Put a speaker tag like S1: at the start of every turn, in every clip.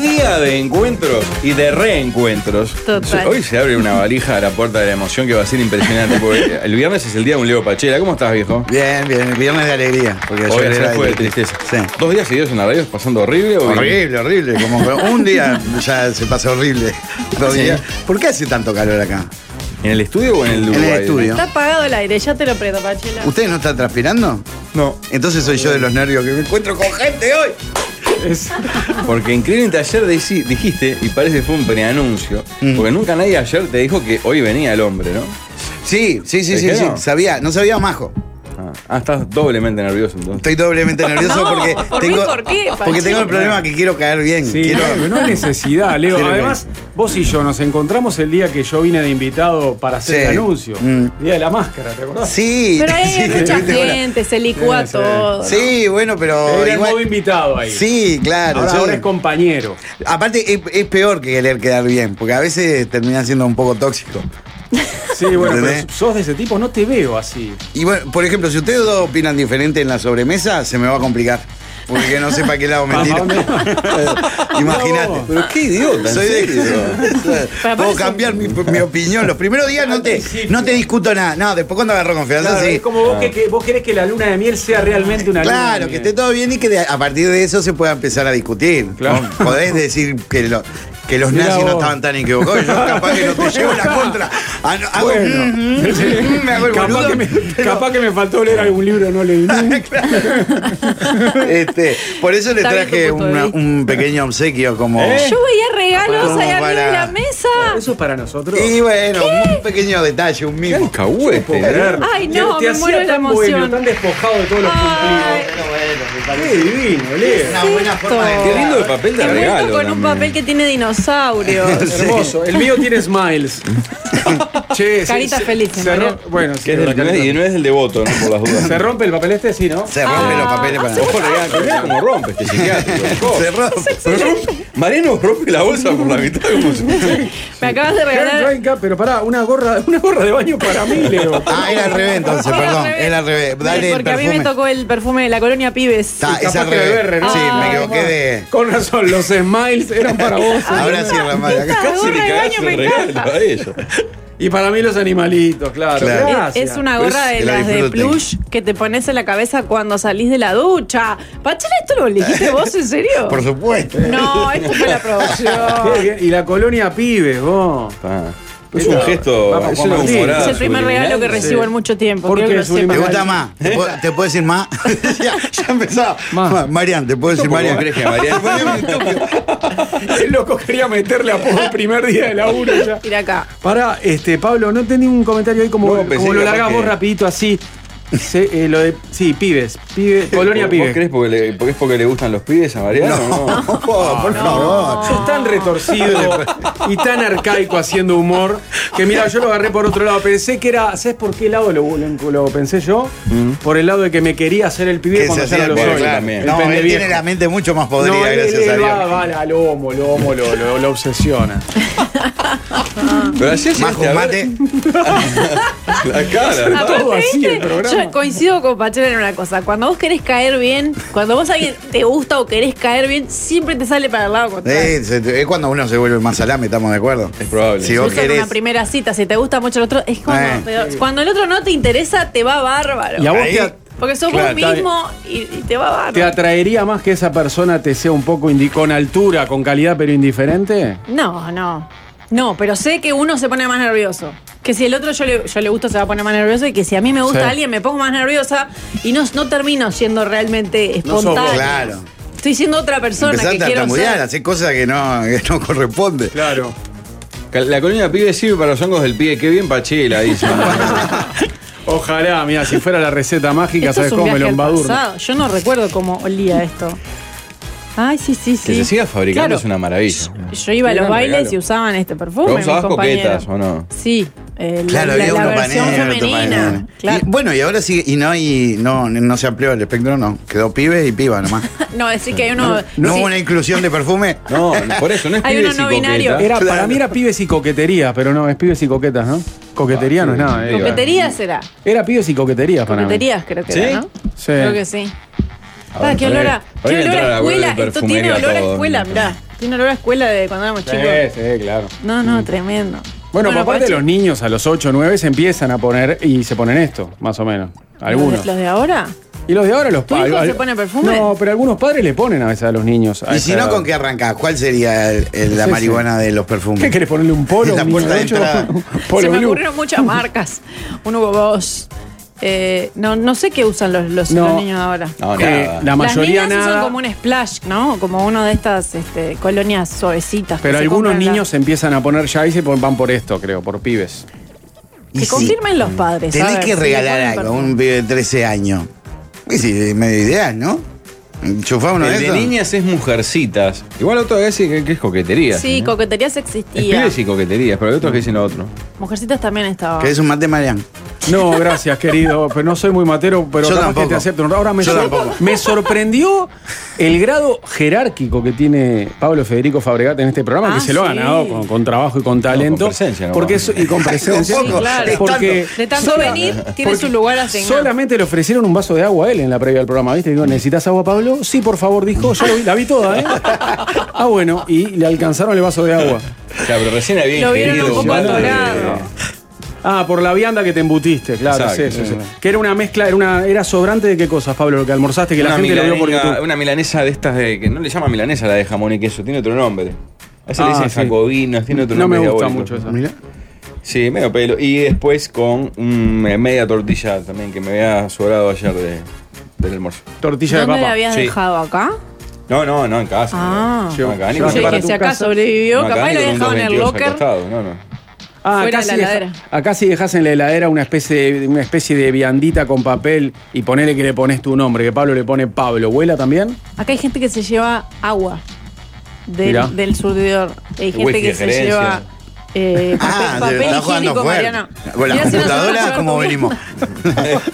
S1: llena de encuentros y de reencuentros.
S2: Total.
S1: Hoy se abre una valija a la puerta de la emoción que va a ser impresionante. Porque el viernes es el día de un Leo Pachela. ¿Cómo estás, viejo?
S3: Bien, bien, viernes de alegría. Porque
S1: Hoy
S3: ayer
S1: ayer
S3: era
S1: fue de
S3: de-
S1: tristeza.
S3: Sí.
S1: Dos días seguidos en la radio pasando horrible. o bien?
S3: Horrible, horrible. Como un día ya se pasa horrible. Dos
S1: Sí.
S3: días. ¿Por qué hace tanto calor acá?
S1: ¿En el estudio o en el
S3: En
S1: Uruguay?
S3: el estudio.
S2: Está apagado el aire, ya te lo prendo, Pachela.
S3: ¿Ustedes no están transpirando?
S1: No.
S3: Entonces soy yo de los nervios que me encuentro con gente hoy.
S1: Porque increíble ayer decí- dijiste, y parece que fue un preanuncio,
S3: Mm.
S1: porque nunca nadie ayer te dijo que hoy venía el hombre, ¿no?
S3: Sí, sí, sí,
S1: ¿Es
S3: sí,
S1: que
S3: sí.
S1: no?
S3: Sabía, no sabía majo.
S1: Ah, ah, estás doblemente nervioso entonces.
S3: Estoy doblemente nervioso
S2: No,
S3: porque
S2: por mí,
S3: tengo.
S2: ¿por qué,
S3: porque
S2: Panchito?
S3: tengo el problema que quiero caer bien.
S4: Sí,
S3: Quiero-
S4: no, no hay necesidad, Leo.
S3: Quiero que-
S4: Además, vos y yo nos encontramos el día que yo vine de invitado para hacer
S3: Sí.
S4: el anuncio.
S3: Mm.
S4: Día de la máscara, ¿te acordás?
S3: Sí,
S2: Pero ahí hay
S3: sí,
S2: mucha
S3: viste, bueno.
S2: gente, se licúa
S4: Sí, sí.
S2: todo.
S3: Sí, bueno, pero.
S4: Era el
S3: igual-
S4: modo invitado ahí.
S3: Sí, claro.
S4: ahora,
S3: yo-
S4: ahora es compañero.
S3: Aparte, es, es peor que querer quedar bien, porque a veces termina siendo un poco tóxico.
S4: Sí, bueno, pero
S3: ¿Entendés?
S4: sos de ese tipo, no te veo así.
S3: Y bueno, por ejemplo, si ustedes dos opinan diferente en la sobremesa, se me va a complicar. Porque no sé para qué lado mentir. Imagínate.
S1: Pero qué idiota, en
S3: Soy
S1: serio.
S3: de.
S2: Pero
S3: Puedo
S2: aparte
S3: cambiar mi, mi opinión. Los primeros días no te, no te discuto nada. No, después cuando agarro confianza,
S4: Claro,
S3: sí.
S4: Es como vos, que, que vos querés que la luna de miel sea realmente una
S3: Claro,
S4: luna. de
S3: que
S4: miel.
S3: esté todo bien y que de- a partir de eso se pueda empezar a discutir.
S4: Claro.
S3: ¿no? Podés decir que, lo- que los
S4: Mirá
S3: nazis no
S4: vos.
S3: estaban tan equivocados. Yo capaz que no te llevo la contra. Ah, no, hago-
S4: Bueno.
S3: mm, mm, mm, me hago el
S4: Capaz
S3: boludo,
S4: que, me,
S3: pero-
S4: capaz que me faltó leer algún libro, no leí nunca.
S3: Este, por eso les
S2: Está bien tu
S3: traje
S2: punto de
S3: una-
S2: vista.
S3: un pequeño obsequio como.
S4: ¿Eh?
S2: Yo veía regalos
S3: Como
S2: ahí arriba
S3: para-
S2: de la mesa.
S4: Eso es para nosotros.
S3: Y bueno, un pequeño detalle, un
S1: Qué
S3: mimo.
S1: alcahuete,
S4: Puedo
S1: ¿no?
S4: creer.
S2: Ay, no,
S4: te
S2: me
S4: hacía
S2: muero de la
S4: tan bohemio,
S2: emoción.
S4: tan despojado de todos los
S2: Ay.
S4: cumplidos. Qué divino, Leo.
S3: Una buena forma de.
S1: Qué lindo el papel de
S2: Envuelto
S1: regalo.
S2: con un
S1: también.
S2: papel que tiene dinosaurio.
S4: Hermoso. El mío tiene smiles. che,
S2: Carita feliz, me
S4: se
S2: parece.
S4: rom- Bueno, sí,
S1: Que es
S4: una
S1: del- no es-
S4: carita.
S1: y no es el devoto, ¿no? Por las dudas.
S4: ¿Se rompe el papel este? Sí, ¿no?
S3: Se rompe
S2: Ah,
S3: los papeles para.
S1: Ojo, le ganan, mirá cómo rompe este psiquiátrico.
S3: Se rompe.
S1: Mariano rompe la bolsa por la mitad como si fuese-
S2: Me acabas de
S4: Gran
S2: regalar.
S4: Cuenca, pero pará, una gorra, una gorra de baño para mí, Leo.
S3: Ah, era al revés entonces,
S2: Era al
S3: perdón.
S2: revés.
S3: Era al revés. Dale el
S2: Porque a mí
S3: perfume.
S2: me tocó el perfume de la colonia Pibes.
S3: Está, es
S4: Capaz
S3: al
S4: que
S3: revés.
S4: de berre, ¿no?
S3: Sí, me
S2: Ah.
S3: equivoqué de.
S4: Con razón, los smiles eran para vos. ¿eh?
S3: Ahora sí, Ramón. acá.
S2: Esta
S1: Casi le
S2: gorra de
S1: cagaste
S2: baño
S1: el
S2: me
S1: regalo
S2: encanta.
S1: a ellos.
S4: Y para mí los animalitos, claro.
S3: Claro.
S4: Gracias.
S2: Es una
S3: Pero es
S2: gorra
S1: Pues,
S2: de
S3: que la
S2: las de
S3: disfruten.
S2: plush que te pones en la cabeza cuando salís de la ducha. Pachela, ¿esto lo elegiste vos, en serio?
S3: Por supuesto.
S2: No, esto fue la
S4: Qué
S2: producción.
S4: bien. Y la colonia pibes, vos.
S1: Ah, es un gesto,
S4: Vamos,
S1: es
S4: Juan
S1: una
S4: Martín.
S1: humorada
S2: Es el primer
S1: subliminal.
S2: regalo que recibo
S4: sí.
S2: en mucho tiempo.
S4: ¿Por
S2: quiero
S4: qué
S2: que lo
S4: es un
S2: sepa.
S3: ¿Te
S4: animal?
S3: gusta más? ¿Te puedo, te puedo decir más? ya, ya empezaba.
S4: Más.
S3: Ma- Marian, ¿te puedo decir
S1: ¿Cómo
S3: Marian?
S1: crees que a Mariano?
S4: El loco quería meterle a por el primer día de laburo ya.
S2: Ir acá.
S4: Pará, este, Pablo, no entendí un comentario ahí como,
S1: No, pensé
S4: como
S1: que
S4: lo
S1: capaz
S4: largás
S1: que-
S4: vos rapidito así. Se- eh, lo de, sí, pibes. pibes colonia
S1: ¿Vos
S4: pibes.
S1: crees porque, le- porque es porque le gustan los pibes a Mariano? No.
S3: Oh, por favor.
S4: Ah, Sos tan retorcido y tan arcaico haciendo humor que mira, yo lo agarré por otro lado. Pensé que era, ¿sabes por qué lado lo, lo- lo pensé yo? Por el lado de que me quería hacer el pibe
S3: Que se
S4: cuando
S3: hacía
S4: ya
S3: el
S4: no lo
S1: bueno,
S4: soy.
S3: pobre,
S1: claro.
S4: El
S3: No, él
S4: pendeviejo.
S3: tiene la mente mucho más podrida,
S4: No, él-
S3: gracias
S4: él
S3: a Dios.
S4: Va, va al lomo, lo homo, lo, lo, lo obsesiona.
S1: Pero
S3: Más
S1: ayer llegaste
S3: con
S1: a
S3: mate.
S1: ver La cara.
S2: Aparte,
S4: Todo así el
S2: ¿viste?
S4: programa.
S2: Yo coincido con Pachela en una cosa. Cuando vos querés caer bien, cuando vos a alguien te gusta o querés caer bien, siempre te sale para el lado contrario.
S3: Eh, se- es cuando uno se vuelve más salame, estamos de acuerdo.
S1: Es probable.
S3: Si
S2: Incluso
S3: vos
S2: en una
S3: querés.
S2: primera cita, si te gusta mucho el otro, es cuando,
S3: Eh.
S2: pero cuando el otro no te interesa, te va bárbaro.
S4: Y a vos
S3: Ahí-
S4: te, a-
S2: Porque sos
S3: Claro,
S4: está
S2: vos mismo y, y te va
S4: te
S2: bárbaro.
S4: atraería más que esa persona te sea un poco indi- con altura, con calidad, pero indiferente.
S2: No, no. No, pero sé que uno se pone más nervioso. Que si el otro yo le, yo le gusto se va a poner más nervioso y que si a mí me gusta
S4: Sí.
S2: alguien me pongo más nerviosa y no, no termino siendo realmente
S4: sos vos.
S2: espontánea.
S3: Claro.
S2: Estoy siendo otra persona que
S3: Empezaste a
S2: quiero
S3: tambudear,
S2: ser.
S3: hacer cosas que no, que no corresponde.
S4: Claro.
S1: La colonia pibe sirve para los hongos del pie. Qué bien Pachela, dice.
S4: Ojalá, mira, si fuera la receta mágica,
S2: Esto
S4: ¿sabes
S2: es un
S4: cómo me
S2: viaje
S4: lo
S2: al
S4: embadurno?
S2: pasado. Yo no recuerdo cómo olía esto. Ay, sí, sí, sí.
S1: Que se siga fabricando
S2: Claro.
S1: es una maravilla.
S2: Yo iba a
S4: Qué
S2: los
S4: gran
S2: bailes
S4: regalo.
S2: y usaban este perfume.
S1: ¿Pero usabas
S2: mis compañeros.
S1: coquetas o no?
S2: Sí. eh, la-
S3: Claro,
S2: la,
S3: había
S2: la
S3: uno para
S2: versión
S3: negro, otro para
S2: femenina.
S3: negro.
S2: Claro.
S3: Y, bueno, y ahora sí, y no hay, no, no se amplió el espectro, no. Quedó pibe y piba nomás.
S2: No, es decir que hay uno.
S3: No
S2: sí.
S3: hubo una inclusión de perfume.
S1: No, por eso no es
S2: Hay
S1: pibes
S2: uno no
S1: y
S2: binario.
S1: coquetas.
S4: Era,
S3: Claro.
S4: Para mí era pibes y coqueterías, pero no, es pibes y coquetas, ¿no? Coquetería
S3: Ah,
S4: no es nada. eh.
S2: Coqueterías será.
S4: Era pibes y coqueterías para mí.
S2: Coqueterías creo que
S1: ¿Sí?
S2: era, ¿no?
S4: Sí.
S2: Creo que sí.
S1: ver,
S2: Ah, qué
S1: para
S2: olor
S1: mí-
S2: a,
S1: para mí
S2: qué olor
S1: entrar a
S2: a
S1: la huelga de
S2: escuela. Esto
S1: perfumería
S2: tiene olor a
S1: todo.
S2: escuela, mirá. Tiene olor a escuela de cuando éramos
S4: Sí,
S2: chicos.
S4: sí, claro.
S2: No, no, tremendo.
S4: Bueno, por parte de
S2: Pachi,
S4: los niños a los 8 o 9 se empiezan a poner y se ponen esto, más o menos. Algunos.
S2: ¿Los de, los de ahora?
S4: Y los de ahora los
S2: ¿Tu
S4: padres.
S2: hijo se pone perfume?
S4: No, pero algunos padres le ponen a veces a los niños. a
S3: Y
S4: esa
S3: si no,
S4: edad.
S3: ¿con qué arrancás? ¿Cuál sería el- el- la
S4: Sí, sí.
S3: marihuana de los
S4: ¿Qué
S3: perfumes?
S4: querés ponerle un polo?
S3: En la
S4: un
S3: puerta de
S4: 18?
S3: entrada.
S4: Polo
S2: Se me
S4: blue.
S2: ocurrieron muchas marcas. Un Hugo Boss. Eh, no, no sé qué usan los, los,
S4: No.
S2: los niños ahora.
S1: No,
S4: Eh,
S1: nada.
S4: la mayoría
S2: Las niñas usan
S4: nada.
S2: como un splash, ¿no? Como uno de estas este, colonias suavecitas. que
S4: Pero
S2: se
S4: algunos
S2: compran en la-
S4: niños se empiezan a poner ya y se pon- van por esto, creo, por pibes.
S3: Y
S2: Que
S3: si
S2: confirmen los padres. a
S3: Tenés
S2: ver,
S3: que
S2: si
S3: regalar
S2: le ponen
S3: algo a
S2: perfume.
S3: un pibe de 13 años. Y sí, medio ideal, ¿no? Enchufá uno de
S1: El de
S3: esos.
S1: niñas es mujercitas. Igual otro que dicen que- que es coquetería.
S2: Sí,
S1: coquetería.
S2: coqueterías
S1: Es
S2: existía.
S1: pibes y coqueterías, pero hay otros que dicen lo otro.
S2: Mujercitas también estaba.
S3: Que es un mate Marian.
S4: No, gracias, querido. Pero no soy muy matero, pero
S3: Yo
S4: capaz
S3: tampoco.
S4: que te acepto. Ahora me,
S3: Yo
S4: sor-
S3: tampoco.
S4: me sorprendió el grado jerárquico que tiene Pablo Federico Fabregat en este programa,
S2: Ah,
S4: que se lo ha
S2: sí.
S4: ganado con, con trabajo y con talento.
S1: con presencia, ¿no?
S4: porque es- y con presencia.
S3: Con poco,
S2: claro.
S4: Porque
S2: De tanto venir, tiene
S4: Eh, porque
S2: su lugar asignado.
S4: Solamente le ofrecieron un vaso de agua a él en la previa del programa, ¿viste? Digo, ¿necesitas agua, Pablo? Sí, por favor, dijo. Yo lo vi- la vi toda, ¿eh? Ah, bueno, y le alcanzaron el vaso de agua.
S1: O sea, pero recién había
S2: Lo vieron
S1: ingerido
S2: un poco
S1: algo de-
S2: atorado.
S4: Ah, por la vianda que te embutiste, claro,
S1: Exacto.
S4: es eso, es eso. Que era una mezcla, era una era sobrante de qué cosas, Pablo, lo que almorzaste, que la
S1: una,
S4: gente lo vio por
S1: milanesa-
S4: YouTube.
S1: una milanesa de estas de que no le llama milanesa la de jamón y queso, tiene otro nombre. A esa le
S4: Ah,
S1: dicen
S4: sí.
S1: jacobinos, tiene otro
S4: No me
S1: nombre.
S4: gusta
S1: diabólico.
S4: mucho eso.
S3: Mirá.
S1: Sí, medio pelo. Y después con mm, media tortilla también, que me había sobrado ayer de, del almuerzo.
S4: Tortilla de
S2: ¿Dónde la
S4: papa.
S2: habías
S1: Sí.
S2: dejado acá?
S1: No, no, no, en casa.
S2: Ah.
S1: No, acá, ni
S4: Yo
S2: Yo
S1: con-
S4: dije,
S1: para
S2: dije,
S1: tu-
S2: si acá
S4: casa.
S2: sobrevivió,
S1: no, acá
S2: capaz
S1: ni
S2: lo
S1: con
S2: había
S1: unos
S2: dejado en el
S1: 22 al
S2: locker.
S1: costado, No, no.
S4: Ah,
S2: Fuera de
S4: acá,
S2: la
S4: si deja-
S2: heladera.
S4: acá si dejas en la heladera una especie, de, una especie de viandita con papel y ponele que le pones tu nombre, que Pablo le pone Pablo. ¿Huela también?
S2: Acá hay gente que se lleva agua
S4: Mirá.
S2: del, del surtidor. Hay gente
S1: Whisky de
S2: que se
S1: gerencia.
S2: lleva eh, papel,
S3: Ah,
S2: papel
S3: está jugando
S2: higiénico,
S3: fuerte.
S2: Mariano.
S3: Con la
S2: Mirá si nosotros
S3: computadora,
S2: llevamos
S3: ¿cómo
S2: tu-
S3: venimos?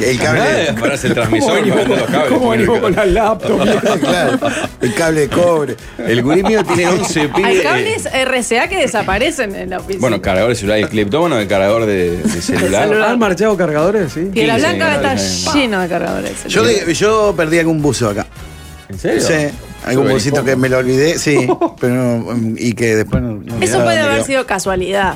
S3: el
S1: Nada,
S3: cable.
S1: parás el transmisor, levantás los cables.
S4: ¿Cómo venimos con la laptop?
S3: claro, el cable de cobre.
S1: El gurí mío tiene 11 pibes.
S2: Hay cables RCA que desaparecen en la oficina.
S1: Bueno, cargador de celular, el cleptómano de cargador de, de celular.
S4: ¿Han marchado cargadores? Sí.
S2: Piedra
S1: 15
S2: Blanca está
S1: dólares, ahí.
S2: lleno de cargadores.
S3: Yo, le- yo perdí algún buzo acá.
S1: ¿En serio?
S3: Sí, algún
S1: Yo
S3: bolsito
S1: vengo.
S3: que me lo olvidé, sí, pero no- y que después no- no
S2: Eso
S3: quedaba
S2: puede
S3: donde
S2: haber
S3: quedó.
S2: sido casualidad.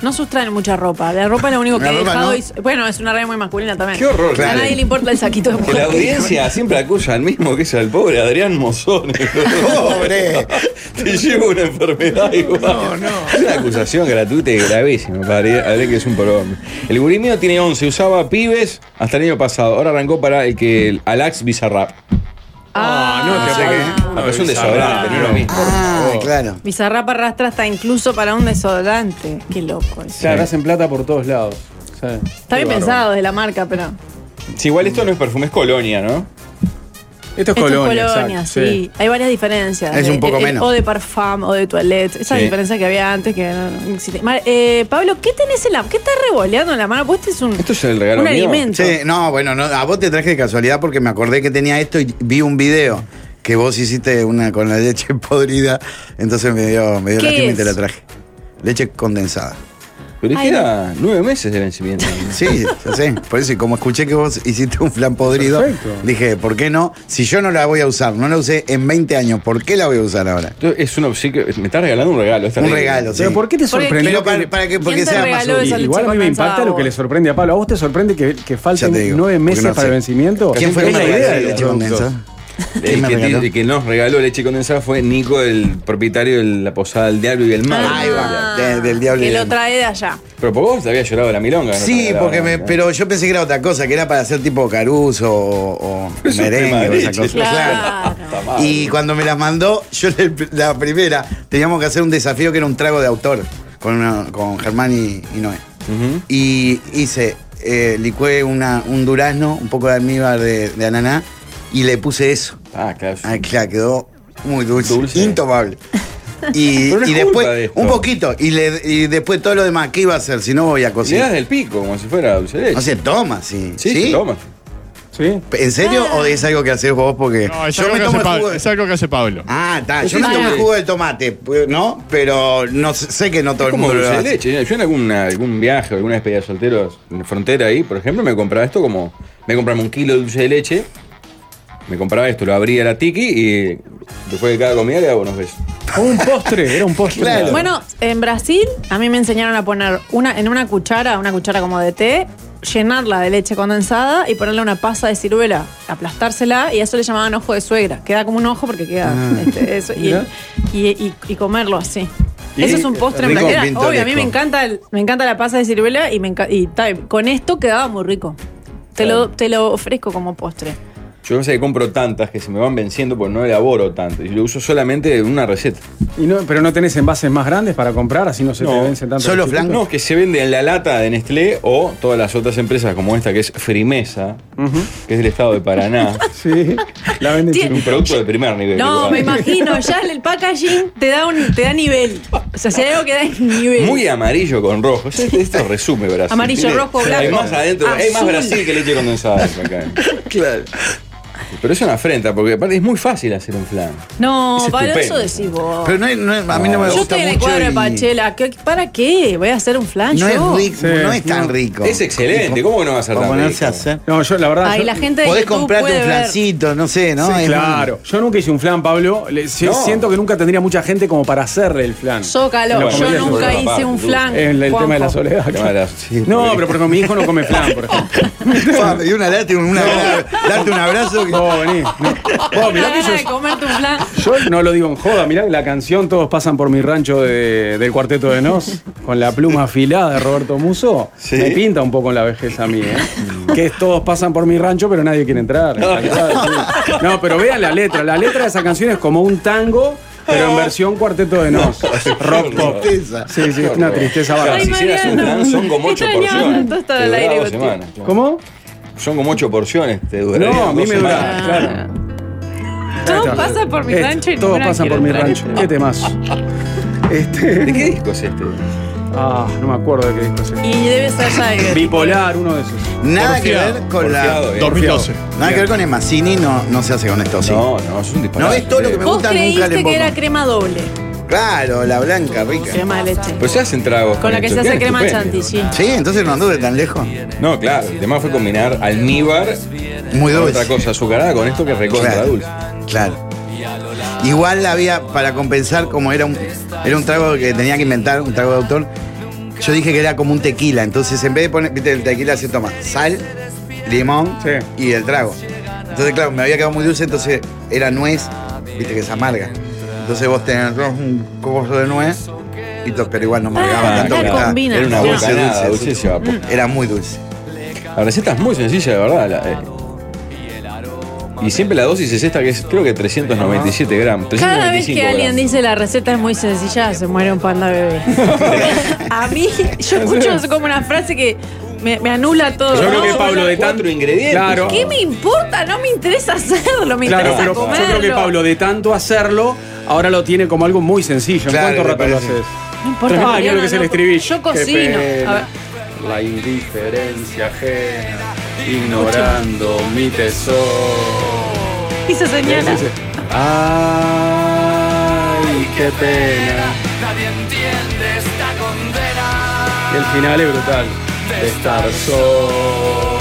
S2: No sustraen mucha ropa. La ropa es lo único que
S3: La
S2: he
S3: ropa
S2: dejado.
S3: no.
S2: y- bueno, es una red muy masculina también.
S1: Qué horror,
S2: A
S1: claro.
S2: nadie le importa el saquito de
S1: Que la
S2: mujer.
S1: audiencia siempre acusa al mismo que es al pobre Adrián Mozón.
S3: Pobre.
S1: Te lleva una enfermedad igual. No, no. Es una acusación gratuita y gravísima para Adri- Adrián, que es un porón. El gurí mío tiene 11, usaba pibes hasta el año pasado. Ahora arrancó para el que el Alax Bizarrap.
S2: Ah,
S1: No,
S3: te pegué.
S1: es un desodorante, no es lo mismo. Oh.
S3: Ah, claro.
S2: Bizarrap arrastra hasta incluso para un desodorante. Qué loco. eso.
S4: Ya, hacen plata por todos lados. Sí.
S2: Está bien
S4: Qué bárbaro.
S2: pensado desde la marca, pero.
S1: Sí, igual esto no es perfume, es colonia, ¿no?
S4: Esto es
S2: Esto es
S4: colonia.
S2: colonia,
S4: exacto,
S2: sí. Hay varias diferencias.
S3: Es
S2: De-
S3: un poco
S2: de-
S3: menos.
S2: O de parfum o de toilette. Esa
S1: Sí.
S2: diferencia que había antes que no no existe. Mar- eh, Pablo, ¿qué tenés en la ¿Qué estás revoleando en la mano? Pues este es un.
S1: Esto es el regalo
S2: Un
S1: mío.
S2: alimento.
S3: Sí, no, bueno, no, a vos te traje de casualidad porque me acordé que tenía esto y vi un video que vos hiciste una con la leche podrida, entonces me dio, me dio
S2: ¿Qué
S3: lástima y
S2: es?
S3: te la traje. Leche condensada.
S1: Pero
S2: Ay,
S1: queda nueve meses de vencimiento.
S3: Sí, ya sé. Por eso, y como escuché que vos hiciste un flan podrido,
S4: Perfecto.
S3: dije, ¿por qué no? Si yo no la voy a usar, no la usé en 20 años, ¿por qué la voy a usar ahora?
S1: Esto es un obsequio. Me está regalando un regalo. es
S3: Un
S1: terrible.
S3: regalo, sí.
S4: Pero ¿por qué te
S2: Porque-
S4: sorprendió?
S3: Pero
S4: que-
S3: para, para que, porque
S2: ¿Quién te
S3: sea más
S2: regaló esa
S3: útil.
S4: Y-
S2: leche
S4: Igual a mí me
S2: condensada,
S4: impacta lo que
S2: vos.
S4: le sorprende a Pablo. ¿A vos te sorprende que, que falten
S3: Ya te digo,
S4: nueve
S3: porque
S4: meses
S3: no
S4: para
S3: sé.
S4: el vencimiento?
S3: ¿Quién fue
S1: Es
S3: que me
S1: la
S3: regaló
S1: idea
S3: la
S1: de
S3: leche
S1: los
S3: condensada? ¿Quién
S1: El
S3: me
S1: que,
S3: regaló?
S1: ti- el que nos regaló leche condensada fue Nico, el propietario de la posada del diablo y el mar.
S2: Ah,
S3: Ahí va, de- del diablo y
S2: Que
S3: del-
S2: lo trae de allá.
S1: Pero por vos te había llorado la milonga. ¿no?
S3: Sí,
S1: Te
S3: porque
S1: regalaba,
S3: me,
S1: ¿no?
S3: pero yo pensé que era otra cosa, que era para hacer tipo caruso o, o
S1: Es un tema
S3: merengue
S1: de
S3: o esa
S1: leche,
S3: cosa.
S2: claro.
S1: Está mal.
S3: Y cuando me las mandó, yo le- la primera, teníamos que hacer un desafío que era un trago de autor con, una- con Germán y, y Noé.
S1: Ujú.
S3: Y hice, eh, licué una, un durazno, un poco de almíbar de, de ananá y le puse eso.
S1: Ah, claro. sí.
S3: Ah, claro, quedó muy dulce,
S1: Dulce.
S3: intomable. Y,
S1: Pero no es
S3: y
S1: culpa
S3: después,
S1: de esto.
S3: un poquito, y, le- y después todo lo demás, ¿qué iba a hacer? Si no voy a
S1: Le das
S3: cocinar.
S1: del pico, como si fuera dulce de leche.
S3: No se toma, sí.
S1: sí, se toma.
S4: Sí.
S3: ¿En serio
S2: Ah.
S3: o es algo que haces vos? Porque
S5: No, es,
S3: yo
S5: algo
S3: me
S5: que
S3: tomo
S5: hace
S3: el jugo.
S5: Pablo,
S3: de-
S5: es algo que hace Pablo.
S3: Ah, está. Yo
S1: Sí,
S3: me
S1: sí,
S3: tomo
S1: sí.
S3: el jugo de tomate, pues, ¿no? Pero no sé- sé que no todo
S1: Es
S3: el
S1: como
S3: mundo lo
S1: dulce de
S3: hace.
S1: leche. ¿eh? Yo en alguna- algún viaje, alguna despedida de solteros en la frontera ahí, por ejemplo, me compraba esto como. Me compraba un kilo de dulce de leche. Me compraba esto, lo abría la tiki y después de cada comida le hago unos besos.
S4: Un postre, era un postre.
S3: Claro.
S2: Bueno, en Brasil a mí me enseñaron a poner una, en una cuchara, una cuchara como de té, llenarla de leche condensada y ponerle una pasa de ciruela, aplastársela y a eso le llamaban ojo de suegra. Queda como un ojo porque queda
S3: Ah.
S2: este, eso, y,
S4: Mira.
S2: y- y- y comerlo así.
S4: Y
S2: eso es un postre en
S3: rico
S2: Brasil. Era-
S3: pintoresco.
S2: Obvio, a mí me encanta, el- me encanta la pasa de ciruela y, me enca- y ta- con esto quedaba muy rico. Te lo, te lo ofrezco como postre.
S1: Yo no sé que compro tantas que se me van venciendo porque no elaboro tanto. Y lo uso solamente en una receta.
S4: Y no, pero no tenés envases más grandes para comprar, así no se te
S1: No,
S4: vencen tanto.
S3: solo
S4: los
S3: flan-
S4: chiquitos.
S1: No, que se vende en la lata de Nestlé o todas las otras empresas como esta que es Frimesa, que es del estado de Paraná.
S4: Sí, la venden
S2: Tiene-
S1: un producto de primer nivel.
S2: No,
S1: igual.
S2: me imagino, ya el packaging te da un, te da nivel. O sea, si hay algo que da es nivel.
S1: Muy amarillo con rojo. Esto esto resume Brasil.
S2: Amarillo,
S1: Tiene-
S2: rojo, blanco,
S1: Hay más adentro. Hay más
S2: azul.
S1: Brasil que leche condensada. acá.
S3: Claro.
S1: Pero es una afrenta porque aparte es muy fácil hacer un flan.
S2: no,
S1: es
S2: Pablo, eso
S1: estupendo.
S2: decís vos.
S3: Pero no, es- no es- a mí no, me
S2: yo
S3: gusta
S2: estoy en el
S3: mucho
S2: cuadro de
S3: y
S2: Pachela. ¿qué- ¿Para qué? Voy a hacer un flash.
S3: No es rico,
S4: Sí,
S3: no es tan
S4: no.
S3: rico.
S1: Es excelente. ¿Cómo que no va a ser
S3: Para
S1: tan
S3: ponerse
S1: rico?
S3: a hacer.
S4: No, yo la verdad.
S2: Ahí
S4: yo-
S2: la gente de
S3: Podés
S2: YouTube
S3: comprarte
S2: puede
S3: un
S2: ver.
S3: flancito, no sé, ¿no?
S4: Sí,
S3: Es
S4: claro. Yo nunca hice un flan, Pablo. Le- si-
S1: No.
S4: Siento que nunca tendría mucha gente como para hacerle el flan.
S2: Zócalo,
S4: No,
S2: yo
S4: comería
S2: nunca
S1: sobre la
S2: hice
S1: paz,
S2: un
S1: tú.
S2: flan.
S4: El, el tema de
S2: Juanjo.
S4: la soledad.
S1: No,
S4: claro.
S1: era- sí,
S4: No,
S1: porque-
S4: pero porque mi hijo no come flan, por ejemplo.
S3: muy- Y una lata, y una, darte un abrazo. que-
S4: Vos vení. no. Vos, mirá
S2: La
S4: que
S2: gana de
S4: yo,
S2: comerte un flan.
S4: yo no lo digo en joda. Mirá la canción Todos pasan por mi rancho de- del cuarteto de Nos, con la pluma afilada de Roberto Muso.
S1: Sí. Mm.
S4: Me pinta un poco en la vejez a mí, ¿eh? Que es Todos pasan por mi rancho, pero nadie quiere entrar. Sí. No, pero vean la letra. La letra de esa canción es como un tango, pero en versión cuarteto de Nos. Rock pop.
S3: Tristeza.
S4: Sí, sí, es una tristeza bárbara.
S1: Claro, si
S2: Ay,
S1: hicieras un
S2: Mariano.
S1: flan son como ocho
S2: Extrañaba
S1: porciones.
S2: todo esto
S1: Te
S2: al
S1: duraba
S2: aire
S1: dos
S2: contigo.
S1: semanas.
S4: ¿Cómo?
S1: Son como ocho porciones, te duraría
S4: No, a mí me dura.
S2: semanas.
S4: Claro.
S2: Todo pasa por mi
S4: Este,
S2: rancho y
S4: Todo
S2: ninguna
S4: pasa
S2: quiere
S4: por mi
S2: entrar.
S4: rancho. ¿Qué temas? Este.
S1: ¿De qué disco es este?
S4: Ah, no me acuerdo de qué disco es. este.
S2: Y debe ser Jagger.
S4: Bipolar, uno de esos.
S3: Nada
S5: Porfiado.
S3: que ver con la.
S1: Porfiado, eh.
S5: 2012.
S3: Nada que ver con el Mazzini, no, no se hace con esto, sí.
S1: No, no, es un disparate.
S3: No, es todo lo que me
S2: Vos
S3: gusta, nunca le
S2: creíste que
S3: emboco.
S2: era crema doble,
S3: Claro, la blanca, rica.
S2: crema de leche.
S1: Pero Pues se hacen tragos.
S2: Con la que se
S1: esto,
S2: hace
S1: quedan
S2: crema
S1: estupendos.
S2: chantilly.
S3: Sí, entonces no anduve tan lejos.
S1: No, claro. El tema fue combinar almíbar
S3: Muy
S1: con
S3: dulce.
S1: otra cosa azucarada con esto que recontra
S3: Claro,
S1: dulce.
S3: Claro. Igual había, para compensar, como era un, era un trago que tenía que inventar, un trago de autor, yo dije que era como un tequila. Entonces, en vez de poner, viste, el tequila se toma sal, limón
S4: Sí.
S3: y el trago. Entonces, claro, me había quedado muy dulce, entonces era nuez, viste que es amarga. Entonces vos tenés un coso de nuez, y to- pero igual no me
S2: Ah,
S3: pegaba tanto.
S2: claro,
S3: porque estaba-
S2: combina.
S1: Era una
S2: Dulce,
S1: bocanada,
S3: dulce,
S1: dulce se va a poner.
S3: Era muy dulce.
S1: Ah, La receta es muy sencilla, de verdad. la- eh. Y siempre la dosis es esta que es, creo que 397 gramos.
S2: Cada vez
S1: 395
S2: que alguien
S1: gramos.
S2: dice la receta es muy sencilla, se muere un panda bebé. a mí, yo escucho eso como una frase que me, me anula todo.
S4: Yo
S2: No,
S4: creo que Pablo de
S1: Cuatro
S4: tanto
S1: ingredientes.
S4: Claro.
S2: ¿Qué me importa? No me interesa hacerlo, me
S4: Claro,
S2: interesa
S4: pero
S2: comerlo.
S4: yo creo que Pablo de tanto hacerlo ahora lo tiene como algo muy sencillo. ¿En
S3: Claro,
S4: cuánto
S3: me
S4: rato
S3: parece.
S4: lo haces?
S2: No importa,
S4: Ah,
S2: Mariano,
S4: creo que es el
S2: no,
S4: estribillo.
S2: Yo cocino. A ver,
S4: La indiferencia ajena, ignorando mi tesoro.
S2: y se señala.
S4: Ay, qué pena. Y el final es brutal. De estar solo.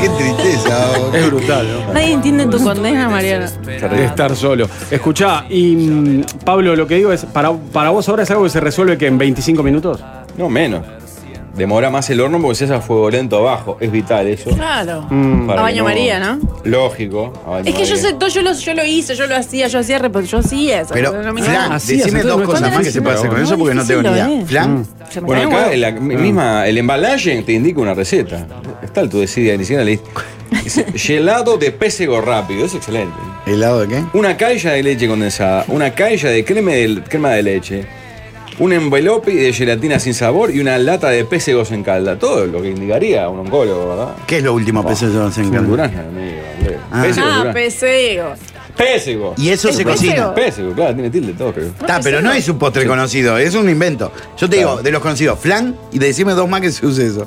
S3: Qué tristeza. vos.
S4: Es brutal, ¿no?
S2: Nadie entiende tu condena, Mariano.
S4: de estar solo. Escuchá, y mm, Pablo, lo que digo es, para, para vos ahora es algo que se resuelve que en 25 minutos.
S1: No, menos. Demora más el horno porque se hace a fuego lento abajo. Es vital eso.
S2: Claro.
S1: Para
S2: Mm. A
S1: que
S2: baño María, ¿no?
S1: Lógico. a baño
S2: Es que yo,
S1: María.
S2: sé, todo, yo, lo, yo lo hice, yo lo hacía, yo hacía, repo- yo hacía eso.
S3: Pero,
S2: no me
S3: Flan,
S4: Ah, así es,
S3: decime
S4: entonces
S3: dos
S4: no es
S3: cosas
S4: tan
S3: más que se
S4: difícil,
S3: puede hacer con
S2: ¿no?
S3: eso porque no tengo ni
S2: Difícil lo
S3: idea.
S2: es. Mm.
S3: Flan,
S2: Se me
S1: Bueno,
S2: cae un
S1: acá
S2: huevo.
S1: la mi- misma, el embalaje te indica una receta. Está el tu decida inicial. le- dice, Gelado de pésego rápido, es excelente.
S3: ¿helado de qué?
S1: Una cailla de leche condensada, una cailla de crema de, crema de leche, un envelope de gelatina sin sabor y una lata de pésegos en calda. Todo lo que indicaría un oncólogo, ¿verdad?
S3: ¿Qué es lo último? Peso de los
S1: Un
S3: encantos?
S1: durazno, amigo. hombre.
S3: Ah.
S1: Pésego,
S2: Ah,
S1: durazno.
S2: peseo.
S1: Pésego.
S3: Y eso
S2: ¿El
S3: se
S2: pésego?
S3: cocina.
S1: Pésego, claro, tiene tilde todo, creo.
S3: Está, pero no es un postre conocido, es un invento. Yo te digo,
S1: Claro.
S3: de los conocidos, flan y decime dos más que se use eso.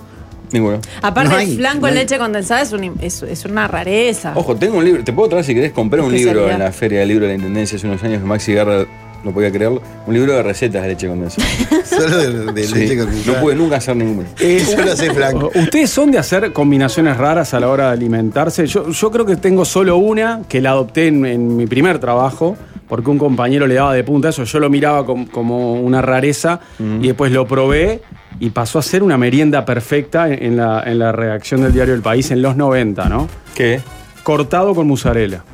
S1: Ninguno.
S2: Aparte,
S3: No
S2: el
S3: hay,
S2: flan
S3: no
S2: con
S3: hay.
S2: leche condensada es, un- es- es una rareza.
S1: Ojo, tengo un libro. Te puedo traer si querés. Compré un libro
S2: Especialidad.
S1: en la Feria del Libro de la Intendencia hace unos años de Maxi Garra no podía creerlo, un libro de recetas de leche condensada.
S3: Solo de, de
S1: Sí,
S3: leche condensada.
S1: No pude nunca hacer ninguno.
S4: Eh,
S3: Yo lo sé, Franco.
S4: ¿Ustedes son de hacer combinaciones raras a la hora de alimentarse? Yo, yo creo que tengo solo una que la adopté en, en mi primer trabajo, porque un compañero le daba de punta eso, yo lo miraba com- como una rareza
S1: Mm.
S4: y después lo probé y pasó a ser una merienda perfecta en, en la, en la redacción del diario El País en los 90, ¿no?
S1: ¿Qué?
S4: Cortado con mozzarella.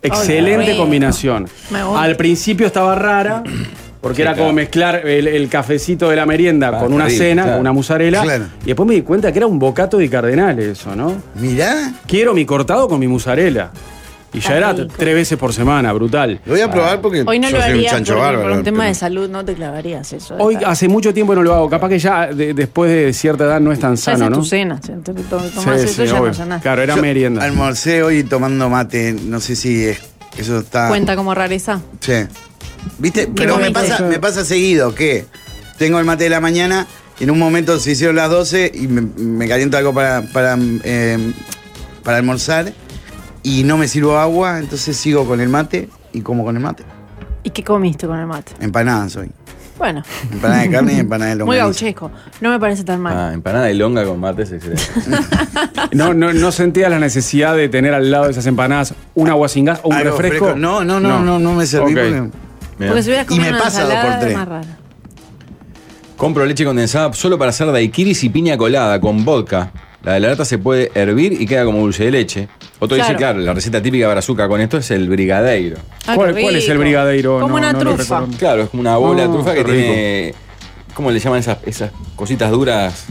S2: qué
S4: Excelente
S2: rico.
S4: combinación.
S2: Me gusta.
S4: Al principio estaba rara. Porque
S1: Sí,
S4: era como
S1: claro.
S4: mezclar el, el cafecito de la merienda
S1: Ah,
S4: con una
S1: terrible,
S4: cena,
S1: claro.
S4: con una mozzarella.
S3: Claro.
S4: Y después me di cuenta que era un bocato de cardenales eso, ¿no?
S3: Mirá,
S4: Quiero mi cortado con mi mozzarella. Y ya
S2: Está
S4: era
S2: rico.
S4: tres veces por semana, brutal.
S3: lo voy a probar porque
S2: Hoy no
S3: yo
S2: lo
S3: soy un
S2: harías
S3: chancho
S2: por,
S3: bárbaro.
S2: por un tema
S3: pero-
S2: de salud, no te clavarías eso. ¿eh?
S4: Hoy hace mucho tiempo no lo hago. Capaz que ya de- después de cierta edad no es tan
S2: ya
S4: sano,
S2: es
S4: ¿no?
S2: tu cena, si te to- tomás
S4: Sí,
S2: eso
S4: sí,
S2: ya
S4: obvio.
S2: no sanás.
S4: Claro, era
S3: Yo
S4: merienda.
S3: Almorcé hoy tomando mate, no sé si es- eso está...
S2: Cuenta como rareza.
S3: Sí. ¿Viste? Pero me
S2: bonito.
S3: pasa, me pasa seguido que tengo el mate de la mañana, y en un momento se hicieron las 12 y me, me caliento algo para, para, eh, para almorzar y no me sirvo agua, entonces sigo con el mate y como con el mate.
S2: ¿Y qué comiste con el mate?
S3: Empanadas hoy.
S2: Bueno,
S3: Empanada de carne y empanada de
S2: muy
S3: longaniza.
S2: gauchesco. No me parece tan mal.
S1: Ah, empanada de longa con mate es excelente.
S4: No, no, no sentía la necesidad de tener al lado de esas empanadas un agua sin gas o un
S3: Algo
S4: refresco.
S3: fresco. No, no, no, no, no, me serví
S4: Ok.
S3: porque-
S1: Mirá.
S2: Porque si hubieras
S3: Y
S2: comido
S3: me
S2: una
S3: pasa dos por
S2: ensalada,
S3: tres.
S2: es más raro.
S1: Compro leche condensada solo para hacer daiquiris y piña colada con vodka. La de la lata se puede hervir y queda como dulce de leche. Otro dice,
S2: Claro.
S1: claro, la receta típica para azúcar con esto es el brigadeiro.
S2: Ah,
S4: ¿Cuál,
S2: qué
S4: cuál es el
S2: rico.
S4: brigadeiro?
S2: Como
S4: No,
S2: una
S4: no lo
S2: trufa.
S4: recuerdo.
S1: Claro, es como una bola
S4: Oh,
S1: de trufa
S4: qué
S1: que tiene. ¿Cómo le llaman esas, esas cositas duras?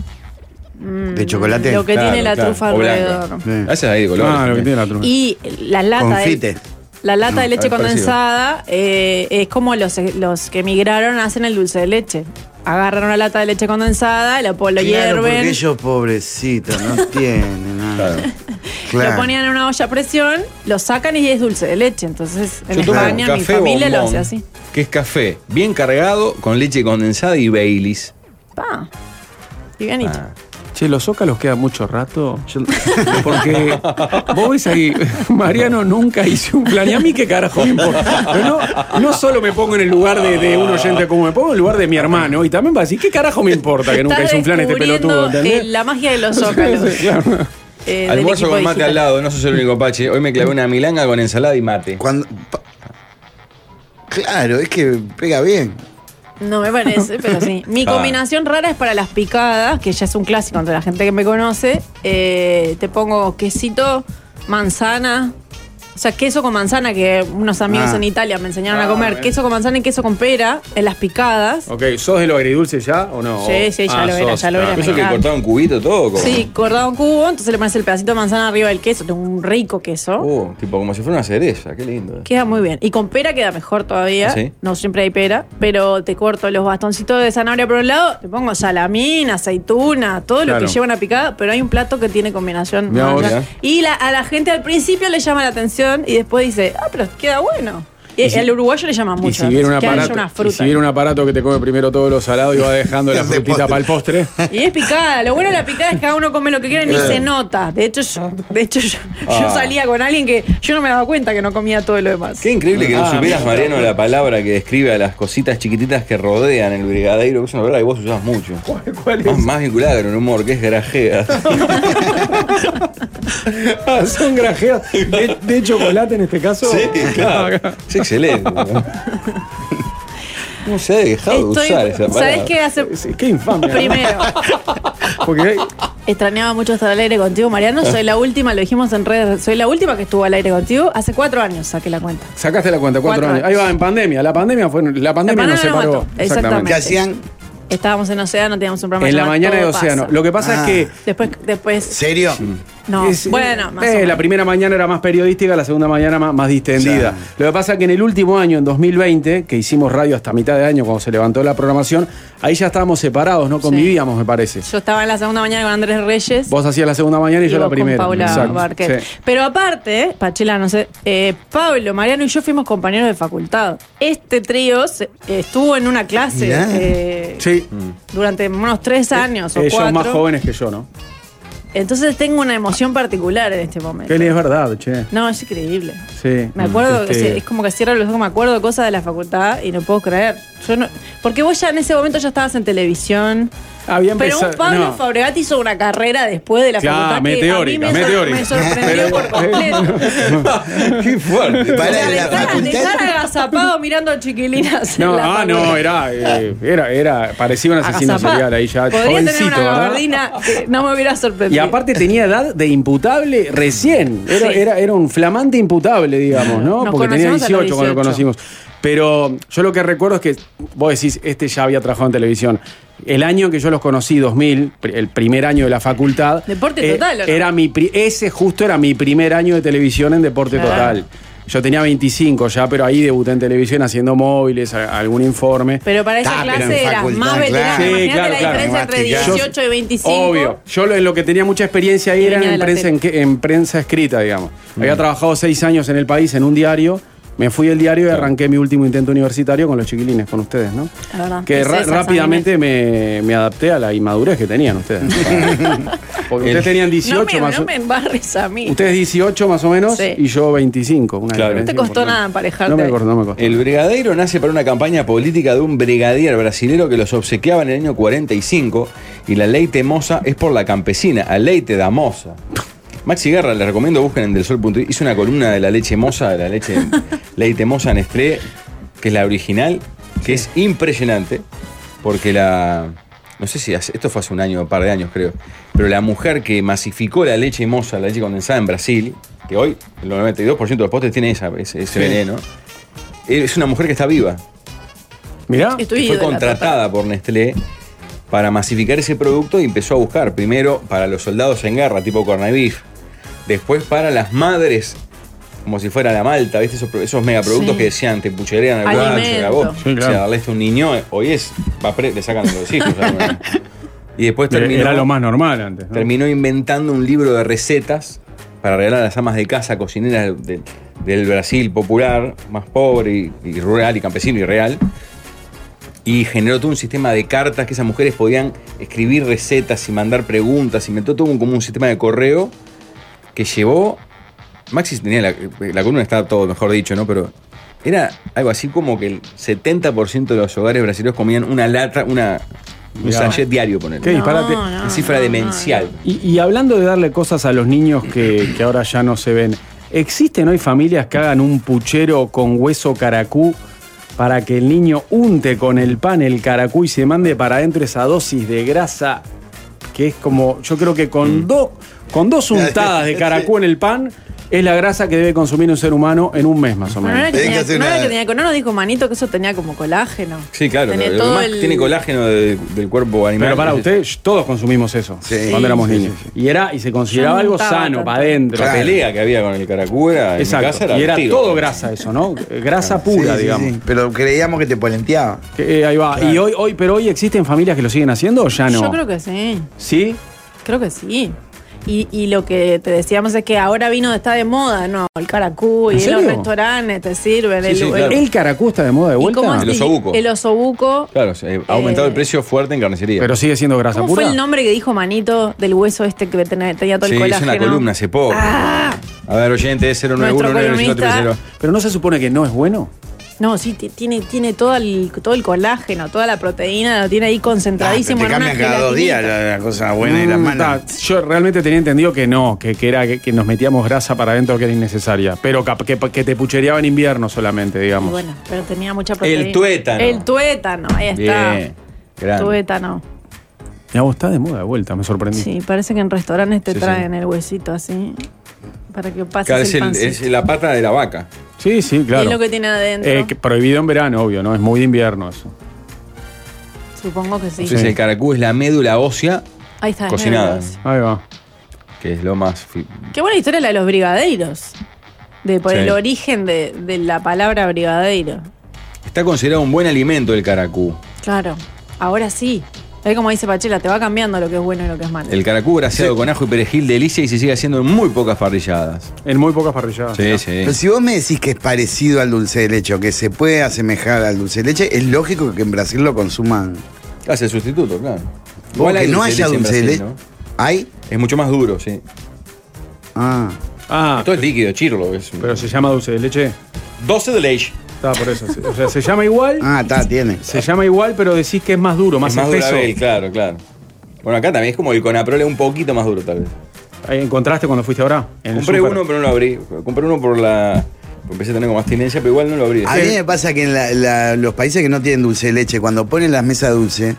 S3: de chocolate.
S2: Mm, Lo que
S1: Claro,
S2: tiene la
S1: claro,
S2: trufa
S1: o blanca.
S2: alrededor.
S3: Sí.
S1: A veces hay de colores.
S4: Ah, lo que tiene la trufa.
S2: Y la lata
S3: Confite.
S2: de. La lata de leche
S1: a ver, parecido.
S2: condensada eh, es como los, los que emigraron hacen el dulce de leche. Agarran una lata de leche condensada, la, po- lo
S3: Claro,
S2: hierven,
S3: porque ellos pobrecitos no tienen nada.
S1: Claro.
S3: Claro.
S2: lo ponían en una olla a presión, lo sacan y es dulce de leche. Entonces, en
S1: Yo tomo
S2: España mi
S1: café
S2: familia lo
S1: bombón,
S2: hace así.
S1: Que es café bien cargado con leche condensada y Baileys.
S2: Pa. Y bien hecho.
S1: Ah.
S4: Che, los zócalos queda mucho rato. Porque vos ves ahí, Mariano nunca hizo un plan. ¿Y a mí qué carajo me importa? Pero no, no solo me pongo en el lugar de, de un oyente como me pongo en el lugar de mi hermano. Y también va a decir, ¿qué carajo me importa que nunca
S2: Estás
S4: hizo un plan este
S2: descubriendo,
S4: pelotudo?
S2: eh,
S4: ¿entendés?
S2: la magia de los zócalos.
S4: Claro.
S2: eh, del
S1: Almuerzo
S2: equipo
S1: con
S2: de
S1: mate
S2: Gita.
S1: al lado, no sos el único pache. Hoy me clavé una milanga con ensalada y mate.
S3: Cuando- pa- claro, es que pega bien.
S2: No me parece, pero sí. Mi
S1: Ah.
S2: combinación rara es para las picadas, que ya es un clásico entre la gente que me conoce. Eh, te pongo quesito, manzana. O sea, queso con manzana, que unos amigos
S3: Ah.
S2: en Italia me enseñaron
S4: Ah,
S2: a comer.
S4: bueno.
S2: Queso con manzana y queso con pera en las picadas.
S4: Ok, ¿sos de lo agridulce ya o no? Ah,
S2: Sí, sí, ya lo era, ya lo era,
S1: Eso que
S2: encanta.
S1: cortaron cubito todo. como-
S2: Sí, cortado en cubo, entonces le pones el pedacito de manzana arriba del queso. Tengo un rico queso.
S1: Oh, tipo como si fuera una cereza, qué lindo. eh.
S2: Queda muy bien. Y con pera queda mejor todavía.
S1: ¿Ah, sí?
S2: No siempre hay pera, pero te corto los bastoncitos de zanahoria por un lado, le pongo salamín, aceituna, todo
S4: Claro.
S2: lo que lleva una picada, pero hay un plato que tiene combinación.
S4: Mirá vos. eh.
S2: maravillosa.
S1: Mirá.
S2: Y la- a la gente al principio le llama la atención y después dice, ah, pero queda bueno. Y, al uruguayo le llama mucho.
S4: Y si viene un
S2: que haya
S4: aparato,
S2: una
S4: y
S2: fruta.
S4: si viene un aparato que te come primero todos los salados y va dejando
S3: De
S4: la frutita
S3: postre.
S4: para el postre.
S2: Y es picada. Lo bueno de la picada es que cada uno come lo que
S4: Eh.
S2: quiere y
S3: Claro.
S2: se nota. De hecho, yo, de hecho yo, yo
S1: Ah.
S2: salía con alguien que yo no me daba cuenta que no comía todo lo demás.
S1: Qué increíble que no
S4: Ah,
S1: supieras,
S4: mira.
S1: Mariano, la palabra que describe a las cositas chiquititas que rodean el brigadeiro, que es una palabra que vos usás mucho.
S4: ¿Cuál
S1: Más, más vinculada con el humor, que es grajea.
S4: Ah, son grajeas de, de chocolate en este caso.
S1: Es excelente. ¿no? No se ha dejado de usar esa palabra.
S2: ¿Sabes qué hace?
S4: Sí, Qué infamia. ¿no?
S2: Primero,
S4: Porque hay-
S2: extrañaba mucho estar al aire contigo, Mariano.
S4: Ah.
S2: Soy la última, lo dijimos en redes, soy la última que estuvo al aire contigo. Hace cuatro años saqué la cuenta.
S4: sacaste la cuenta, cuatro,
S2: Cuatro
S4: años.
S2: años.
S4: Ahí va, en pandemia. La pandemia fue. La pandemia
S2: La pandemia
S4: nos separó.
S2: nos mató,
S3: ¿Qué
S2: exactamente.
S3: hacían?
S2: Estábamos en Océano, teníamos un programa
S4: En la
S2: llamado
S4: mañana de
S2: Todo
S4: Océano.
S2: Pasa.
S4: Lo que pasa
S3: Ah.
S4: es que.
S2: Después, después,
S3: ¿Serio?
S2: no,
S4: es-
S2: bueno, más o
S4: eh,
S2: menos.
S4: la primera mañana era más periodística, la segunda mañana más, más distendida.
S3: Ya.
S4: Lo que pasa es que en el último año, en 2020, que hicimos radio hasta mitad de año, cuando se levantó la programación, ahí ya estábamos separados, no convivíamos, me parece.
S2: Yo estaba en la segunda mañana con Andrés Reyes.
S4: Vos hacías la segunda mañana y, yo
S2: vos
S4: la primera.
S2: Con Paula
S4: Exacto,
S2: Barquet.
S4: sí.
S2: Pero aparte, Pachela, no sé, eh, Pablo, Mariano y yo fuimos compañeros de facultad. Este trío se- estuvo en una clase
S3: Mirá.
S2: eh,
S4: Sí.
S2: durante unos tres años o
S4: Eh, Ellos
S2: cuatro.
S4: más jóvenes que yo, ¿no?
S2: Entonces tengo una emoción particular en este momento.
S4: Kelly, es verdad, che.
S2: No, es increíble.
S4: Sí.
S2: Me acuerdo,
S4: Este,
S2: es- es como que cierro los ojos, me acuerdo de cosas de la facultad y no puedo creer. Yo no, porque vos ya en ese momento ya estabas en televisión.
S4: Había
S2: Pero
S4: empezado-
S2: un Pablo
S4: no.
S2: Fabregat hizo una carrera después de la
S4: Claro,
S2: facultad que a mí
S4: meteórica,
S2: me, sor-
S4: meteórica. eh.
S2: me sorprendió por completo.
S1: Qué fuerte.
S2: O
S3: Para
S2: sea, de
S3: la
S2: estar, de
S3: facultad.
S2: estar agazapado mirando chiquilinas. en
S4: No,
S2: la
S4: ah,
S2: facultad.
S4: no, era, eh, era, era, parecía un asesino
S2: Agazapado.
S4: serial ahí ya,
S2: Podría
S4: jovencito,
S2: tener una
S4: ¿verdad?
S2: gabardina que no me hubiera
S4: Y
S2: sorprendido.
S4: aparte tenía edad de imputable recién. Era,
S2: Sí.
S4: era, era un flamante imputable, digamos, ¿no?
S2: Nos
S4: Porque tenía
S2: conocimos
S4: 18,
S2: a los
S4: cuando lo
S2: 18.
S4: conocimos. Pero yo lo que recuerdo es que vos decís, este ya había trabajado en televisión. El año que yo los conocí, 2000, pri- el primer año de la facultad. eh,
S2: Deporte Total, ¿o no?
S4: Era mi pri- ese justo era mi primer año de televisión en Deporte
S2: Claro.
S4: Total. Yo tenía 25 ya, pero ahí debuté en televisión haciendo móviles, a- algún informe.
S2: Pero para esa
S3: Ah, pero
S2: clase
S3: en
S2: eras
S3: facultad,
S2: más veterano.
S3: claro.
S2: Imagínate
S4: Sí, claro,
S2: la
S4: claro.
S2: diferencia entre
S3: Yo-
S2: 18 y 25.
S4: Obvio. Yo lo, lo que tenía mucha experiencia ahí
S2: Y
S4: era
S2: venía de
S4: en
S2: la
S4: prensa, en, que- en prensa escrita, digamos. Había trabajado seis años en el país, en un diario. Me fui del diario y arranqué mi último intento universitario con los chiquilines, con ustedes, ¿no?
S2: La verdad.
S4: Que
S2: Ah, Es
S4: ra-
S2: esa,
S4: rápidamente me, me adapté a la inmadurez que tenían ustedes. Porque ustedes tenían 18
S2: no me,
S4: más
S2: no
S4: o-
S2: me embarres a mí.
S4: Ustedes 18 más o menos
S2: Sí.
S4: y yo 25. una
S1: Claro.
S4: diferencia
S2: No te costó
S4: importante.
S2: nada emparejarte
S4: No me
S2: ahí.
S4: costó, no me costó.
S1: El brigadeiro nace para una campaña política de un brigadier brasilero que los obsequiaba en el año 45 y la ley temosa es por la campesina, la ley te da moza. Maxi Guerra, les recomiendo, busquen en delsol.it, hizo una columna de la leche moza, de la leche ley temosa Nestlé, que es la original, que es impresionante, porque la... No sé si hace- esto fue hace un año, un par de años creo, pero la mujer que masificó la leche moza, la leche condensada en Brasil, que hoy el 92% de los postes tiene esa- ese, ese veneno, eh, es una mujer que está viva.
S4: Mirá.
S2: Y tu
S1: Que fue
S2: ídola,
S1: contratada por Nestlé para masificar ese producto y empezó a buscar primero para los soldados en guerra, tipo Cornavif, después para las madres, como si fuera la malta, ¿viste? Esos, pro- esos megaproductos
S2: Sí.
S1: que decían, te pucherean al
S2: Alimento.
S1: borracho, a vos.
S4: Sí, claro.
S1: O sea, darle esto a un niño, eh, hoy es, va pre- le sacan los hijos. alguna vez. y después terminó,
S4: Era lo más normal antes. ¿no?
S1: terminó inventando un libro de recetas para regalar a las amas de casa, cocineras de- del Brasil popular, más pobre y, y rural y campesino y real. Y generó todo un sistema de cartas que esas mujeres podían escribir recetas y mandar preguntas. Inventó todo un- como un sistema de correo que llevó. Maxi tenía la, la columna, está todo mejor dicho, ¿no? Pero era algo así como que el 70% de los hogares brasileños comían una lata, una, un
S4: Mirá.
S1: sachet diario, ponele.
S4: Qué disparate.
S2: No, no,
S1: Una cifra
S2: no, no.
S1: demencial.
S4: Y, y hablando de darle cosas a los niños que, que ahora ya no se ven, ¿existen hoy familias que hagan un puchero con hueso caracú para que el niño unte con el pan el caracú y se mande para adentro esa dosis de grasa que es como, yo creo que
S3: Mm.
S4: con, do- con dos untadas de caracú en el pan es la grasa que debe consumir un ser humano en un mes más o
S2: Bueno, no era
S4: menos?
S2: que
S3: Tenés
S2: tenía,
S3: que hacer
S2: no era
S3: una-
S2: que tenía- no nos dijo Manito que eso tenía como colágeno.
S1: Sí, claro.
S2: Tenía
S1: pero
S2: todo
S1: además
S2: el-
S1: tiene colágeno de- del cuerpo animal.
S4: Pero para
S1: Es-
S4: usted, todos consumimos eso
S3: Sí.
S4: cuando éramos
S3: Sí, sí,
S4: niños. Y era y se
S2: Yo
S4: consideraba
S2: no
S4: algo
S2: untaba
S4: sano
S2: tanto.
S4: para adentro.
S1: La pelea que había con el caracura en mi
S4: Exacto.
S1: casa era
S4: y era
S1: tiro.
S4: todo grasa eso, ¿no? Grasa
S3: Sí,
S4: pura,
S3: sí,
S4: digamos.
S3: sí. Pero creíamos que te polenteaba.
S4: Que, eh, ahí va. Y hoy, hoy, pero hoy existen familias que lo siguen haciendo o ya no.
S2: Yo creo que sí.
S4: Sí.
S2: Creo que sí. Y, y lo que te decíamos es que ahora vino, está de moda, ¿no? El caracú
S4: ¿En
S2: y en los
S4: serio?
S2: restaurantes te sirven.
S1: Sí,
S2: el,
S1: sí,
S2: el-
S1: claro.
S2: ¿Y
S4: El caracú está de moda de vuelta.
S2: cómo es?
S1: El osobuco.
S2: El osobuco.
S1: Claro, se- ha aumentado
S2: Eh,
S1: el precio fuerte en carnicería.
S4: Pero sigue siendo grasa
S2: ¿Cómo
S4: pura.
S2: fue el nombre que dijo Manito del hueso este que tenía, tenía todo
S1: sí,
S2: el
S1: hice
S2: colágeno? Ah.
S1: una columna hace poco. A ver, oyente,
S2: Nuestro
S1: 091
S2: columnista.
S4: Pero no se supone que no es bueno.
S2: No, sí, ti- tiene, tiene todo, el, todo el colágeno, toda la proteína, lo tiene ahí concentradísimo
S3: Ah, te
S2: en una
S3: cambian cada dos días
S2: gelatinita.
S3: la, la cosa buena y la
S4: Mm,
S3: mala.
S4: ta, yo realmente tenía entendido que no, que, que era que, que nos metíamos grasa para adentro que era innecesaria. Pero cap- que, que te puchereaba en invierno solamente,
S2: Y
S4: digamos.
S2: bueno, pero tenía mucha proteína.
S1: tuétano.
S2: El tuétano, ahí está.
S1: Bien. grande.
S2: Tuétano.
S4: Ya vos está de moda de vuelta, me sorprendí.
S2: Sí, parece que en restaurantes te
S1: Sí, sí.
S2: traen el huesito así para que pases
S1: Claro, es,
S2: el
S1: el-
S2: pancito.
S1: es la pata de la vaca.
S4: Sí, sí, claro.
S2: Es lo que tiene adentro.
S4: Eh, que prohibido en verano, obvio, ¿no? Es muy de invierno eso.
S2: Supongo que sí.
S1: Entonces el caracú es la médula ósea,
S2: Ahí está.
S1: cocinada.
S2: es verdad.
S4: Ahí va.
S1: que es lo más... fi-
S2: Qué buena historia la de los brigadeiros. De por
S1: Sí.
S2: el origen de, de la palabra brigadeiro.
S1: Está considerado un buen alimento el caracú.
S2: Claro. Ahora sí. Es como dice Pachela, te va cambiando lo que es bueno y lo que es malo.
S1: El caracú graciado con ajo y perejil delicia y se sigue haciendo en muy pocas parrilladas.
S4: En muy pocas parrilladas.
S1: Sí, sí.
S3: Pero si vos me decís que es parecido al dulce de leche o que se puede asemejar al dulce de leche, es lógico que en Brasil lo consuman.
S1: Hace Ah, el sustituto, claro.
S3: que no
S1: hay
S3: haya
S1: en
S3: dulce de
S1: Brasil,
S3: leche.
S1: ¿no?
S3: ¿Hay?
S1: Es mucho más duro, sí.
S3: Ah.
S4: Ah,
S1: Esto es líquido, chirlo. Es
S4: pero se llama dulce de leche.
S1: 12 de leche.
S4: Está por eso. O sea, se llama igual,
S3: Ah, está, tiene.
S4: se llama igual, pero decís que es más duro, más,
S1: es más
S4: espeso.
S1: durabel, claro, claro. Bueno, acá también es como el Conaprole un poquito más duro, tal vez.
S4: Ahí ¿Encontraste cuando fuiste ahora? En el
S1: Compré
S4: súper.
S1: uno, pero no lo abrí. Compré uno por la. porque Empecé a tener como abstinencia, pero igual no lo abrí.
S3: A mí me pasa que en la- la- los países que no tienen dulce de leche, cuando ponen las mesas dulce,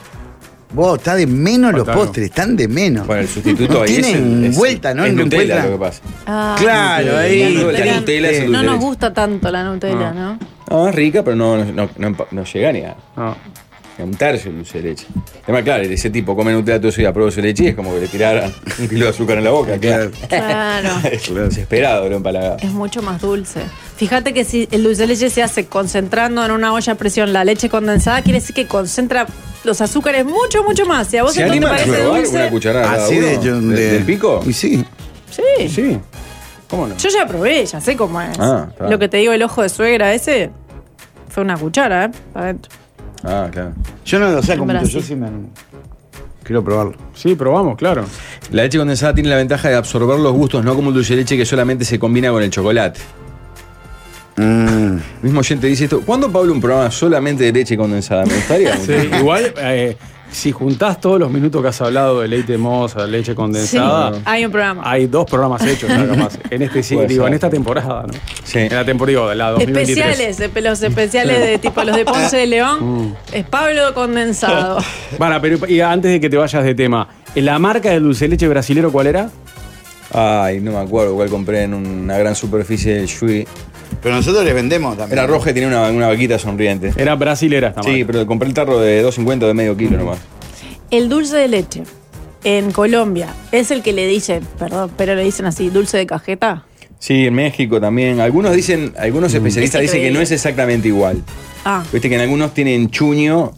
S3: vos, está de menos los
S4: Claro.
S3: postres, están de menos.
S1: Bueno, el sustituto
S3: No
S1: ahí es
S3: tienen
S1: el- es.
S3: vuelta, ¿no?
S1: Es
S3: No
S1: Nutella
S3: encuentran.
S1: lo que pasa.
S2: Ah,
S3: Claro, ahí.
S1: La Nutella, es el
S2: No
S1: dulce de
S2: nos
S1: leche.
S2: gusta tanto la Nutella, ¿no?
S1: No, es rica, pero no, no, no, no- no llega ni a,
S4: Ah.
S1: a un tercio el dulce de leche. Además, claro, ese tipo come Nutella todo eso y aprueba dulce de leche y es como que le tirara un kilo de azúcar en la boca, claro.
S2: Claro.
S1: Desesperado, lo empalagado.
S2: Es mucho más dulce. Fíjate que si el dulce de leche se hace concentrando en una olla a presión la leche condensada, quiere decir que concentra los azúcares mucho, mucho más. Si a vos
S1: ¿Se
S2: esto te
S1: anima a
S2: parece
S1: probar
S2: dulce.
S1: una cucharada cada
S3: Así Ah, de,
S1: uno? ¿De- del pico?
S3: Y sí.
S2: Sí.
S4: Sí. ¿Cómo no?
S2: Yo ya probé, ya sé cómo es.
S1: Ah, está.
S2: Lo que te digo, el ojo de suegra ese fue una cuchara, ¿eh? Para adentro.
S1: Ah, claro.
S3: Yo no lo saco
S2: En
S3: mucho,
S2: Brasil.
S3: yo sí me animo. Quiero probarlo.
S4: Sí, probamos, claro.
S1: La leche condensada tiene la ventaja de absorber los gustos, no como el dulce de leche que solamente se combina con el chocolate.
S3: Mm.
S1: El mismo oyente dice esto. ¿Cuándo, Pablo, un programa solamente de leche condensada? Me gustaría.
S4: Sí, igual, eh, si juntás todos los minutos que has hablado de leite moza, leche
S2: Sí,
S4: condensada,
S2: hay un programa.
S4: hay dos programas hechos, nada más. En este sí,
S1: Puede
S4: digo,
S1: ser.
S4: en esta temporada, ¿no?
S1: Sí.
S4: En la temporada, digo, de la 2023.
S2: Especiales, de- los especiales de tipo los de Ponce de León, es Pablo condensado.
S4: Mm. Bueno, pero y antes de que te vayas de tema, ¿la marca del dulce de leche brasilero cuál era?
S1: Ay, no me acuerdo. Igual compré en una gran superficie del Shui.
S3: Pero nosotros les vendemos también.
S1: Era roja y tenía una, una vaquita sonriente.
S4: Era brasilera esta marca. Mm.
S1: Sí, pero compré el tarro de 2.50 de medio kilo nomás.
S2: El dulce de leche en Colombia es el que le dicen, perdón, pero le dicen así, dulce de cajeta.
S1: Sí, en México también. Algunos dicen,
S4: Mm.
S1: algunos especialistas
S2: Es
S1: dicen que
S2: increíble.
S1: no es exactamente igual.
S2: Ah,
S1: Viste que en algunos tienen chuño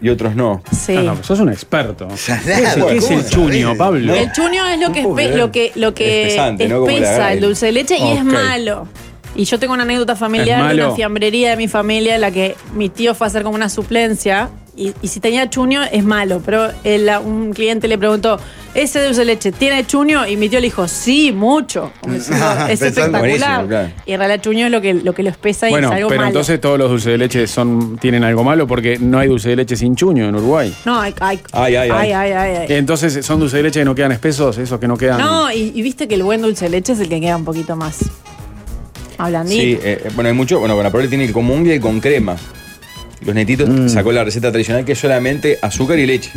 S1: y otros no.
S2: sí.
S4: Ah, no, sos un experto. ¿Qué es,
S3: Salado,
S4: qué es
S3: ¿cómo
S4: el chuño,
S3: sabés?
S4: Pablo?
S2: El chuño es lo que,
S1: puedo
S2: espe-
S1: creer.
S2: lo que, lo que
S1: Es pesante, ¿no? Como la
S2: espesa
S1: grana.
S2: el dulce de leche y es
S4: Ok.
S2: malo. Y yo tengo una anécdota
S4: ¿Es
S2: familiar de
S4: malo?
S2: una fiambrería de mi familia en la que mi tío fue a hacer como una suplencia. Y, y si tenía chuño, es malo. Pero el- la- un cliente le preguntó, ¿ese dulce de leche tiene chuño? Y mi tío le dijo, sí, mucho. Como diciendo, es
S3: Pensando-
S2: espectacular.
S1: Buenísimo, claro.
S2: Y en realidad chuño es lo que lo, que lo espesa y
S4: Bueno,
S2: es algo
S4: pero
S2: malo.
S4: entonces todos los dulces de leche son, tienen algo malo porque no hay dulce de leche sin chuño en Uruguay.
S2: No, ay, ay,
S1: Ay, ay, ay.
S2: ay, ay.
S4: Eh, Entonces, ¿son dulce de leche que no quedan espesos? ¿Esos que no quedan?
S2: No, y, y viste que el buen dulce de leche es el que queda un poquito más. Hablandito.
S1: Sí, eh, eh, bueno, hay mucho. Bueno, bueno, pero tiene el común y el con crema. Los netitos
S3: Mm.
S1: sacó la receta tradicional que es solamente azúcar y leche.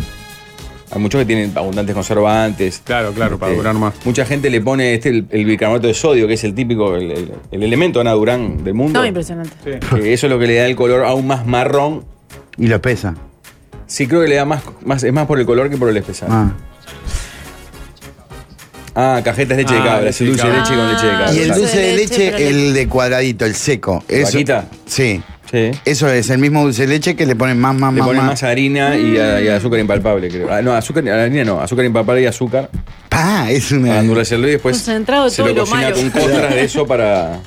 S1: Hay muchos que tienen abundantes conservantes.
S4: Claro, claro, para
S1: Eh,
S4: durar más.
S1: Mucha gente le pone este, el, el bicarbonato de sodio, que es el típico, el, el- el elemento Ana Durán del mundo.
S2: No, impresionante.
S4: Sí.
S1: Que eso es lo que le da el color aún más marrón.
S3: Y lo pesa.
S1: Sí, creo que le da más, más es más por el color que por el espesado. Ah,
S3: Ah.
S1: cajeta es leche de
S4: Ah,
S1: cabra, es
S4: leche
S1: el dulce de
S4: de cabra.
S1: leche con leche de cabra.
S3: Y el
S2: Claro.
S3: dulce de leche,
S2: pero le-
S3: el de cuadradito, el seco. Eso,
S1: ¿Vaquita?
S3: Sí.
S1: Sí.
S3: Eso es el mismo dulce de leche que le ponen más, más,
S1: Le
S3: más.
S1: ponen
S3: más.
S1: más harina y, a- y azúcar impalpable, creo. Ah, no, azúcar, harina no, azúcar impalpable y azúcar Ah,
S3: Pa, es una.
S1: para endurecerlo y después
S2: Concentrado de
S1: se
S2: todo
S1: lo
S2: lo
S1: cocina
S2: malo.
S1: con costras de eso para...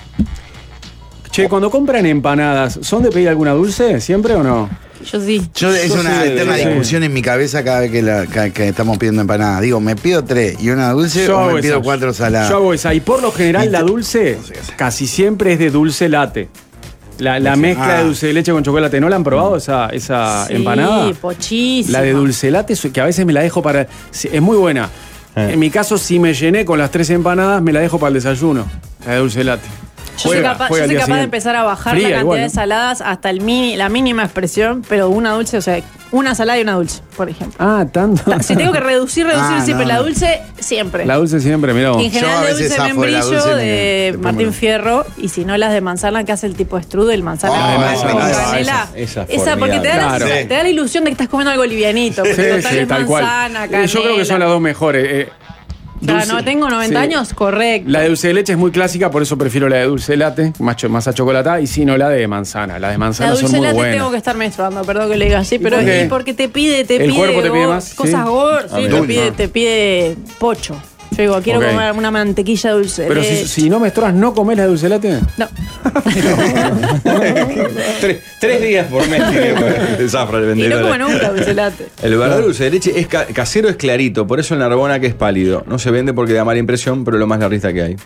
S4: Che, cuando compran empanadas, ¿son de pedir alguna dulce siempre o no?
S2: Yo sí.
S3: Yo, es
S1: Yo
S3: una
S1: sí,
S3: eterna
S1: sí.
S3: discusión en mi cabeza cada vez que, la- ca- que estamos pidiendo empanadas. Digo, ¿me pido tres y una dulce o me pido cuatro saladas?
S4: Yo hago esa. Y por lo general,
S3: Y
S4: la
S3: te-
S4: dulce
S3: No sé qué hacer.
S4: casi siempre es de dulce late. La, la mezcla
S3: Ah.
S4: de dulce de leche con chocolate. ¿No la han probado esa, esa
S2: Sí,
S4: empanada?
S2: pochísima.
S4: La de dulce late, que a veces me la dejo para. sí, Es muy buena.
S1: Eh.
S4: En mi caso, si me llené con las tres empanadas, me la dejo para el desayuno. La de dulce late.
S2: Yo soy
S4: Juega,
S2: capaz, yo
S4: juega al
S2: soy
S4: día
S2: capaz de
S4: siguiente.
S2: empezar a bajar
S4: Fría
S2: la cantidad
S4: igual, ¿no?
S2: de saladas hasta el mini, la mínima expresión, pero una dulce, o sea, una salada y una dulce, por ejemplo.
S4: Ah, tanto.
S2: Ta- Si tengo que reducir, reducir,
S3: Ah,
S2: sí,
S3: no,
S2: pero la
S3: no.
S2: dulce siempre.
S4: La dulce siempre, mirá vos.
S2: Y en
S3: Yo a
S2: general de
S3: veces
S2: dulce
S3: zafo de la
S2: membrillo
S3: dulce, me-
S2: de
S3: te
S2: Martín
S3: pongo-
S2: Ferro y si no las de manzana que hace el tipo strudel, manzana
S3: Ah,
S2: con
S3: la de
S2: con
S3: manzana.
S2: canela.
S1: Ah, esa- esa
S2: porque te da, la,
S4: formidable.
S2: te da la ilusión de que estás comiendo algo livianito.
S4: Sí,
S2: porque total
S4: sí,
S2: es
S4: tal cual.
S2: manzana,
S4: Eh, Yo creo que son
S2: canela.
S4: las dos mejores. eh,
S2: O sea,
S4: dulce-
S2: no tengo 90
S4: sí.
S2: años, correcto.
S4: La de dulce de leche es muy clásica, por eso prefiero la de dulce de latte, más, cho- más a chocolate, y si no la de manzana. Las de
S2: La
S4: manzana son
S2: dulce
S4: muy
S2: late
S4: buenas.
S2: tengo que estar menstruando, perdón que le diga así, pero
S4: por qué?
S2: es porque te pide, te
S4: El
S2: pide,
S4: cuerpo te pide
S2: go-
S4: más,
S2: cosas
S4: sí.
S2: gordas,
S1: Ah,
S2: sí,
S1: mira.
S2: te pide, te pide pocho. Yo digo, quiero
S4: Ok.
S2: comer una mantequilla dulce.
S4: Pero
S2: de-
S4: si, si no menstruas, ¿no comés la dulce latte?
S2: No.
S1: tres, tres días por mes tiene para- zafra el
S2: Y no
S1: vendedor.
S2: como nunca pues. dulce latte.
S1: El verdadero dulce de leche es ca- casero, es clarito, por eso en la arbona que es pálido. No se vende porque da mala impresión, pero es lo más larrista que hay.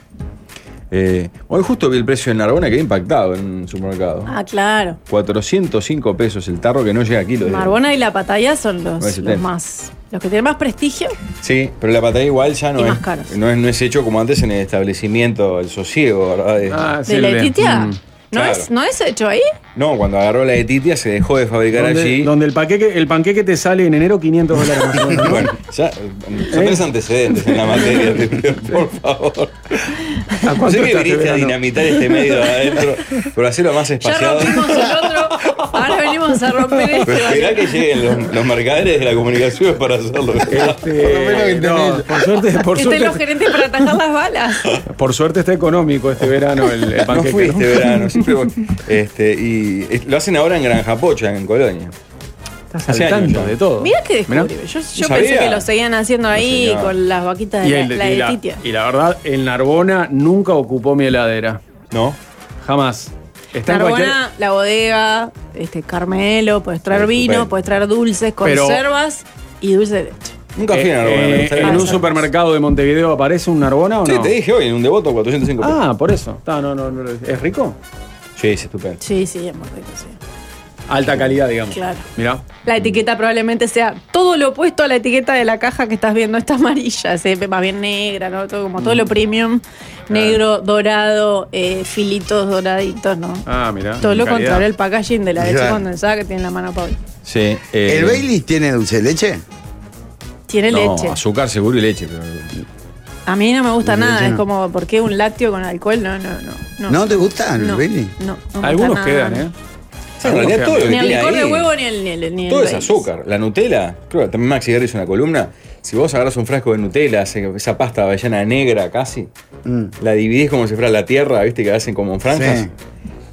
S1: Eh, hoy justo vi el precio en Narbona que he impactado en un supermercado.
S2: Ah, claro.
S1: 405 pesos el tarro que no llega a kilo. de-
S2: Marbona y la patalla son los,
S1: Ese
S2: los
S1: tema.
S2: más. Los que tienen más prestigio.
S1: Sí, pero la patata igual ya no
S2: Y
S1: es,
S2: más caros.
S1: no es. No es hecho como antes en el establecimiento, el sosiego, ¿verdad? Es-
S4: Ah,
S2: ¿De la Etitia?
S4: Mm.
S2: ¿No,
S1: Eh. Claro.
S2: es, ¿No es hecho ahí?
S1: No, cuando agarró la etitia se dejó de fabricar
S4: Donde,
S1: allí.
S4: donde el, panqueque, el panqueque te sale en enero 500 dólares más o menos, ¿no?
S1: Bueno, ya, son
S4: ¿Eh?
S1: tres antecedentes en la materia, te pido, por favor.
S4: ¿A
S1: No
S4: cuánto
S1: sé que
S4: estás,
S1: viniste a
S4: Belgrano?
S1: dinamitar este medio de adentro, pero hacerlo más
S2: Ya
S1: espaciado.
S2: rompimos el otro. Ahora venimos a romper este.
S1: Pero esperá que lleguen los, los mercaderes de la comunicación para hacerlo.
S4: Este, no, por suerte, por
S2: Estén los
S4: suerte,
S2: gerentes para atajar las balas.
S4: por suerte está económico este verano el, el
S1: No
S4: panqueque.
S1: fui
S4: ¿no?
S1: este verano, siempre voy. Este, y es- lo hacen ahora en Granja Pocha, en Colonia.
S4: Estás
S1: Hace
S4: al
S1: años
S4: tanto
S1: ya.
S4: de todo.
S2: Mirá que
S4: Mirá.
S2: descubrí. Yo, yo
S1: sabía.
S2: pensé que lo seguían haciendo ahí
S1: señor.
S2: con las vaquitas de
S4: Y,
S2: la,
S4: el-
S2: la
S4: y
S2: de
S4: la,
S2: Titia.
S4: y la verdad, el Narbona nunca ocupó mi heladera.
S1: ¿No?
S4: Jamás. Está en cualquier-
S2: Narbona, la bodega, este Carmelo, puedes traer
S1: Estupendo.
S2: vino, puedes traer dulces,
S4: Pero-
S2: conservas y dulce de leche.
S1: Nunca fui
S4: Eh,
S1: a Narbona. me
S4: eh,
S1: gustaría.
S4: ¿En un
S2: Ah,
S4: supermercado de Montevideo aparece un Narbona o
S1: Sí,
S4: no?
S1: te dije hoy, en un devoto 405 pesos.
S4: Ah, por eso. Está, no, no, no lo- ¿Es rico?
S1: Sí, es estupendo.
S2: Sí, sí, es muy rico, sí.
S4: Alta calidad, digamos.
S2: Claro.
S4: Mirá.
S2: La etiqueta probablemente sea todo lo opuesto a la etiqueta de la caja que estás viendo. Está amarilla, se ve más bien negra, ¿no? Todo, como todo
S1: Mm.
S2: lo premium, negro, dorado, eh, filitos doraditos, ¿no?
S4: Ah, mirá.
S2: todo lo
S4: Calidad.
S2: contrario al packaging de la leche
S3: Claro.
S2: condensada que tiene en la mano Pablo.
S1: Sí, eh,
S3: ¿El Baileys tiene dulce de leche?
S2: Tiene
S1: no,
S2: leche.
S1: azúcar seguro y leche, pero
S2: A mí no me gusta
S3: Leche
S2: nada. Es
S3: no.
S2: como, ¿por qué un lácteo con alcohol? No, no, no. ¿No,
S3: ¿No te gusta el
S2: No,
S3: Baileys?
S2: no, no me
S4: Algunos
S2: gusta nada.
S4: quedan, ¿eh?
S1: O sea, en realidad todo lo que
S2: Ni el
S1: tiene
S2: licor de
S1: ahí-
S2: huevo ni el. Ni el- ni el
S1: Todo es
S2: Baileys.
S1: azúcar. La Nutella, creo que también Maxi Guerra hizo una columna. Si vos agarras un frasco de Nutella, ese- esa pasta de avellana negra casi,
S3: Mm.
S1: la dividís como si fuera la tierra, viste, que hacen como en franjas.
S3: Sí.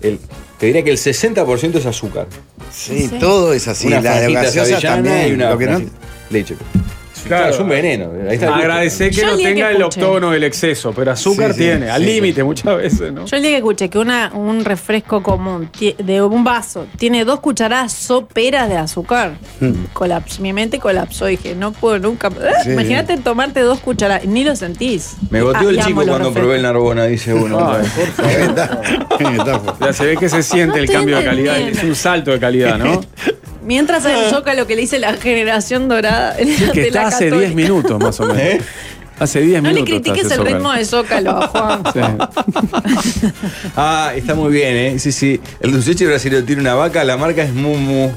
S1: el- te diría que el 60% es azúcar.
S3: Sí,
S2: Sí.
S3: todo es así.
S1: una
S3: la de
S1: franjita de
S3: gaseosa
S1: avellana
S3: también.
S1: y una
S3: lo que no-
S1: franjita- leche.
S4: Claro.
S1: Claro, es un veneno. Ahí está el gusto.
S4: Agradecé que
S2: Yo
S4: no
S2: el día
S4: tenga
S2: que
S4: el
S2: escuché.
S4: octógono del exceso, pero azúcar
S3: Sí, sí,
S4: tiene, al
S3: sí,
S4: límite muchas veces, ¿no?
S2: Yo el día que escuché que una, un refresco común ti- de un vaso tiene dos cucharadas soperas de azúcar, colaps- mi mente colapsó. Dije, no puedo nunca.
S3: Sí.
S2: Imagínate tomarte dos cucharadas, ni lo sentís.
S1: Me goteó
S2: Ah, y
S1: el
S2: amo
S1: chico
S2: los
S1: cuando
S2: refrescos.
S1: probé el Narbona, dice uno.
S4: Ay, por favor. Ya se ve que se siente
S2: No
S4: el
S2: estoy
S4: cambio de calidad,
S2: entendiendo.
S4: es un salto de calidad, ¿no?
S2: Mientras en Zócalo lo que le dice la generación dorada.
S4: Ah.
S2: de la
S4: Que está hace
S2: católica.
S4: 10 minutos más o menos.
S1: ¿Eh?
S4: Hace 10
S2: No
S4: minutos.
S2: le critiques
S4: está
S2: el
S4: ese
S2: ritmo de Zócalo a Juan.
S4: Zócalo. Sí.
S1: Ah, está muy bien, ¿eh? Sí, sí. El dulce de leche brasileño tiene una vaca, la marca es Mumu.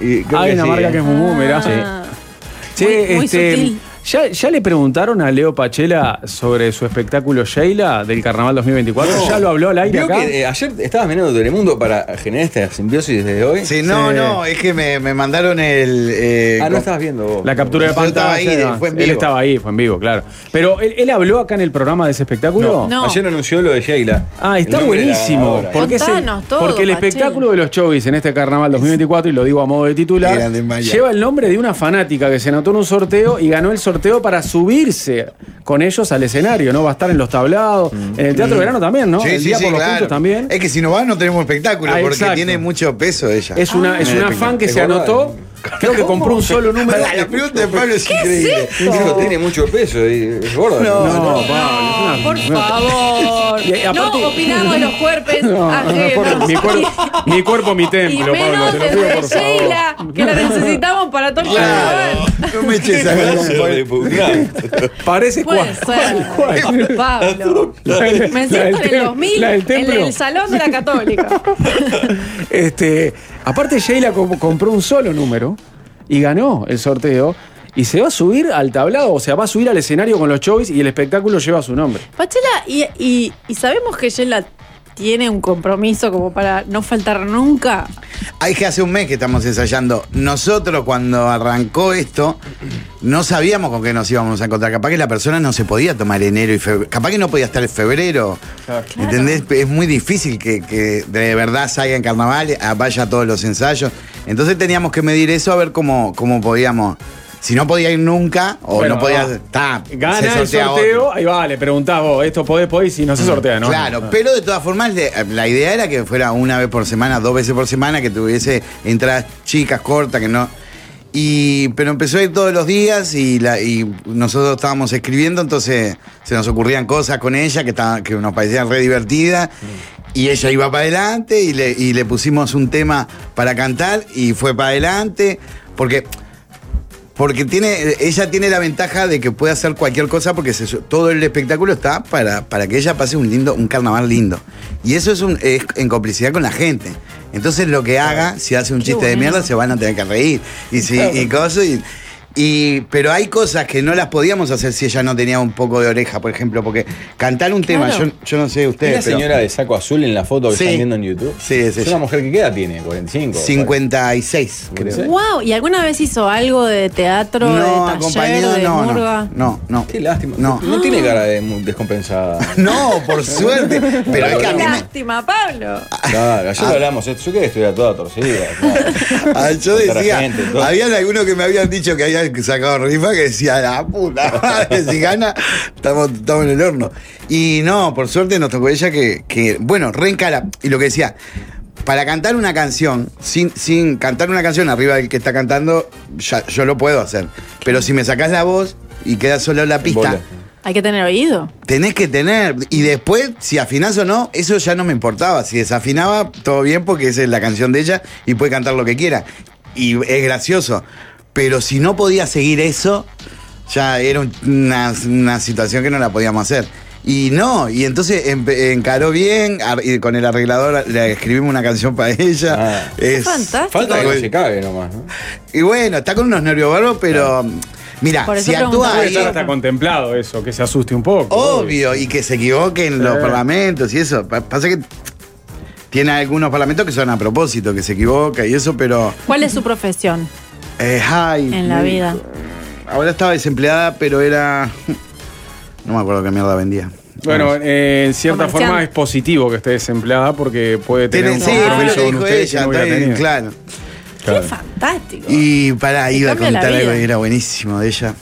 S1: Y creo
S4: Ah, Hay
S1: que
S4: una
S1: sí,
S4: marca
S1: ¿eh?
S4: que es Mumu, mirá.
S2: Ah.
S4: Che,
S2: Muy- muy
S4: este,
S2: sutil.
S4: ¿ya, ¿ya le preguntaron a Leo Pachela sobre su espectáculo Sheila del Carnaval 2024?
S1: No.
S4: ¿Ya lo habló al aire
S1: Vio
S4: acá?
S1: que, eh, ayer estabas mirando Telemundo para generar esta simbiosis desde hoy.
S3: Sí, no,
S4: Sí.
S3: no, es que me, me mandaron el. eh,
S1: Ah,
S3: com-
S1: no estabas viendo vos.
S4: La captura de
S3: Yo estaba
S4: pantalla.
S3: ahí,
S4: no.
S3: fue en
S4: eh, Él
S3: vivo.
S4: estaba ahí, fue en vivo, claro. Pero él, él habló acá en el programa de ese espectáculo.
S1: No.
S2: No.
S1: Ayer anunció lo de Sheila.
S4: Ah, está
S1: El nombre de la
S4: buenísimo.
S1: ganadora.
S4: Porque, es el,
S2: Contanos todo,
S4: porque el
S2: Pachel.
S4: espectáculo de los chovis en este carnaval 2024, y lo digo a modo de titular,
S3: Grande Maya.
S4: lleva el nombre de una fanática que se anotó en un sorteo y ganó el sorteo para subirse con ellos al escenario, ¿no? Va a estar en los tablados, en el Teatro Verano también, ¿no?
S3: Mm. Sí,
S4: el
S3: sí,
S4: Día
S3: sí,
S4: por los
S3: claro.
S4: Puntos también.
S3: Es que si no va no tenemos espectáculo,
S4: Ah,
S3: porque
S4: exacto.
S3: tiene mucho peso ella. Ah,
S4: Es una, es
S3: En el
S4: una
S3: espectáculo.
S4: fan que
S1: ¿Te
S4: se
S1: acordás?
S4: anotó, creo que compró un solo número.
S3: Pará, La pregunta de Pablo es increíble.
S1: Dijo, tiene mucho peso y es gorda.
S4: No, Pablo,
S2: No,
S4: es una-
S2: por favor.
S4: Y aparte-
S2: no opinamos de los cuerpos
S4: No,
S2: ajenos.
S4: no, por- mi, cuerpo, mi cuerpo, mi
S2: Y
S4: templo, Pablo,
S2: menos
S4: te
S2: de
S4: lo pido por favor.
S2: Sheila, que la necesitamos para todo el carnaval.
S3: No me eches a ver con Pablo.
S1: Repugnante.
S4: Parece
S2: Puede
S4: cual.
S2: ser.
S4: cual, cual.
S2: Pablo. Me
S4: La del
S2: siento en el
S4: tem-
S2: 2000
S4: la del
S2: en
S4: templo.
S2: el salón de la Católica.
S4: Este, aparte, Sheila com- compró un solo número y ganó el sorteo. Y se va a subir al tablado, o sea, va a subir al escenario con los chovis y el espectáculo lleva su nombre.
S2: Pachela, y, y, y sabemos que Sheila tiene un compromiso como para no faltar nunca.
S3: Hay que hace un mes que estamos ensayando. Nosotros cuando arrancó esto, no sabíamos con qué nos íbamos a encontrar. Capaz que la persona no se podía tomar enero y febrero. Capaz que no podía estar en febrero. ¿Entendés? Es muy difícil que, que de verdad salga en eh, carnaval, a- vaya a todos los ensayos. Entonces teníamos que medir eso a ver cómo, cómo podíamos Si no podía ir nunca o
S4: Bueno,
S3: no podía.
S4: va.
S3: Está,
S4: Gana
S3: se
S4: el
S3: sortea otro. Mm,
S4: sorteo, ahí va, le preguntás vos, esto podés, podés, si no se sortea, ¿no?
S3: Claro,
S4: No.
S3: pero de todas formas le- la idea era que fuera una vez por semana, dos veces por semana, que tuviese entradas chicas, cortas, que no. Y, pero empezó a ir todos los días y, la- y nosotros estábamos escribiendo, entonces se nos ocurrían cosas con ella que, estaba- que nos parecían re divertidas. Y ella iba para adelante y le, y le pusimos un tema para cantar y fue para adelante. Porque porque tiene, ella tiene la ventaja de que puede hacer cualquier cosa porque se- todo el espectáculo está para, para que ella pase un lindo, un carnaval lindo. Y eso es, un- es en complicidad con la gente. Entonces lo que haga, si hace un
S2: Qué
S3: chiste de
S2: bueno.
S3: mierda, se van a tener que reír. Y si, y cosas. y- y- pero hay cosas que no las podíamos hacer si ella no tenía un poco de oreja, por ejemplo, porque cantar un tema,
S2: Claro.
S3: yo, yo no sé
S1: ¿Es
S3: ustedes.
S1: la
S3: pero-
S1: señora de saco azul en la foto que
S3: Sí.
S1: están viendo en YouTube?
S3: Sí, es
S1: Es
S3: ella.
S1: una mujer que qué edad tiene, 45.
S3: 56, creo.
S1: Sí.
S2: Wow, ¿y alguna vez hizo algo de teatro, de taller,
S3: acompañado,
S2: de
S3: no, no,
S2: murga?
S3: no, no.
S1: Qué lástima.
S3: No.
S1: no tiene cara de mu- descompensada.
S3: No, por suerte. Pero es que a
S2: Qué
S3: mí Ah. me-
S2: lástima, Pablo.
S1: Claro, ayer lo hablamos. esto. Yo quería estuviera toda torcida. claro.
S3: Ah, yo
S1: Otra
S3: decía,
S1: gente, todo.
S3: habían algunos que me habían dicho que habían sacado rifa que decía, la puta madre, si gana, estamos, estamos en el horno. Y no, por suerte nos tocó ella que, que, bueno, re encara. Y lo que decía, para cantar una canción, sin, sin cantar una canción arriba del que está cantando, ya- yo lo puedo hacer. Pero si me sacás la voz y queda solo la pista,
S1: Bola.
S2: Hay que tener oído.
S3: tenés que tener. Y después, si afinás o no, eso ya no me importaba. Si desafinaba, todo bien, porque esa es la canción de ella y puede cantar lo que quiera. Y es gracioso. Pero si no podía seguir eso, ya era un- una, una situación que no la podíamos hacer. Y no, y entonces empe- encaró bien, ar- y con el arreglador le escribimos una canción para ella.
S1: Ah.
S3: Es
S2: Fantástico.
S1: Falta que no
S3: Bueno,
S1: se cague nomás, ¿no?
S3: Y bueno, está con unos nervios bárbaros, pero mira,
S2: Por eso
S3: si actúa
S2: preguntaba.
S4: Puede
S3: ahí,
S4: estar hasta contemplado eso, que se asuste un poco.
S3: Obvio, y que se equivoquen los parlamentos y eso. Pa- Pasa que tiene algunos parlamentos que son a propósito, que se equivoca y eso, pero.
S2: ¿Cuál es su profesión
S3: eh, ay,
S2: en la vida?
S3: Ahora estaba desempleada, pero era. No me acuerdo qué mierda vendía.
S4: Bueno, eh, en cierta
S2: Comerciante.
S4: forma es positivo que esté desempleada porque puede tener
S3: Tiene-
S4: un
S3: sí, fue lo
S4: compromiso
S3: que
S4: con
S3: dijo
S4: usted que
S3: ella,
S4: no hubiera
S3: está bien,
S4: tenido.
S3: claro.
S1: Claro.
S2: Qué fantástico.
S3: Y pará,
S2: Te
S3: iba a
S2: cambia la
S3: contar algo
S2: vida.
S3: que era buenísimo de ella.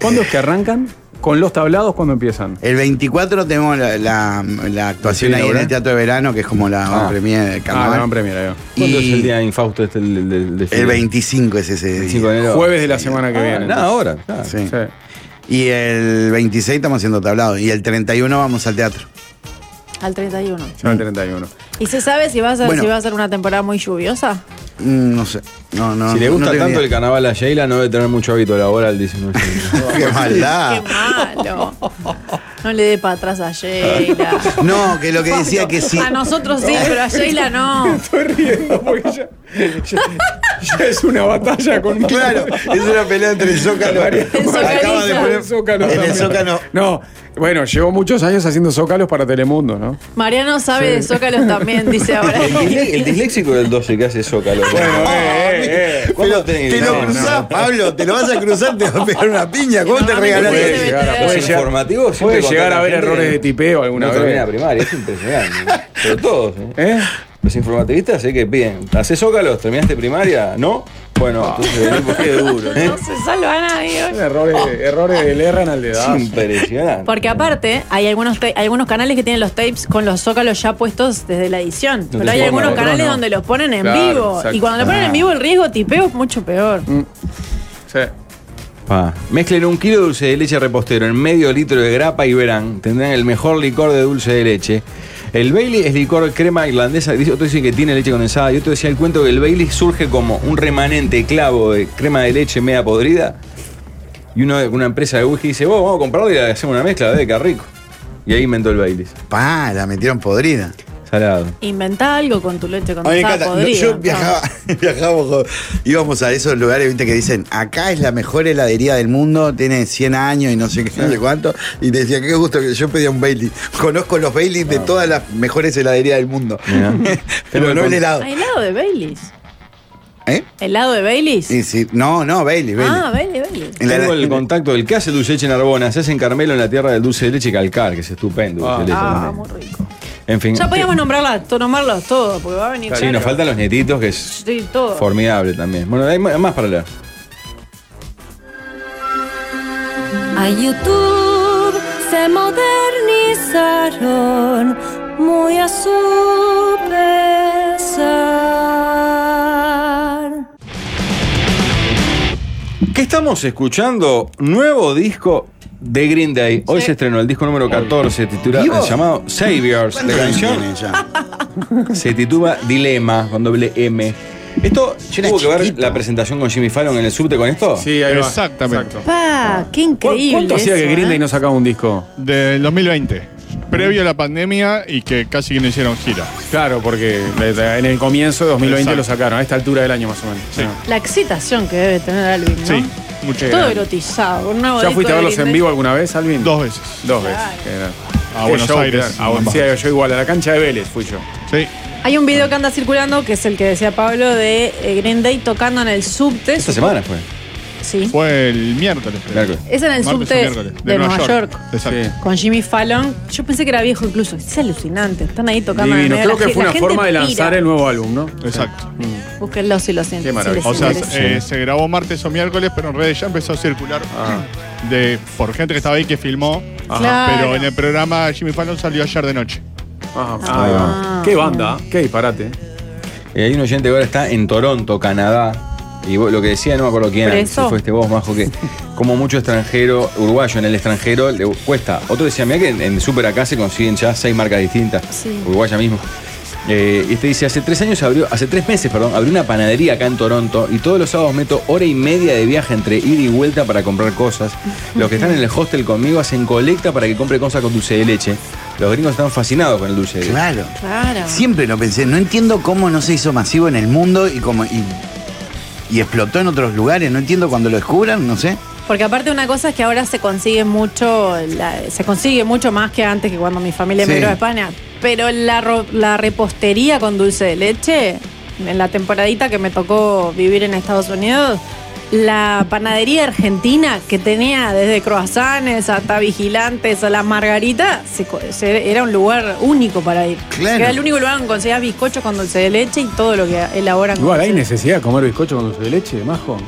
S4: ¿Cuándo es que arrancan? ¿Con los tablados cuándo empiezan?
S3: El 24 tenemos la, la- la actuación
S4: Sí,
S3: ahí en
S4: ¿verdad?
S3: el Teatro de Verano, que es como la
S1: Ah.
S3: premier del
S4: Ah,
S3: carnaval.
S4: Gran Premio, ahí va.
S1: ¿Cuándo es el
S3: y
S1: día infausto este del, del, del
S3: el 25 es ese día.
S1: 25 de enero?
S4: Jueves de la semana que
S1: Ah,
S4: viene.
S1: Nada, ahora. claro.
S3: Sí.
S4: Sí.
S3: Y el 26 estamos haciendo tablado. Y el 31 vamos al teatro.
S2: Al 31.
S4: Se va el 31.
S2: ¿Y se sabe si va a ser,
S3: Bueno.
S2: si va a ser una temporada muy lluviosa?
S3: Mm, No sé. No, no.
S1: Si le gusta
S3: no tengo
S1: tanto el
S3: idea.
S1: carnaval a Sheila, no debe tener mucho hábito laboral, dice. ¿no?
S3: Qué maldad.
S2: ¡Qué malo! No le dé para atrás a Sheila.
S3: No, que lo que decía que sí.
S2: A nosotros sí, pero a Sheila no.
S4: Estoy riendo porque ya, ya- ya es una batalla con
S3: Claro, es una pelea entre el Zócalo.
S2: Zócalo.
S3: Acaba de poner
S4: El Zócalo
S3: En el
S4: también.
S3: Zócalo.
S4: No, bueno, llevo muchos años haciendo zócalos para Telemundo, ¿no?
S2: Mariano sabe de Zócalos también, dice ahora.
S1: El, disle- el disléxico del 12 que hace Zócalo.
S4: Bueno, eh, eh, eh.
S1: ¿Cuándo
S3: Pero
S1: tenés
S3: te lo
S1: que- no,
S3: cruzás, Pablo, te lo vas a cruzar, te va a pegar una piña. ¿Cómo te
S2: No,
S3: regalás?
S2: no puede
S3: eso?
S2: ser.
S4: llegar a-
S2: Los
S4: puede llegar-
S1: informativos siempre
S4: puede llegar
S1: contratan
S4: a haber
S1: gente
S4: errores
S1: que
S4: de tipeo alguna
S1: No termina la
S4: vez.
S1: primaria, es impresionante. Pero todos, ¿eh?
S4: ¿Eh?
S1: Los informativistas sé que piden, ¿hacés zócalos? ¿Terminaste primaria? ¿No? Bueno, entonces vení porque es duro. ¿eh?
S2: No se salva a nadie. hoy.
S4: Errores, errores le erran al dedazo.
S1: Es impresionante.
S2: Porque aparte, hay algunos, ta- hay algunos canales que tienen los tapes con los zócalos ya puestos desde la edición. Pero hay
S1: ponen
S2: algunos
S1: otro,
S2: canales
S4: no.
S2: donde los ponen en
S4: Claro,
S2: vivo.
S4: exacto.
S2: Y cuando lo
S3: Ah.
S2: ponen en vivo, el riesgo tipeo es mucho peor.
S4: Sí.
S1: Pa. Mezclen un kilo de dulce de leche repostero en medio litro de grapa y verán, tendrán el mejor licor de dulce de leche. El Bailey es licor crema irlandesa, dice- otro dice que tiene leche condensada y otro decía el cuento que el Bailey surge como un remanente clavo de crema de leche media podrida y uno de una empresa de whisky dice, vos vamos a comprarlo y le hacemos una mezcla, de qué rico. Y ahí inventó el Bailey.
S3: Pa, la metieron podrida.
S1: Salado.
S2: Inventa algo con tu leche
S3: A mí me encanta.
S2: condensada podrida.
S3: Yo viajaba, viajábamos, con- íbamos a esos lugares, viste, que dicen, acá es la mejor heladería del mundo, tiene 100 años y no sé qué, no sé cuánto. Y te decía, qué gusto que yo pedía un Bailey. Conozco los Baileys de todas las mejores heladerías del mundo.
S1: Mirá.
S3: Pero no el helado.
S2: ¿Hay Ah, helado de Baileys?
S3: ¿Eh?
S2: ¿Helado de Baileys?
S3: Y sí, no, no, Bailey, Bailey.
S2: Ah, Bailey, Bailey.
S3: En la-
S1: Tengo el contacto del que hace dulce de leche en Arbona, se hace en Carmelo en la tierra del dulce de leche calcar, que es estupendo. dulce de leche
S2: Ah,
S1: también.
S2: muy rico.
S1: En fin.
S2: Ya podíamos nombrarla, to- nombrarlos todos, porque va a venir
S1: Sí, nos faltan los nietitos, que es
S2: Sí, todo.
S1: formidable también. Bueno, hay ma- más para leer.
S5: a YouTube se modernizaron muy a su pesar.
S1: ¿Qué estamos escuchando? Nuevo disco de Green Day. Hoy se estrenó el disco número 14, titulado,
S3: ¿Vivo?
S1: llamado Saviors. La canción
S3: Tiene ya.
S1: se titula Dilema, con doble M. ¿Esto
S3: era
S1: tuvo que ver
S3: chiquito.
S1: la presentación con Jimmy Fallon en el subte con esto?
S4: Sí, ahí va.
S6: Exactamente.
S4: Exacto.
S2: Pa, qué
S4: ¿Cu-
S2: increíble.
S4: ¿Cuánto hacía
S2: eso,
S4: que Green
S2: eh?
S4: Day no sacaba un disco?
S6: Del 2020. Previo a la pandemia y que casi que no hicieron gira.
S4: Claro, porque en el comienzo de 2020
S6: Exacto.
S4: lo sacaron, a esta altura del año más o menos.
S6: Sí.
S4: Ah.
S2: La excitación que debe tener Alvin, ¿no?
S6: Sí, mucho.
S2: Todo erotizado. un nuevo
S4: ¿Ya
S2: disco
S4: fuiste a
S2: de
S4: verlos
S2: Green
S4: en
S2: Day.
S4: vivo alguna vez, Alvin?
S6: Dos veces.
S4: Dos veces. qué gran.
S6: A
S4: Qué
S6: Buenos
S4: show,
S6: Aires,
S4: qué gran-
S6: a ambas.
S4: sí, yo igual, a la cancha de Vélez fui yo.
S6: Sí.
S2: Hay un video que anda circulando que es el que decía Pablo de eh, Green Day tocando en el subte.
S1: Esta semana fue.
S2: Sí.
S6: Fue el miércoles. creo.
S1: Miércoles.
S2: Es en el
S6: Martes o
S2: subte
S6: miércoles,
S2: de, Nueva York.
S6: Exacto.
S4: Sí.
S2: Con Jimmy Fallon, yo pensé que era viejo incluso. Es alucinante. Están ahí tocando. en el
S4: Divino.
S2: medio de
S4: Creo
S2: la
S4: que
S2: ge- la
S4: fue una
S2: gente
S4: forma de lanzar
S2: pira.
S4: el nuevo álbum, ¿no?
S6: Exacto.
S2: Búsquenlo si lo sienten.
S4: Qué maravilla.
S6: O sea,
S4: Sí,
S6: eh, se grabó martes o miércoles, pero en redes ya empezó a circular
S4: Ah.
S6: de, por gente que estaba ahí que filmó.
S2: Claro.
S6: Pero en el programa Jimmy Fallon salió ayer de noche.
S4: Ajá.
S2: Ah.
S4: Ahí va. Qué banda, qué disparate.
S1: Eh, hay un oyente que ahora está en Toronto, Canadá. Y vos- lo que decía, no me acuerdo quién, era, si
S2: ¿Preso?
S1: fuiste vos, Majo, que como mucho extranjero, uruguayo en el extranjero, le cuesta. Otro decía, mira que en, en Super acá se consiguen ya seis marcas distintas,
S2: Sí.
S1: uruguaya mismo. Eh, y este dice, hace tres años abrió, hace tres meses, perdón, abrió una panadería acá en Toronto y todos los sábados meto hora y media de viaje entre ir y vuelta para comprar cosas. Los que están en el hostel conmigo hacen colecta para que compre cosas con dulce de leche. Los gringos están fascinados con el dulce de leche.
S3: Claro.
S2: Claro.
S3: Siempre lo pensé. No entiendo cómo no se hizo masivo en el mundo y cómo. Y, y explotó en otros lugares. No entiendo cuando lo descubran, no sé.
S2: Porque aparte una cosa es que ahora se consigue mucho, la- se consigue mucho más que antes que cuando mi familia
S3: Sí.
S2: emigró a España. Pero la, ro- la repostería con dulce de leche, en la temporadita que me tocó vivir en Estados Unidos, la panadería argentina que tenía desde croissants hasta vigilantes a las margaritas, se co- se- era un lugar único para ir.
S3: Claro.
S2: Era el único lugar donde conseguías bizcochos con dulce de leche y todo lo que elaboran. con
S4: Igual, ¿hay
S2: dulce de
S4: necesidad de comer bizcocho con dulce de leche, majo?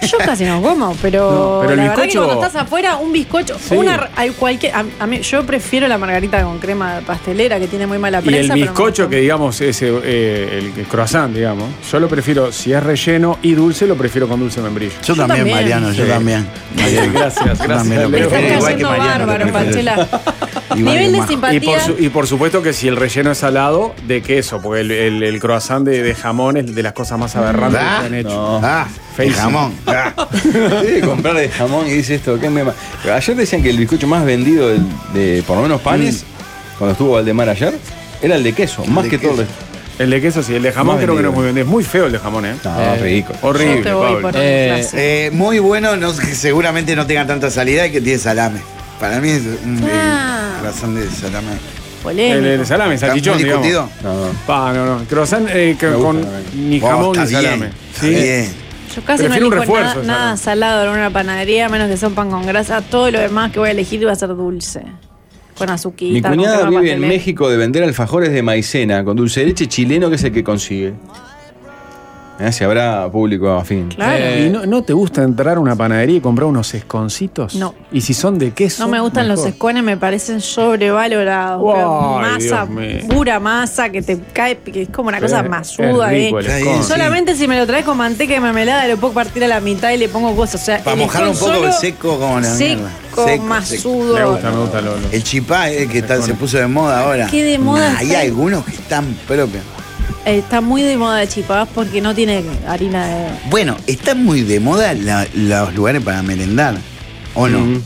S2: yo casi no como, pero,
S4: No, pero el
S2: la verdad que
S4: bizcocho-
S2: cuando estás afuera, un bizcocho,
S4: Sí.
S2: una al cualquier. A, a mí, yo prefiero la margarita con crema pastelera que tiene muy mala
S4: Y
S2: prensa.
S4: el
S2: pero me
S4: bizcocho,
S2: gusta.
S4: que digamos es eh, eh, el, el croissant, digamos, yo lo prefiero, si es relleno y dulce, lo prefiero con dulce de membrillo.
S3: Yo, también,
S2: también.
S3: Mariano, yo
S4: Sí.
S3: también. Mariano.
S4: Gracias,
S3: Yo
S4: gracias.
S3: también lo
S4: Leo.
S2: Estás
S3: prefiero, igual que
S2: cayendo
S3: Mariano, lo
S2: bárbaro,
S3: prefiero.
S2: Pachela.
S3: Igual que
S2: Nivel de
S3: Majo.
S4: Y por,
S2: simpatía.
S4: su- y por supuesto que si el relleno es salado, de queso, porque el, el- el croissant de, de jamón es de las cosas más aberrantes
S3: Ah,
S4: que han hecho.
S1: no.
S3: Ah, el
S4: Feísimo.
S3: jamón. Ah.
S1: Debe comprar de jamón y dice esto, qué mema. Ayer decían que el bizcocho más vendido del- de, por lo menos panes,
S4: Mm.
S1: cuando estuvo Valdemar ayer, era el de queso, más
S3: de
S1: que todo.
S3: queso.
S1: el-
S4: El de queso sí, el de jamón
S1: Más
S4: creo que no es
S1: vendido.
S4: muy bien. Es muy feo el de jamón, ¿eh?
S1: No, rico.
S2: Yo
S4: Horrible,
S2: te voy
S4: Pablo.
S2: por
S7: Eh,
S2: el clásico.
S3: Eh, muy bueno, no, que seguramente no tenga tanta salida y que tiene salame. Para mí es un
S2: Ah.
S3: eh, razón de salame.
S4: El,
S2: Polémico.
S4: el salame,
S3: ¿Está muy
S4: salchichón, digamos.
S3: discutido?
S1: No,
S4: Pa, no, no. Croissant eh, que-
S1: Me gusta,
S4: con
S1: eh.
S4: ni
S3: Oh,
S4: jamón
S3: está
S4: ni salame.
S3: bien, está
S4: Sí.
S3: bien.
S2: Yo casi no
S4: Prefiero
S2: elijo
S4: un refuerzo,
S2: nada,
S4: salame.
S2: nada salado en una panadería, a menos que sea un pan con grasa. Todo lo demás que voy a elegir va a ser dulce. Con azuquita.
S1: Mi
S2: con
S1: cuñada
S2: crema
S1: vive en
S2: pastelera.
S1: México de vender alfajores de maicena con dulce de leche chileno que es el que consigue. Eh, si habrá público afín.
S2: Claro.
S7: Eh,
S4: ¿Y no, no te gusta entrar a una panadería y comprar unos esconcitos?
S2: No.
S4: ¿Y si son de queso?
S2: No me gustan los
S4: mejor.
S2: escones, me parecen sobrevalorados.
S4: Guay,
S2: pero masa,
S4: Dios mío.
S2: pura masa que te cae, que es como una cosa
S4: Eh,
S2: masuda.
S4: es
S2: eh.
S4: rico el
S3: Está bien,
S4: esconce.
S3: sí.
S2: Solamente si me lo traes con manteca y mermelada, lo puedo partir a la mitad y le pongo cosas. O sea,
S3: Para
S2: el
S3: mojarlo un
S2: escon
S3: poco
S2: solo,
S3: el seco como la
S2: seco,
S3: mierda. Seco,
S2: masudo.
S4: Me gusta, me gusta. Lo, lo-
S3: El chipá eh, que está- se puso de moda ahora.
S2: Qué de moda
S3: Hay
S2: está.
S3: algunos que están propios.
S2: Eh, Está muy de moda de chipás porque no tiene harina de.
S3: Bueno, están muy de moda la- los lugares para merendar. ¿O no?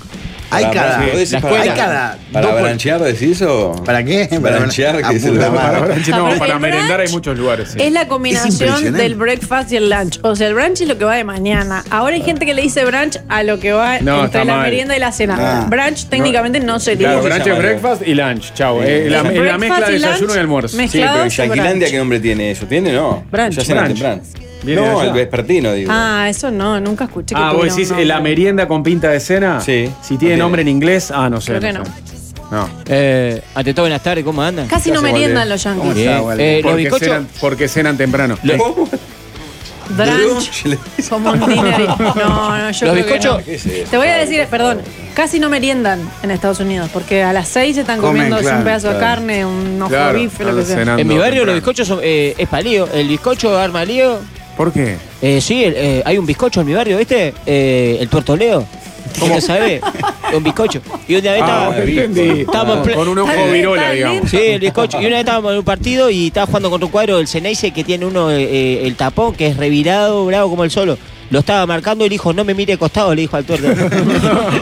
S3: Hay
S1: Mm. Para-
S3: cada.
S1: ¿vos decís
S7: la
S1: para-
S7: escuela-
S3: hay cada.
S1: ¿Para
S3: dos por-
S1: branchear decís o?
S3: ¿Para qué?
S1: Branchear,
S3: A
S1: que es el-
S3: puta
S4: Para,
S3: madre.
S4: brunch, no,
S2: Pero
S4: para
S2: el
S4: merendar
S2: brunch
S4: hay muchos lugares. sí.
S2: Es la combinación
S3: impresionante.
S2: del breakfast y el lunch. O sea, el brunch es lo que va de mañana. Ahora hay gente que le dice brunch a lo que va
S4: No,
S2: entre
S4: está
S2: la
S4: mal.
S2: merienda y la cena.
S3: Ah.
S2: Brunch técnicamente no, sería.
S4: Claro,
S1: se
S4: brunch
S1: llama,
S4: es breakfast y lunch. Chau.
S1: Sí.
S4: Eh, la,
S2: Es
S4: la
S2: breakfast
S4: mezcla de
S2: y lunch,
S4: desayuno y almuerzo.
S2: mezcla-
S1: Sí, pero en
S2: Mezclados o
S1: Yanquilandia,
S2: brunch.
S1: ¿qué nombre tiene eso? ¿Tiene? No.
S2: Brunch.
S1: Ya cenan
S4: Brunch.
S1: temprano.
S4: Viene de
S1: No,
S4: allá.
S1: el vespertino, digo.
S2: Ah, eso no, nunca escuché. que
S4: Ah, vos
S2: tuviera un
S4: decís eh,
S2: nombre.
S4: la merienda con pinta de cena.
S1: Sí.
S4: Si tiene
S1: No
S4: nombre en inglés, ah, no sé.
S2: Creo que
S4: sé. No. eh.
S7: Eh, ante todo, buenas tardes, ¿cómo andan?
S2: Casi no
S4: Gracias,
S2: meriendan
S4: Walde.
S2: los yanquis.
S3: ¿Cómo
S7: Bien.
S3: está, Walde?
S7: Eh, los
S4: Porque
S7: bizcochos.
S4: cenan, porque cenan temprano.
S7: Lo-
S1: ¿Cómo?
S2: Dranch como un dinner. No, no, yo creo
S7: Los
S2: que
S7: bizcochos-
S2: no.
S1: ¿Qué es eso?
S2: Te voy a decir, perdón, casi no meriendan en Estados Unidos, porque a las 6 se están
S3: Comen,
S2: comiendo
S3: claro,
S2: un pedazo de
S3: claro.
S2: carne, un ojo
S8: Claro,
S2: de bife, lo
S8: andan
S2: que sea.
S8: cenando
S7: En mi barrio
S8: temprano.
S7: los bizcochos son, eh, es palío. El bizcocho arma lío.
S8: ¿Por qué?
S7: Eh, sí, el, eh, hay un bizcocho en mi barrio, ¿viste? Eh, el tuertoleo. ¿Cómo sabe? Un bizcocho. Y una vez
S8: Ah,
S7: estaba-
S1: bueno.
S4: entendí.
S7: estábamos en ple-
S8: Con un ojo
S2: Está-
S8: virola,
S2: está
S8: digamos.
S7: Sí, el bizcocho. Y una vez estábamos en un partido y estaba jugando contra un cuadro del Ceneice que tiene uno, eh, eh, el tapón, que es revirado, bravo como el solo. Lo estaba marcando y le dijo, no me mire de costado, le dijo al tuerto.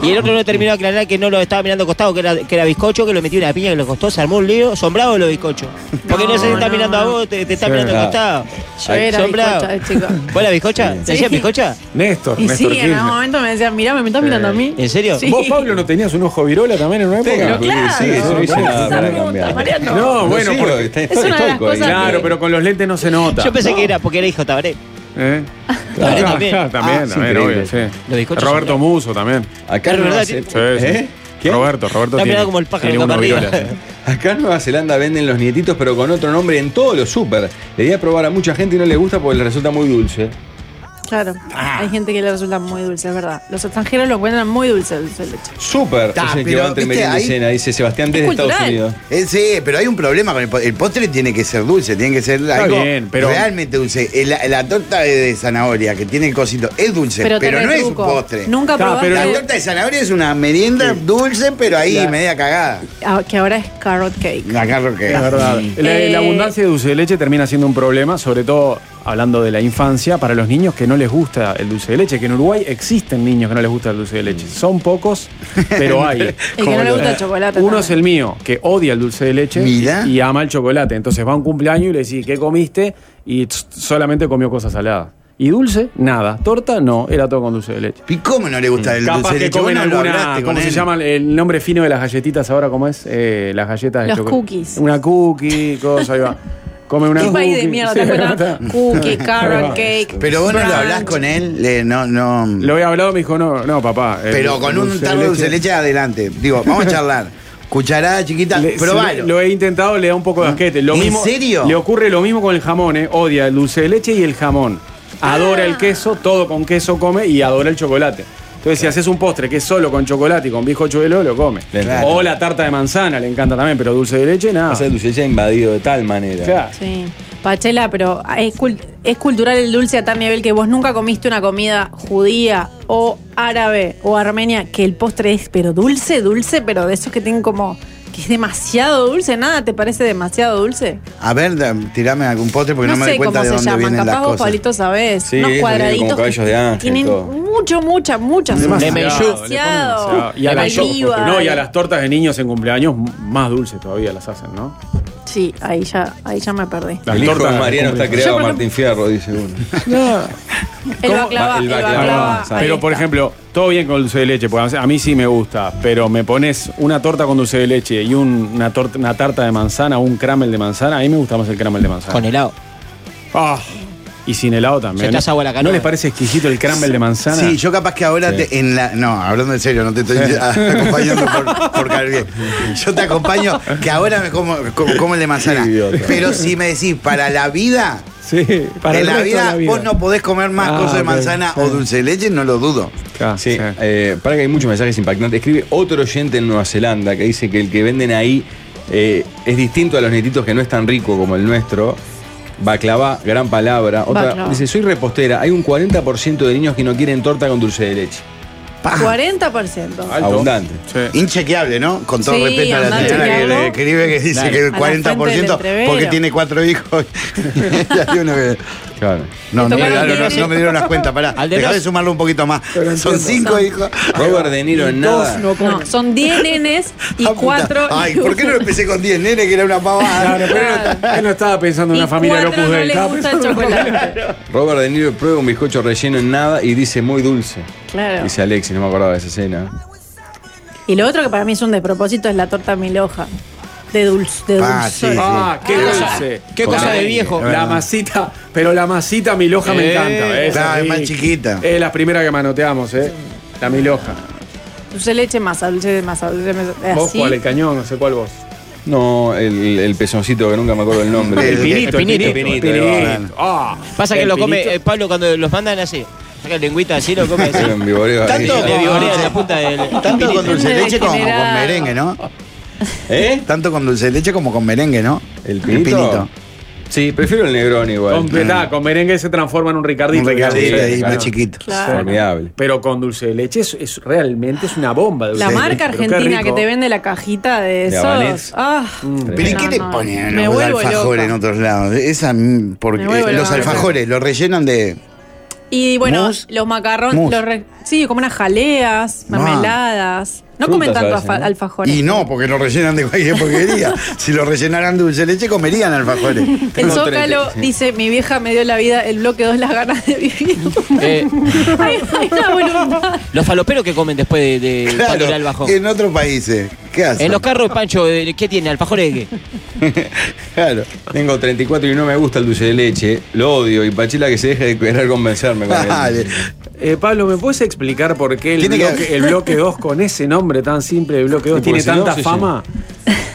S7: y el otro no terminó de aclarar que no lo estaba mirando de costado, que era, que era bizcocho, que lo metió una piña que lo costó, se armó un lío. Son bravos los bizcochos. Porque no,
S2: No,
S7: se te está
S2: no.
S7: mirando a vos, te, te está
S4: Sí.
S7: mirando de
S1: Ah.
S7: costado.
S2: Yo era eh,
S7: Son bravos.
S2: bizcocha de chica.
S7: ¿Vos la bizcocha? ¿Te
S2: Sí.
S7: decías bizcocha?
S4: Néstor,
S2: Y
S4: Néstor
S2: sí, en algún
S4: Kirchner.
S2: momento me decían, mirá, me estás mirando a mí.
S7: ¿En serio?
S2: Sí.
S4: ¿Vos, Pablo, no tenías un ojo virola también en una
S1: Tengo,
S4: época?
S1: porque sí, eso no hice nada para cambiar.
S2: Mariano.
S4: No,
S1: No,
S4: bueno,
S1: sí,
S4: porque-
S1: está-
S2: Es
S1: está
S2: una de las
S1: estoico ahí.
S2: cosas que-
S4: Claro, pero con los lentes no se nota.
S7: Yo pensé que era porque era hijo de Tabaré.
S8: ¿Eh?
S4: Ah,
S7: Claro, también.
S8: claro,
S3: Ah,
S8: también,
S3: es
S8: también,
S1: increíble.
S8: obvio, sí.
S7: Los bizcochos
S8: Roberto
S7: son
S8: Muso también.
S1: Acá
S7: Claro,
S1: en Nueva
S7: ¿verdad?
S1: Zelanda.
S8: Sí, sí.
S1: ¿Eh? ¿Qué?
S8: Roberto, Roberto
S7: Ah, Está
S8: tiene,
S7: mirado como el pájaro
S8: tiene
S7: acá
S8: uno
S7: para arriba.
S8: viola. sí.
S1: Acá en Nueva Zelanda venden los nietitos, pero con otro nombre en todos los súper. Le di a probar a mucha gente y no le gusta porque le resulta muy dulce.
S2: Claro, hay gente que le resulta muy dulce, es verdad. Los extranjeros lo encuentran muy dulce el dulce de leche.
S1: Súper.
S3: Ta,
S1: Es el que
S3: pero,
S1: va entre
S3: ¿viste?
S1: merienda y
S3: Ahí-
S1: cena, dice Sebastián desde
S2: Es
S1: Estados
S2: cultural.
S1: Unidos.
S3: Eh, sí, pero hay un problema con el postre. El postre tiene que ser dulce, tiene que ser algo
S8: bien, pero-
S3: realmente dulce. Eh, La, la torta de, de zanahoria que tiene el cosito es dulce, pero,
S2: tenés
S3: no es un
S2: truco.
S3: postre.
S2: Nunca
S4: Está,
S2: probaste
S4: pero-
S3: La torta de zanahoria es una merienda dulce, pero ahí media cagada.
S2: ah, que ahora es carrot cake.
S3: Acá lo que
S4: Es verdad. La,
S2: Eh.
S4: la abundancia de dulce de leche termina siendo un problema, sobre todo hablando de la infancia, para los niños que no les gusta el dulce de leche. Que en Uruguay existen niños que no les gusta el dulce de leche.
S3: Mm.
S4: Son pocos, pero hay.
S2: que no le gusta el chocolate
S4: Uno
S2: también.
S4: es el mío, que odia el dulce de leche
S3: Mirá.
S4: y ama el chocolate. Entonces va a un cumpleaños y le decís, ¿qué comiste? Y tss, solamente comió cosas saladas. Y dulce, nada. Torta, no. Era todo con dulce de leche. Mm.
S3: ¿Y cómo no le gusta el
S4: Capaz
S3: dulce de
S4: que
S3: leche?
S4: comen
S3: Vos no lo
S4: alguna.
S3: hablaste con
S4: ¿Cómo se
S3: él.
S4: llama el nombre fino de las galletitas ahora? ¿Cómo es? Eh, las galletas de
S2: Los
S4: chocolate.
S2: cookies.
S4: Una cookie, cosa, ahí va. Come una
S2: Qué
S4: cookie.
S2: país de mierda, ¿te
S4: Sí,
S2: das cuenta?
S4: está.
S2: Cookie, carrot cake.
S3: Pero vos no lo
S2: brunch.
S3: hablás con él, le- no, no.
S4: Lo había hablado, me dijo, no, no, papá. Eh, el
S3: pero con un
S4: de
S3: tarro de dulce de leche adelante. Digo, vamos a charlar. Cucharada chiquita,
S4: Le-
S3: probalo.
S4: lo, lo he intentado, le da un poco de asquete. Lo
S3: ¿En
S4: mismo,
S3: serio?
S4: Le ocurre lo mismo con el jamón, ¿eh? Odia el dulce de leche y el jamón. Adora
S1: Ah.
S4: el queso, todo con queso come y adora el chocolate. Entonces, si haces un postre que es solo con chocolate y con bizcochuelo, lo come.
S1: Le
S3: encanta.
S4: O la tarta de manzana, le encanta también, pero dulce de leche, nada.
S1: O sea, dulce ya invadido de tal manera.
S4: Claro.
S2: Sí. Pachela, pero es, cul- es cultural el dulce a tal nivel que vos nunca comiste una comida judía o árabe o armenia que el postre es, pero dulce, dulce, pero de esos que tienen como que es demasiado dulce, nada te parece demasiado dulce.
S3: A ver, da- tirame algún postre porque no,
S2: no
S3: me doy
S2: sé
S3: cuenta
S2: cómo
S3: de
S2: se
S3: dónde
S2: llaman,
S3: vienen
S2: capaz
S3: las
S2: vos,
S3: cosas.
S2: Pablito, sabés.
S1: Sí, eso
S2: unos
S1: tiene
S2: cuadraditos
S1: como cabellos de ángel,
S2: tienen
S1: todo.
S2: mucho, mucha, mucha azúcar.
S4: Demasiado,
S7: le
S2: Demasiado.
S4: Y a, las
S2: Almíbar.
S4: no, y a las tortas de niños en cumpleaños, m- más dulces todavía las hacen, ¿no?
S2: Sí, ahí ya, ahí ya me perdí.
S4: Las
S1: el hijo de
S4: tortas
S1: Mariano está
S4: cumpleaños.
S1: creado
S2: Yo,
S1: a
S2: por
S1: Martín Fierro, dice uno.
S2: El baklava,
S1: El
S2: el
S1: baklava,
S2: baklava,
S1: ah,
S2: ahí
S4: Pero, por
S2: está.
S4: ejemplo, todo bien con dulce de leche, porque a mí sí me gusta, pero me pones una torta con dulce de leche y un- una, torta, una tarta de manzana o un crumble de manzana, a mí me gusta más el crumble de manzana.
S7: Con helado.
S4: Ah, y sin helado también.
S7: Se te hace agua la
S4: ¿No
S7: canoa.
S4: les parece exquisito el crumble de manzana?
S3: Sí, yo capaz que ahora te- en la. No, hablando en serio, no te estoy ah, acompañando por, por caer bien. Yo te acompaño que ahora me como, como, como el de manzana.
S1: Qué idiota.
S3: Pero si me decís, para la vida,
S4: Sí, para
S3: en
S4: el
S3: la
S4: resto de
S3: vida, vos no podés comer más
S4: Ah,
S3: cosas de
S4: ok,
S3: manzana
S4: sí.
S3: o dulce de leche, no lo dudo.
S4: Ah,
S1: Sí,
S4: sí.
S1: eh, para que hay muchos mensajes impactantes. Escribe otro oyente en Nueva Zelanda que dice que el que venden ahí eh, es distinto a los netitos que no es tan rico como el nuestro. Baclava, gran palabra. Otra
S2: Baklava.
S1: dice, soy repostera. Hay un 40% de niños que no quieren torta con dulce de leche.
S3: Paja.
S2: 40%.
S4: Alto.
S1: Abundante.
S4: Sí.
S3: Inchequeable, ¿no? Con todo
S2: Sí,
S3: respeto a la
S2: andá a
S3: señora que
S2: chequearlo.
S3: le escribe que dice
S7: Claro.
S3: que el
S2: A la fuente del
S3: 40% porque
S2: entrevero.
S3: tiene cuatro hijos. Ya hay uno que-
S1: Claro.
S3: No, no,
S2: Te
S3: me
S2: tocaron
S3: dieron-
S2: diez.
S3: no me dieron las cuentas, pará.
S7: Al de
S3: Dejá
S7: los-
S3: de sumarlo un poquito más. Son cinco hijos.
S1: Robert De Niro en nada.
S2: No, son 10 nenes y
S3: Ah, puta.
S2: 4
S3: Ay, ¿por qué no lo empecé con 10 nene que era una pavada?
S4: Claro, pero él no está- él no estaba pensando en una familia de Opus
S2: no
S4: Dei,
S2: le
S4: estaba
S2: gusta el
S4: pensando-
S2: chocolate.
S1: Robert De Niro prueba un bizcocho relleno en nada y dice muy dulce.
S2: Claro.
S1: Dice Alexi, no me acordaba de esa escena.
S2: Y lo otro que para mí es un despropósito es la torta miloja. De dulce, de
S3: Ah,
S2: dulce.
S3: sí.
S4: Ah, qué dulce.
S7: qué
S4: Con
S7: cosa
S4: la-
S7: de viejo.
S4: La masita, pero la masita miloja me
S7: Eh.
S4: encanta. esa
S3: Claro, es más
S4: rica.
S3: chiquita.
S4: Es la primera que manoteamos, ¿eh? La miloja.
S2: Dulce de leche, masa, dulce de masa, dulce de masa.
S4: Vos
S2: Así.
S4: cuál, el cañón, no sé cuál vos.
S1: No, el, el pezoncito que nunca me acuerdo el nombre.
S3: El pinito,
S7: el pinito.
S1: pinito,
S4: Pinito.
S1: ahí va.
S4: Ah.
S7: Pasa que
S4: El
S7: lo come,
S4: pinito.
S7: eh, Pablo cuando los mandan así, saca el lengüita así, lo come así.
S1: Era un viboreo ahí.
S7: Tanto que viborea en la punta del.
S3: Tanto con dulce de leche como con
S2: Degenerado.
S3: merengue, ¿no?
S1: ¿Eh?
S3: Tanto con dulce de leche como con merengue, ¿no?
S1: ¿El pinito? Sí, prefiero el negrón igual.
S4: Con, petá, con merengue se transforma en un ricardito.
S3: Un regalito
S4: digamos.
S3: ahí
S4: Sí, claro.
S3: más chiquito.
S2: Claro.
S1: Formidable.
S4: Pero con dulce de leche es, es- realmente es una bomba. de dulce
S2: La
S4: de leche,
S2: marca
S4: pero qué
S2: argentina que
S4: rico.
S2: te vende la cajita de
S1: De
S2: esos.
S1: habanés.
S2: Ah,
S3: ¿Pero y qué
S2: No,
S3: le
S2: no,
S3: ponen a
S2: me
S3: los
S2: vuelvo
S3: alfajores en
S2: loca.
S3: otros lados? Esa, mm, porque,
S2: Me vuelvo
S3: eh, los
S2: loca.
S3: alfajores los rellenan de.
S2: Y bueno,
S3: Mousse.
S2: los macarrones,
S3: Mousse.
S2: los re- sí, como unas jaleas,
S3: Ah.
S2: mermeladas. No
S1: Frutas
S2: comen
S1: a
S2: tanto
S1: veces,
S2: alfa-
S1: ¿no?
S2: alfajores.
S3: Y no, porque los rellenan de cualquier porquería. si los rellenaran de dulce de leche, comerían alfajores.
S2: El
S1: Tengo
S2: Zócalo
S1: trece, sí.
S2: dice, mi vieja me dio la vida, el bloque 2 las ganas de vivir. hay, hay una voluntad.
S7: Eh, los faloperos que comen después de, de cuando era el
S3: Claro,
S7: bajón.
S3: en otros países. ¿Qué hacen?
S7: En los carros, Pancho, eh, ¿qué tiene? ¿Alfajores de qué?
S3: Claro.
S1: Tengo 34 y no me gusta el dulce de leche. Lo odio. Y Pachila que se deje de querer convencerme con él.
S3: Dale.
S4: Eh, Pablo, ¿me puedes explicar por qué el
S3: Tiene que-
S4: bloque, el bloque 2 con ese nombre tan simple de bloque 2
S1: Sí,
S4: tiene
S1: porque si no,
S4: tanta
S1: sí, sí.
S4: fama?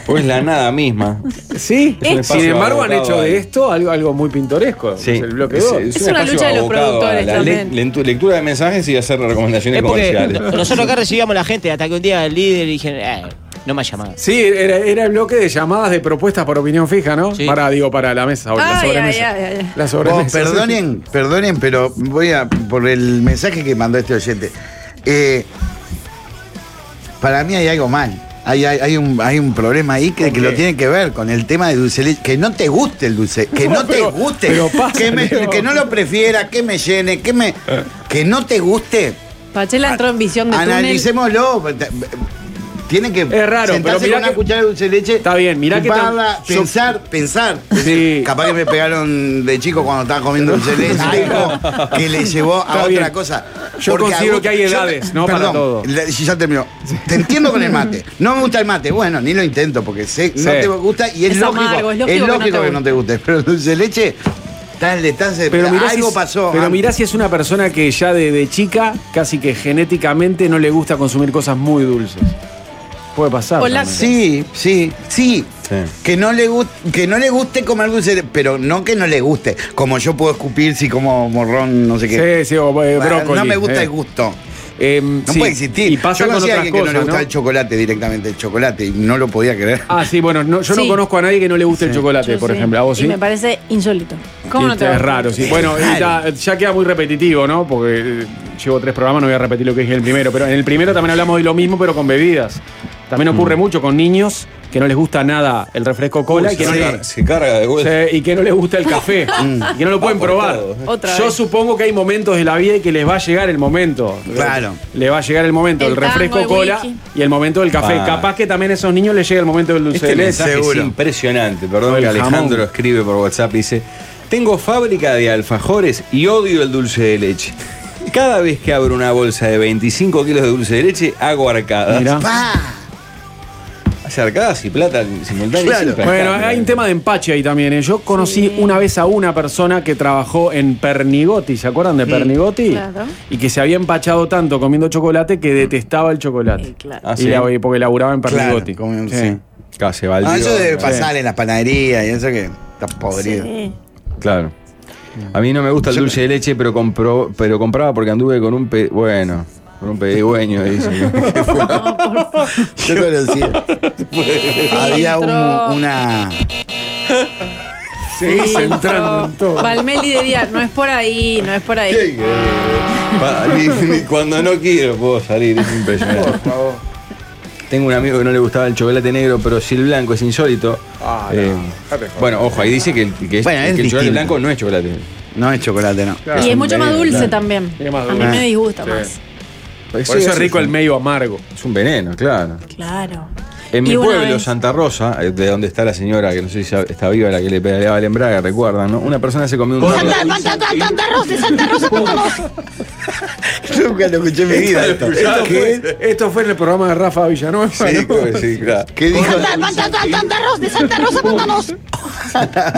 S1: Pues la nada misma.
S4: Sí.
S1: Es un
S4: Sin
S1: espacio
S4: embargo, han
S1: abocado
S4: hecho de
S1: ahí.
S4: esto algo, algo muy pintoresco.
S1: Sí.
S4: Es el bloque 2.
S2: Es una
S1: espacio
S2: lucha de los
S1: abocado a
S2: productores
S1: la le-
S2: también.
S1: lentu- lectura de mensajes y hacer recomendaciones
S7: Es porque
S1: comerciales.
S7: nosotros acá recibíamos a la gente, hasta que un día el líder dije, "Ah, no me ha llamado.
S4: Sí, era, era el bloque de llamadas de propuestas por opinión fija, ¿no?
S7: Sí.
S4: Para, digo, para la mesa, o la
S2: Ay,
S4: sobremesa.
S2: ay, ay, ay.
S4: La sobremesa.
S3: Vos, perdonen, perdonen, pero voy a. por el mensaje que mandó este oyente. Eh, para mí hay algo mal. Hay, hay- hay un, hay un problema ahí que, que lo tiene que ver con el tema de dulce de leche. Que no te guste el dulce, que no, te guste.
S4: pero pasa,
S3: que, me-
S4: Leo.
S3: que no lo prefiera, que me llene, que me. Que no te guste.
S2: Pachela entró en visión de túnel.
S3: Analicémoslo. Tiene que
S4: Es raro,
S3: sentarse
S4: pero mirá
S3: con una
S4: que-
S3: cuchara de dulce de leche.
S4: Está bien, mirá que tan-
S3: chuparla,
S4: yo-
S3: pensar, pensar.
S4: Sí.
S3: Capaz que me pegaron de chico cuando estaba comiendo dulce de leche. Algo que le llevó a
S4: Está
S3: otra
S4: bien.
S3: cosa.
S4: Yo considero que hay edades, ¿no? Para todo.
S3: le- ya terminó. Te entiendo con el mate. No me gusta el mate. Bueno, ni lo intento porque sé, no
S4: Sí.
S3: te gusta y es,
S2: Es
S3: lógico.
S2: amargo, es
S3: es
S2: lógico
S3: lógico,
S2: que no te
S3: que no te guste. Pero el dulce de leche, tan le estás.
S4: Pero mirá,
S3: algo
S4: si,
S3: pasó.
S4: pero
S3: Ah,
S4: mirá si es una persona que ya de, de chica, casi que genéticamente no le gusta consumir cosas muy dulces. Puede pasar.
S2: O la-
S4: también.
S3: Sí, sí, sí.
S1: Sí.
S3: Que no, le gust- que no le guste comer dulce, pero no que no le guste. Como yo puedo escupir si como morrón, no sé qué.
S4: Sí, sí, o, eh,
S3: Ah,
S4: brócoli,
S3: no me gusta
S4: eh.
S3: el gusto.
S4: Eh,
S3: No
S4: sí.
S3: puede existir.
S4: Y pasa
S3: yo
S4: con
S3: conocí a
S4: otras
S3: alguien que no
S4: cosas,
S3: le gustaba
S4: ¿no?
S3: el chocolate directamente, el chocolate, y no lo podía creer.
S4: Ah, sí, bueno, no- yo no
S2: Sí.
S4: conozco a nadie que no le guste el chocolate,
S2: Yo
S4: por
S2: sí.
S4: ejemplo. ¿A vos
S2: Y
S4: sí?
S2: me parece insólito. ¿Cómo
S4: Y
S2: no te
S4: es
S2: va a gustar?
S4: raro, sí. Bueno, Evita, ya queda muy repetitivo, ¿no? Porque eh, llevo tres programas, no voy a repetir lo que dije en el primero, pero en el primero también hablamos de lo mismo, pero con bebidas. También
S1: Mm.
S4: ocurre mucho con niños que no les gusta nada el refresco cola y que no
S1: se,
S4: les-
S1: carga, se carga de vuelta.
S4: Sí, y que no les gusta el café, y que no lo pueden
S1: por
S4: probar.
S1: todo.
S2: Otra
S4: Yo
S2: vez.
S4: supongo que hay momentos de la vida y que les va a llegar el momento.
S3: Claro.
S4: Le va a llegar el momento
S2: El
S4: del refresco
S2: tango, el
S4: cola
S2: whisky.
S4: y el momento del café.
S1: Ah.
S4: Capaz que también a esos niños les llega el momento del dulce
S1: Este
S4: de leche.
S1: mensaje
S3: seguro.
S1: es impresionante.
S4: O
S1: Perdón
S4: el
S1: que Alejandro
S4: jamón.
S1: escribe por WhatsApp. Dice: Tengo fábrica de alfajores y odio el dulce de leche. Cada vez que abro una bolsa de 25 kilos de dulce de leche, hago arcadas.
S4: Mirá.
S3: ¡Pah!
S1: Hace arcadas y plata simultáneas.
S3: Claro.
S1: siempre
S4: Bueno,
S1: acá,
S4: hay un
S1: ¿no?
S4: tema de empache ahí también. ¿eh? Yo conocí una vez a una persona que trabajó en Pernigoti, ¿se acuerdan de Pernigoti?
S2: Claro.
S4: Y que se había empachado tanto comiendo chocolate que detestaba el chocolate.
S2: Eh, claro.
S1: Ah,
S4: Y
S1: sí.
S4: la- y porque laburaba en
S3: Claro,
S4: Pernigoti.
S3: como-
S4: Sí.
S3: sí.
S1: Casi valió.
S3: Ah, eso debe pasar en las panaderías y eso que está podrido.
S2: Sí.
S1: Claro. A mí no me gusta el dulce de leche, pero compró, pero compraba porque anduve con un pe- bueno, con un pedigüeño, dice.
S3: Yo conocía. Había un-
S2: Entró.
S3: una.
S4: Seguís entrando en todo.
S2: Valmeli diría, no es por ahí, no es por ahí.
S1: Pa- ni- ni cuando no quiero puedo salir, es impresionante. Tengo un amigo que no le gustaba el chocolate negro, pero sí el blanco es insólito.
S4: Ah,
S1: Eh, bueno, ojo, ahí dice que, el- que es-
S3: Bueno, es
S1: que el chocolate
S3: distinto.
S1: blanco no es chocolate.
S3: No es chocolate, no.
S2: Y es mucho más
S1: Claro.
S2: dulce también.
S4: Es más
S2: A mí
S4: dulce.
S2: me disgusta
S4: Sí.
S2: más.
S4: Por eso es rico el medio amargo.
S1: Es un veneno, claro.
S2: Claro.
S1: En mi
S2: Y una
S1: pueblo,
S2: vez-
S1: Santa Rosa, eh, de donde está la señora, que no sé si ya está viva, la que le pedaleaba el embrague, recuerdan, ¿no? Una persona se comió un tarro.
S3: Nunca lo escuché en mi vida. esto. ¿Qué?
S4: Esto fue en el programa de Rafa Villanueva. ¿no?
S1: Sí, sí, claro.
S3: ¿Qué dijo?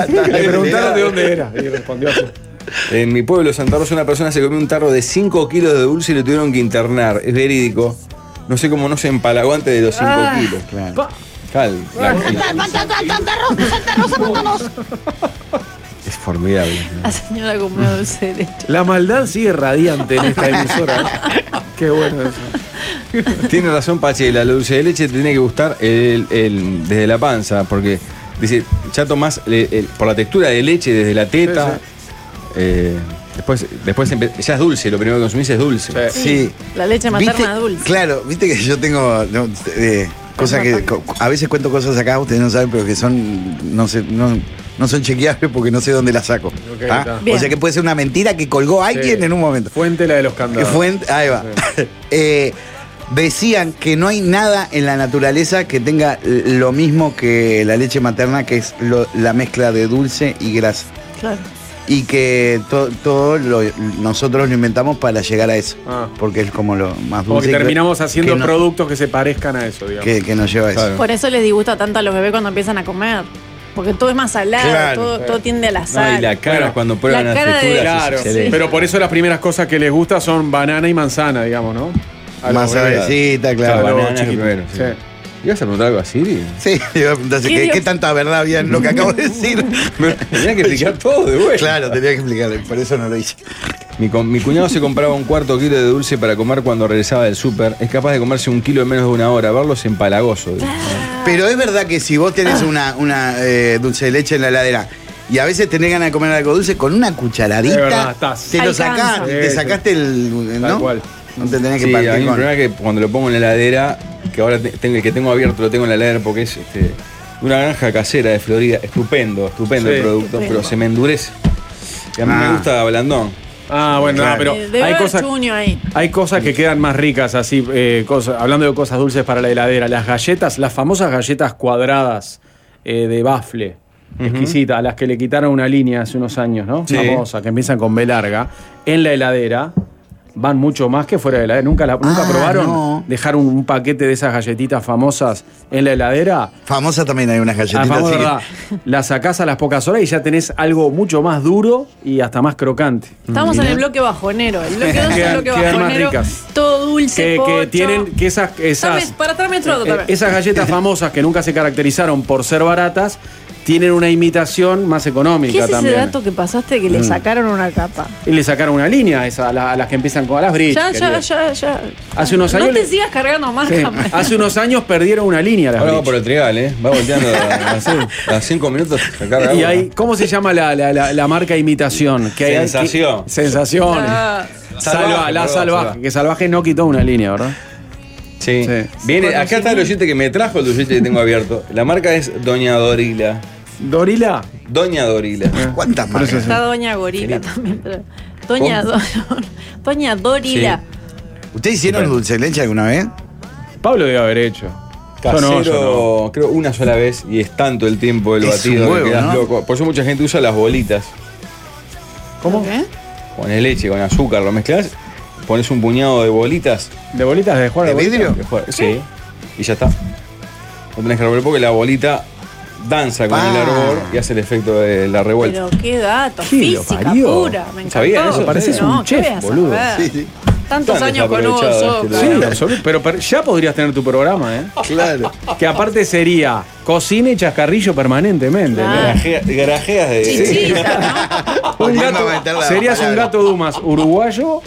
S4: Le preguntaron de dónde era y respondió así.
S1: En mi pueblo, Santa Rosa, una persona se comió un tarro de 5 kilos de dulce y lo
S2: Ah.
S1: tuvieron que internar. Es verídico. No sé cómo no se empalagó antes de los 5 kilos.
S3: Claro.
S1: Cal. la-
S8: Santa Rosa, Santa Rosa, mándanos.
S1: es formidable.
S2: La señora comió dulce de leche.
S4: La maldad sigue radiante en esta emisora. ¿eh? Qué bueno eso.
S1: Tiene razón Pachela, la dulce de leche te tiene que gustar el- el- desde la panza, porque dice, ya tomás le- el- por la textura de leche desde la teta.
S4: Sí,
S1: eh, después después empe- ya es dulce, lo primero que consumís es dulce.
S3: Sí.
S2: La leche materna
S3: ¿Viste?
S2: dulce.
S3: Claro, viste que yo tengo no, eh, cosas que co- a veces cuento cosas acá, ustedes no saben, pero que son no sé, no, no son chequeables porque no sé dónde las saco. ¿ah?
S4: está.
S2: Bien.
S3: O sea que puede ser una mentira que colgó alguien
S4: Sí.
S3: en un momento.
S4: Fuente la de los
S3: Que
S4: candados.
S3: fue en- ahí va. Eh, decían que no hay nada en la naturaleza que tenga l- lo mismo que la leche materna, que es lo- la mezcla de dulce y grasa.
S2: Claro.
S3: Y que to- todo lo- nosotros lo inventamos para llegar a eso.
S4: Ah.
S3: Porque es como lo más dulce.
S4: Como que
S3: y
S4: terminamos
S3: que-
S4: haciendo
S3: que no-
S4: productos que se parezcan a eso, digamos.
S3: que, que nos lleva a eso.
S1: Claro.
S2: Por eso les disgusta tanto a los bebés cuando empiezan a comer. Porque todo es más salado,
S3: Claro,
S2: todo, todo tiende a la
S1: No,
S2: sal.
S1: y la cara
S4: Bueno,
S1: cuando prueban
S2: la
S1: las
S2: cara de-
S1: texturas. es
S4: Claro,
S1: excelente.
S4: pero por eso las primeras cosas que les gusta son banana y manzana, digamos, ¿no? A los
S3: Más
S4: bebés.
S3: salecita,
S1: Claro,
S3: claro.
S1: banana
S4: chiquito.
S1: primero, sí.
S4: Sí.
S1: ¿Ibas a preguntar algo a Siri?
S3: Sí, yo, entonces,
S2: ¿Qué
S3: ¿qué,
S2: Dios?
S3: qué tanta verdad había en lo que acabo de decir?
S1: Tenía que explicar todo de vuelta.
S3: claro, tenía que explicarle, por eso no lo hice.
S1: Mi, com- mi cuñado se compraba un cuarto kilo de dulce para comer cuando regresaba del súper. Es capaz de comerse un kilo en menos de una hora. Verlos empalagoso. dice.
S3: Pero es verdad que si vos tenés una, una, eh, dulce de leche en la heladera y a veces tenés ganas de comer algo dulce, con una cucharadita
S4: Es verdad, estás.
S3: te lo
S2: Alcanza.
S3: sacás,
S4: Sí,
S3: te
S4: sí.
S3: sacaste el.
S4: Tal
S3: ¿no?
S4: cual.
S3: no te tenés que
S1: Sí, a mí
S3: partir
S1: el
S3: con.
S1: problema es que cuando lo pongo en la heladera, que ahora te- tengo, el que tengo abierto lo tengo en la heladera porque es este, de una granja casera de Florida. Estupendo, estupendo
S4: Sí.
S1: el producto,
S2: Estupendo.
S1: pero se me endurece. Y a mí
S3: Ah.
S1: me gusta blandón.
S4: Ah, bueno,
S3: Claro.
S4: no, pero
S2: Eh, Debe
S4: hay
S2: haber
S4: cosas,
S2: chuño ahí.
S4: hay cosas que quedan más ricas, así, eh, cosas- hablando de cosas dulces para la heladera. Las galletas, las famosas galletas cuadradas eh, de bafle, exquisitas, a las que le quitaron una línea hace unos años, ¿no?
S1: Sí.
S4: Famosas, que empiezan con B larga, en la heladera. Van mucho más que fuera de la heladera. ¿Nunca, la- nunca
S3: Ah,
S4: probaron
S3: no.
S4: dejar un, un paquete de esas galletitas famosas en la heladera?
S3: Famosa también hay unas
S4: Ah,
S3: galletitas
S4: vamos,
S3: así. que-
S4: verdad. La sacás a las pocas horas y ya tenés algo mucho más duro y hasta más crocante.
S2: Estamos en el bloque bajonero. El bloque 2 es el
S4: Mm. Quedan-
S2: bloque
S4: quedan más
S2: bajonero.
S4: ricas.
S2: Todo dulce,
S4: Que, que
S2: pocho.
S4: tienen que esas,
S2: Dame-
S4: esas,
S2: para darme otro dato
S4: eh,
S2: también.
S4: esas galletas famosas que nunca se caracterizaron por ser baratas tienen una imitación más económica
S2: ¿Qué es ese
S4: también.
S2: dato que pasaste que le sacaron una capa?
S4: Y le sacaron una línea a, esa- a la- a las que empiezan con a las bridge.
S2: Ya, ya,
S4: querido.
S2: ya, ya.
S4: Hace unos
S2: No
S4: años
S2: te
S4: le-
S2: sigas cargando más
S4: Sí.
S2: capas.
S4: Hace unos años perdieron una línea las
S1: Ahora va
S4: Bridge.
S1: por el trigal, ¿eh? Va volteando a, a- a cinco minutos. se carga
S4: Y
S1: una.
S4: hay, ¿cómo se llama la, la- la- la marca imitación? Que hay- que-
S1: Sensación.
S4: sensación.
S2: Ah.
S4: Salva-
S1: Salvaje,
S4: la
S1: perdón,
S4: salvaje,
S1: salvaje.
S4: que salvaje no quitó una línea, ¿verdad?
S1: Sí.
S4: Sí.
S1: Viene, acá está el oyente que me trajo el oyente que tengo abierto. La marca es Doña Dorila.
S4: Dorila,
S1: Doña Dorila.
S3: ¿Cuántas marcas?
S2: Está Doña Gorila también. pero- Doña,
S1: ¿Cómo?
S2: Do- Doña Dorila.
S3: ¿Ustedes hicieron dulce de leche alguna vez?
S4: Pablo debe haber hecho. Yo
S1: Casero,
S4: no, yo no.
S1: creo una sola vez y es tanto el tiempo del
S3: Es
S1: batido
S3: un
S1: que
S3: huevo,
S1: quedas
S3: ¿no?
S1: loco. Por eso mucha gente usa las bolitas.
S4: ¿Cómo?
S2: ¿Qué?
S1: Con leche, con azúcar, lo mezclas, pones un puñado de bolitas.
S4: ¿De bolitas de jugar
S3: ¿De
S4: a bolitas?
S3: vidrio?
S1: que juega- Sí. Y ya está. No tenés que revolver porque la bolita danza con
S3: Ah.
S1: el árbol y hace el efecto de la revuelta.
S2: Pero qué dato,
S4: Sí, lo
S2: física
S4: parió.
S2: pura. Me encantó.
S1: ¿Sabía eso?
S4: Pareces
S2: no,
S4: un
S2: ¿qué
S4: chef,
S2: voy a
S4: boludo.
S2: saber?
S3: Sí, sí.
S2: Tantos
S1: Tan
S2: años con un
S1: desaprovechado
S2: sopa.
S1: este
S4: Sí, absoluto. Pero per- ya podrías tener tu programa, ¿eh?
S3: Claro.
S4: Que aparte sería cocina y chascarrillo permanentemente. ¿no?
S2: Claro.
S1: Garaje- Garajeas de.
S2: Chichita,
S4: Un
S3: Volviendo
S4: gato-
S3: a meter la
S4: serías un
S3: palabra.
S4: gato Dumas uruguayo.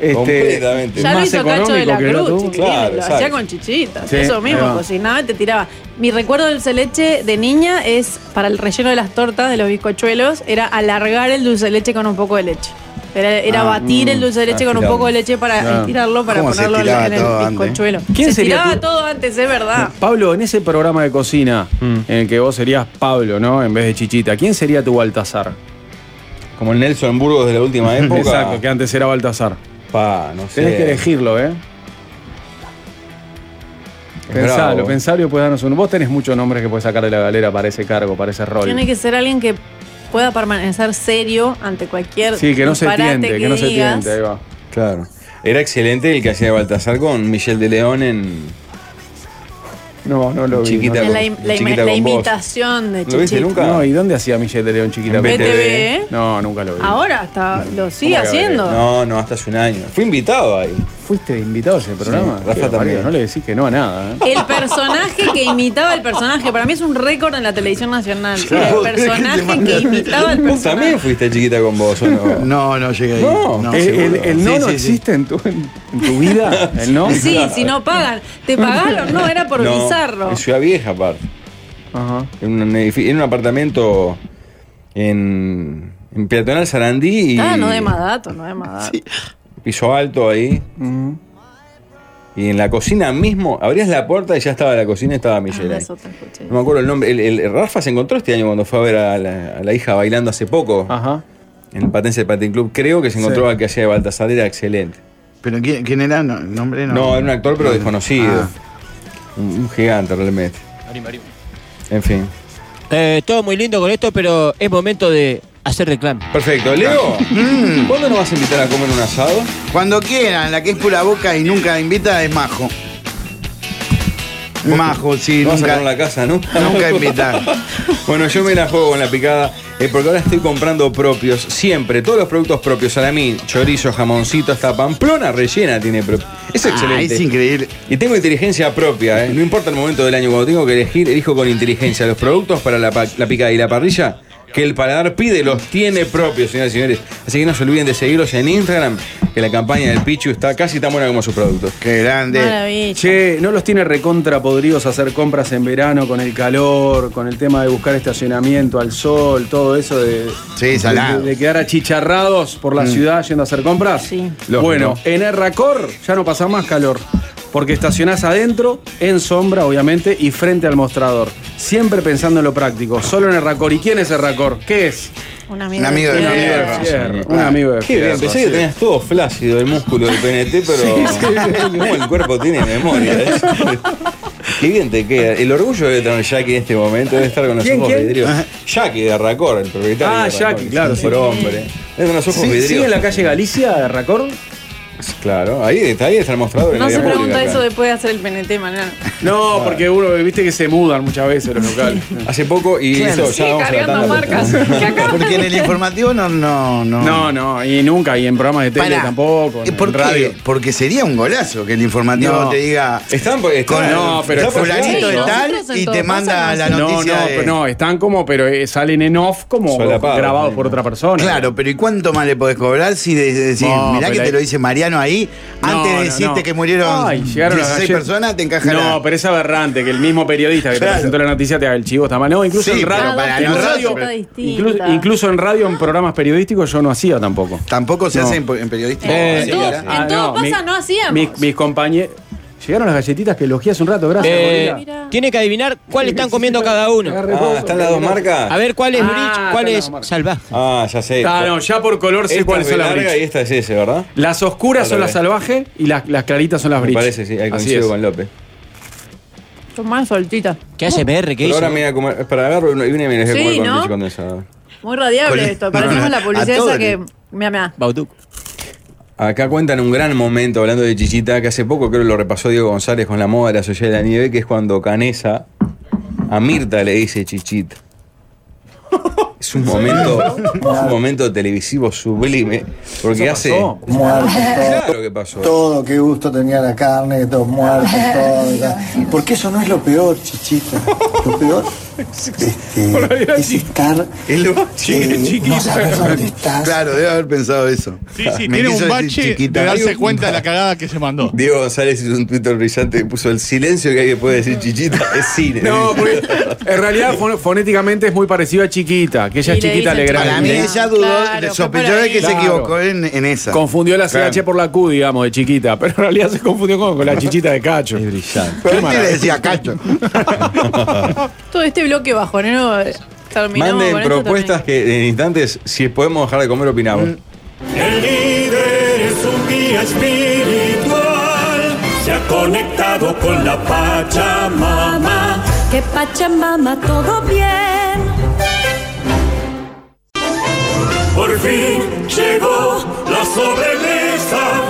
S4: Este,
S1: Completamente.
S2: ¿no? Ya lo
S4: más
S2: hizo Cacho de
S4: económico
S2: la
S4: que el
S2: Cruz,
S4: gato
S2: chiquilín,
S4: Dumas.
S1: Claro,
S2: lo
S1: exacto.
S2: hacía con chichitas,
S4: Sí,
S2: eso
S4: ahí va.
S2: mismo, cocinaba y te tiraba. Mi recuerdo del celeche de niña es, para el relleno de las tortas, de los bizcochuelos, era alargar el dulce de leche con un poco de leche. Era, era
S4: Ah,
S2: batir
S4: mm,
S2: el dulce de leche con un
S1: estirado.
S2: poco de leche para estirarlo, para
S3: ¿Cómo se
S2: ponerlo en la- en
S3: estiraba todo
S2: el
S3: antes?
S2: bizcochuelo.
S4: ¿Quién
S2: se
S4: sería
S2: estiraba
S4: tu-
S2: todo antes, es verdad.
S4: Eh, Pablo, en ese programa de cocina
S1: Mm.
S4: en el que vos serías Pablo, ¿no? En vez de Chichita, ¿quién sería tu Baltasar?
S1: Como el Nelson Burgos de la última época.
S4: Exacto, que antes era Baltasar.
S1: Pa, no sé.
S4: Tenés que elegirlo, ¿eh?
S1: Es
S4: Pensalo,
S1: bravo. ¿eh?
S4: pensalo y después darnos uno. Vos tenés muchos nombres que podés sacar de la galera para ese cargo, para ese rol.
S2: Tiene que ser alguien que pueda permanecer serio ante cualquier
S4: Sí, que no se
S2: disparate
S4: tiente, que, no se
S2: digas.
S4: tiente, ahí va.
S1: Claro. Era excelente el que hacía de Baltasar con Michel de León en.
S4: No, no lo vi.
S1: Chiquita
S4: no
S2: La,
S4: lo-
S2: im- la im-
S1: Chiquita
S2: la
S1: con vos.
S2: imitación de
S1: ¿Lo viste
S2: Chichita.
S1: nunca?
S4: No, ¿y dónde hacía Michelle de León chiquita?
S1: En BTV.
S2: BTV.
S4: No, nunca lo vi.
S2: Ahora hasta lo ¿Ah, sigue
S4: ¿Cómo que
S2: haciendo.
S1: No, no, hasta hace un año. Fui invitado ahí.
S4: fuiste invitado a ese programa.
S1: Rafa
S4: Qué barbaridad,
S1: también.
S4: No le decís que no a nada. ¿eh?
S2: El personaje que imitaba al personaje. Para mí es un récord en la televisión nacional.
S1: Claro.
S2: El personaje que imitaba al
S1: Vos también
S2: personaje.
S1: fuiste chiquita con vos, ¿o no?
S3: No, no llegué ahí.
S1: No,
S4: Eh,
S1: seguro.
S4: el, el no
S3: Sí,
S4: no
S3: sí, sí.
S4: existe en, tu, en- en tu vida. El no.
S2: Sí, si no pagan. ¿Te pagaron? No, era por
S1: No,
S2: bizarro.
S1: En Ciudad Vieja, aparte.
S4: Ajá.
S1: En un, edifi- en un apartamento en, en Peatonal Sarandí y
S2: Ah, no de más datos, no de más datos.
S1: piso alto ahí.
S4: Mm.
S1: Y en la cocina mismo, abrías la puerta y ya estaba la cocina, estaba
S2: Ah,
S1: Michelle. ahí.
S2: eso te escuché.
S1: No me acuerdo el nombre. El, el- Rafa se encontró este año cuando fue a ver a la, a la hija bailando hace poco
S4: Ajá.
S1: en el Patense Patin Club. Creo que se encontró
S4: Sí.
S1: al que hacía de Baltasar, era excelente.
S3: ¿Pero quién, quién era? No, ¿El nombre? No,
S1: No, era un actor, pero
S3: No.
S1: desconocido.
S3: Ah.
S1: Un, un gigante realmente. En fin.
S7: Eh, todo muy lindo con esto, pero es momento de hacer reclamo.
S1: Perfecto. Leo, Mm. ¿cuándo nos vas a invitar a comer un asado?
S3: Cuando quieran, la que es pura boca y nunca invita es Majo. Majo, sí,
S1: No vas a
S3: nunca.
S1: comer la casa, ¿no?
S3: Nunca invitar.
S1: Bueno, yo me la juego con la picada, eh, porque ahora estoy comprando propios, siempre, todos los productos propios, mí, chorizo, jamoncito, hasta pamplona rellena tiene propio. Es excelente.
S3: Ah, es increíble.
S1: Y tengo inteligencia propia, ¿eh? no importa el momento del año, cuando tengo que elegir, elijo con inteligencia los productos para la, pa- la picada y la parrilla que el paladar pide, los tiene propios, señoras y señores. Así que no se olviden de seguirlos en Instagram, que la campaña del Pichu está casi tan buena como sus productos.
S3: Qué grande.
S2: Maravilla.
S4: Che, ¿no los tiene recontra podridos hacer compras en verano con el calor, con el tema de buscar estacionamiento al sol, todo eso de,
S3: Sí,
S4: de-
S3: salado.
S4: de, quedar achicharrados por la ciudad yendo a hacer compras?
S2: Sí.
S1: Mm. Lógico.
S4: Bueno, en Erracor ya no pasa más calor, porque estacionás adentro, en sombra obviamente, y frente al mostrador. Siempre pensando en lo práctico, solo en Erracor. ¿Y quién es Erracor? ¿Qué es?
S2: Un
S3: Un
S2: amigo,
S3: amigo de
S2: de
S3: mi
S2: Fidel.
S3: viejo.
S4: Fierro, un amigo de
S1: Qué bien,
S4: Fierro,
S1: pensé que
S4: sí.
S1: tenías todo flácido el músculo del PNT, pero cómo el cuerpo tiene memoria. ¿eh? Qué bien te queda. El orgullo de tener Jackie en este momento debe estar con los
S4: ¿Quién,
S1: ojos
S4: quién?
S1: vidriosos. Jackie de Arracor, el propietario.
S4: Ah,
S1: de Arracor,
S4: Jackie, claro, sí.
S1: Por hombre. Debe tener los ojos
S4: ¿Sí,
S1: vidriosos.
S4: ¿Sigue en la calle Galicia, Erracor?
S1: Claro, ahí está, ahí está el mostrador. en la
S2: No se
S1: vía pública,
S2: pregunta eso
S1: claro.
S2: después de hacer el PNT, mañana.
S4: No, porque uno, viste que se mudan muchas veces los locales.
S1: Hace poco y
S3: Claro.
S1: eso, ya
S2: Sigue
S1: vamos a la
S2: cargando
S1: tanda.
S2: marcas. Que acá-
S3: Porque en el informativo no, no, no.
S4: No, no, y nunca, y en programas de tele
S3: Pará.
S4: tampoco.
S3: ¿Por
S4: en
S3: qué?
S4: radio.
S3: Porque sería un golazo que el informativo
S4: No.
S3: te diga
S1: Están,
S4: pues,
S1: por- están-
S4: No, pero
S1: están por
S3: fulanito
S1: ahí.
S3: de
S2: Sí,
S3: tal
S2: nosotros en
S3: y
S2: todo
S3: te
S2: caso
S3: manda
S2: no
S3: la
S2: hacemos.
S3: noticia.
S4: No, no,
S3: de-
S4: pero no, están como, pero eh, salen en off como
S1: Solapados,
S4: grabados
S1: sí.
S4: por otra persona.
S3: Claro, pero ¿y cuánto más le podés cobrar si de- de- decís,
S4: No,
S3: mirá que
S4: pero
S3: te
S4: ahí-
S3: lo dice Mariano ahí,
S4: No,
S3: antes de
S4: no,
S3: decirte
S4: no.
S3: que murieron
S4: Ay, llegaron las
S3: 16
S4: galletas.
S3: personas, te encaja
S4: No,
S3: la-
S4: pero es aberrante que el mismo periodista que
S3: Claro.
S4: te presentó la noticia te haga el chivo, está mal. No, incluso
S3: Sí,
S4: en
S3: pero
S4: radio,
S3: para
S4: en
S3: nosotros-
S4: radio-
S3: Pero-
S4: incluso, incluso en radio, en programas periodísticos yo no hacía tampoco.
S3: Tampoco se
S4: No.
S3: hace en, en periodística.
S4: Eh,
S3: Sí,
S2: tú-
S3: ¿verdad?
S7: Ah,
S2: en todo pasa, no hacíamos.
S4: Mis, compañeros. Llegaron las galletitas que elogié hace un rato, gracias.
S7: Eh,
S4: Gorila.
S2: mira.
S7: tiene que adivinar cuál están comiendo cada uno.
S4: Agarré
S1: Ah,
S4: vos,
S1: ¿están las dos marcas?
S7: A ver cuál es
S4: Ah,
S7: Bridge, cuál
S4: está
S7: es
S4: la marca.
S7: Salvaje.
S1: Ah, ya sé.
S4: Ah, no, ya por color sé
S1: Esta
S4: cuáles
S1: es
S4: son las
S1: Belarga
S4: bridge.
S1: y esta es ese, ¿verdad?
S4: Las oscuras
S1: Al
S4: son las
S1: revés.
S4: salvajes y las, las claritas son las
S1: Me
S4: bridge.
S1: parece, sí, ahí
S4: Así
S1: coincido
S4: es.
S1: con López.
S2: Son más soltitas.
S7: ¿Qué hace MR? ¿Qué
S1: Pero
S7: hizo?
S1: ahora me voy a comer, es para agarro y una y una me dejé
S2: Sí,
S1: comer con
S2: ¿no?
S1: leche condensada.
S2: Muy radiable
S3: Con-
S2: esto. Parecemos la
S3: a
S2: publicidad
S3: todo
S2: esa
S3: le-
S2: que. Mira, mira.
S7: Bauduc.
S1: Acá cuentan un gran momento, hablando de Chichita, que hace poco creo lo repasó Diego González con la moda de la sociedad de la nieve, que es cuando Canesa a Mirta le dice Chichita. Es un momento, un momento televisivo sublime, porque hace...
S4: pasó?
S9: Muertos
S1: Claro que pasó.
S9: todos, todo, qué gusto tenía la carne, todos muertos, todo. ya. Porque eso no es lo peor, chichita. Lo peor este, es estar.
S3: El bache,
S9: eh,
S4: chiquito.
S9: no sabes dónde estás.
S3: Claro, debe haber pensado eso.
S6: Sí, sí,
S3: Me
S6: tiene
S3: quiso decir
S6: un bache
S3: chiquita.
S6: de darse
S3: Hay un-
S6: cuenta de la cagada que se mandó.
S1: Diego González hizo un Twitter brillante que puso el silencio que hay que puede decir Chichita es cine.
S4: No, porque en realidad fon- fonéticamente es muy parecido a chiquita, que ella
S2: Y
S4: es
S2: le
S4: chiquita
S2: dicen
S4: le
S3: Para mí
S2: grande.
S3: ella dudó,
S2: Claro, fue
S3: sospechó
S2: por
S3: de
S2: ahí.
S3: que se
S4: Claro.
S3: equivocó en, en esa.
S4: Confundió la
S1: Claro.
S4: CH por la Q, digamos, de chiquita, pero en realidad se confundió con, con la chichita de cacho.
S1: Es brillante.
S3: Pero este le decía cacho.
S2: Todo este bloque bajonero eh, terminamos.
S1: Manden
S2: con esto
S1: propuestas
S2: también. Mm.
S1: que en instantes, si podemos dejar de comer, opinamos.
S10: El líder es un guía espiritual, se ha conectado con la Pachamama.
S5: Que Pachamama todo bien.
S10: Por fin llegó la sobremesa.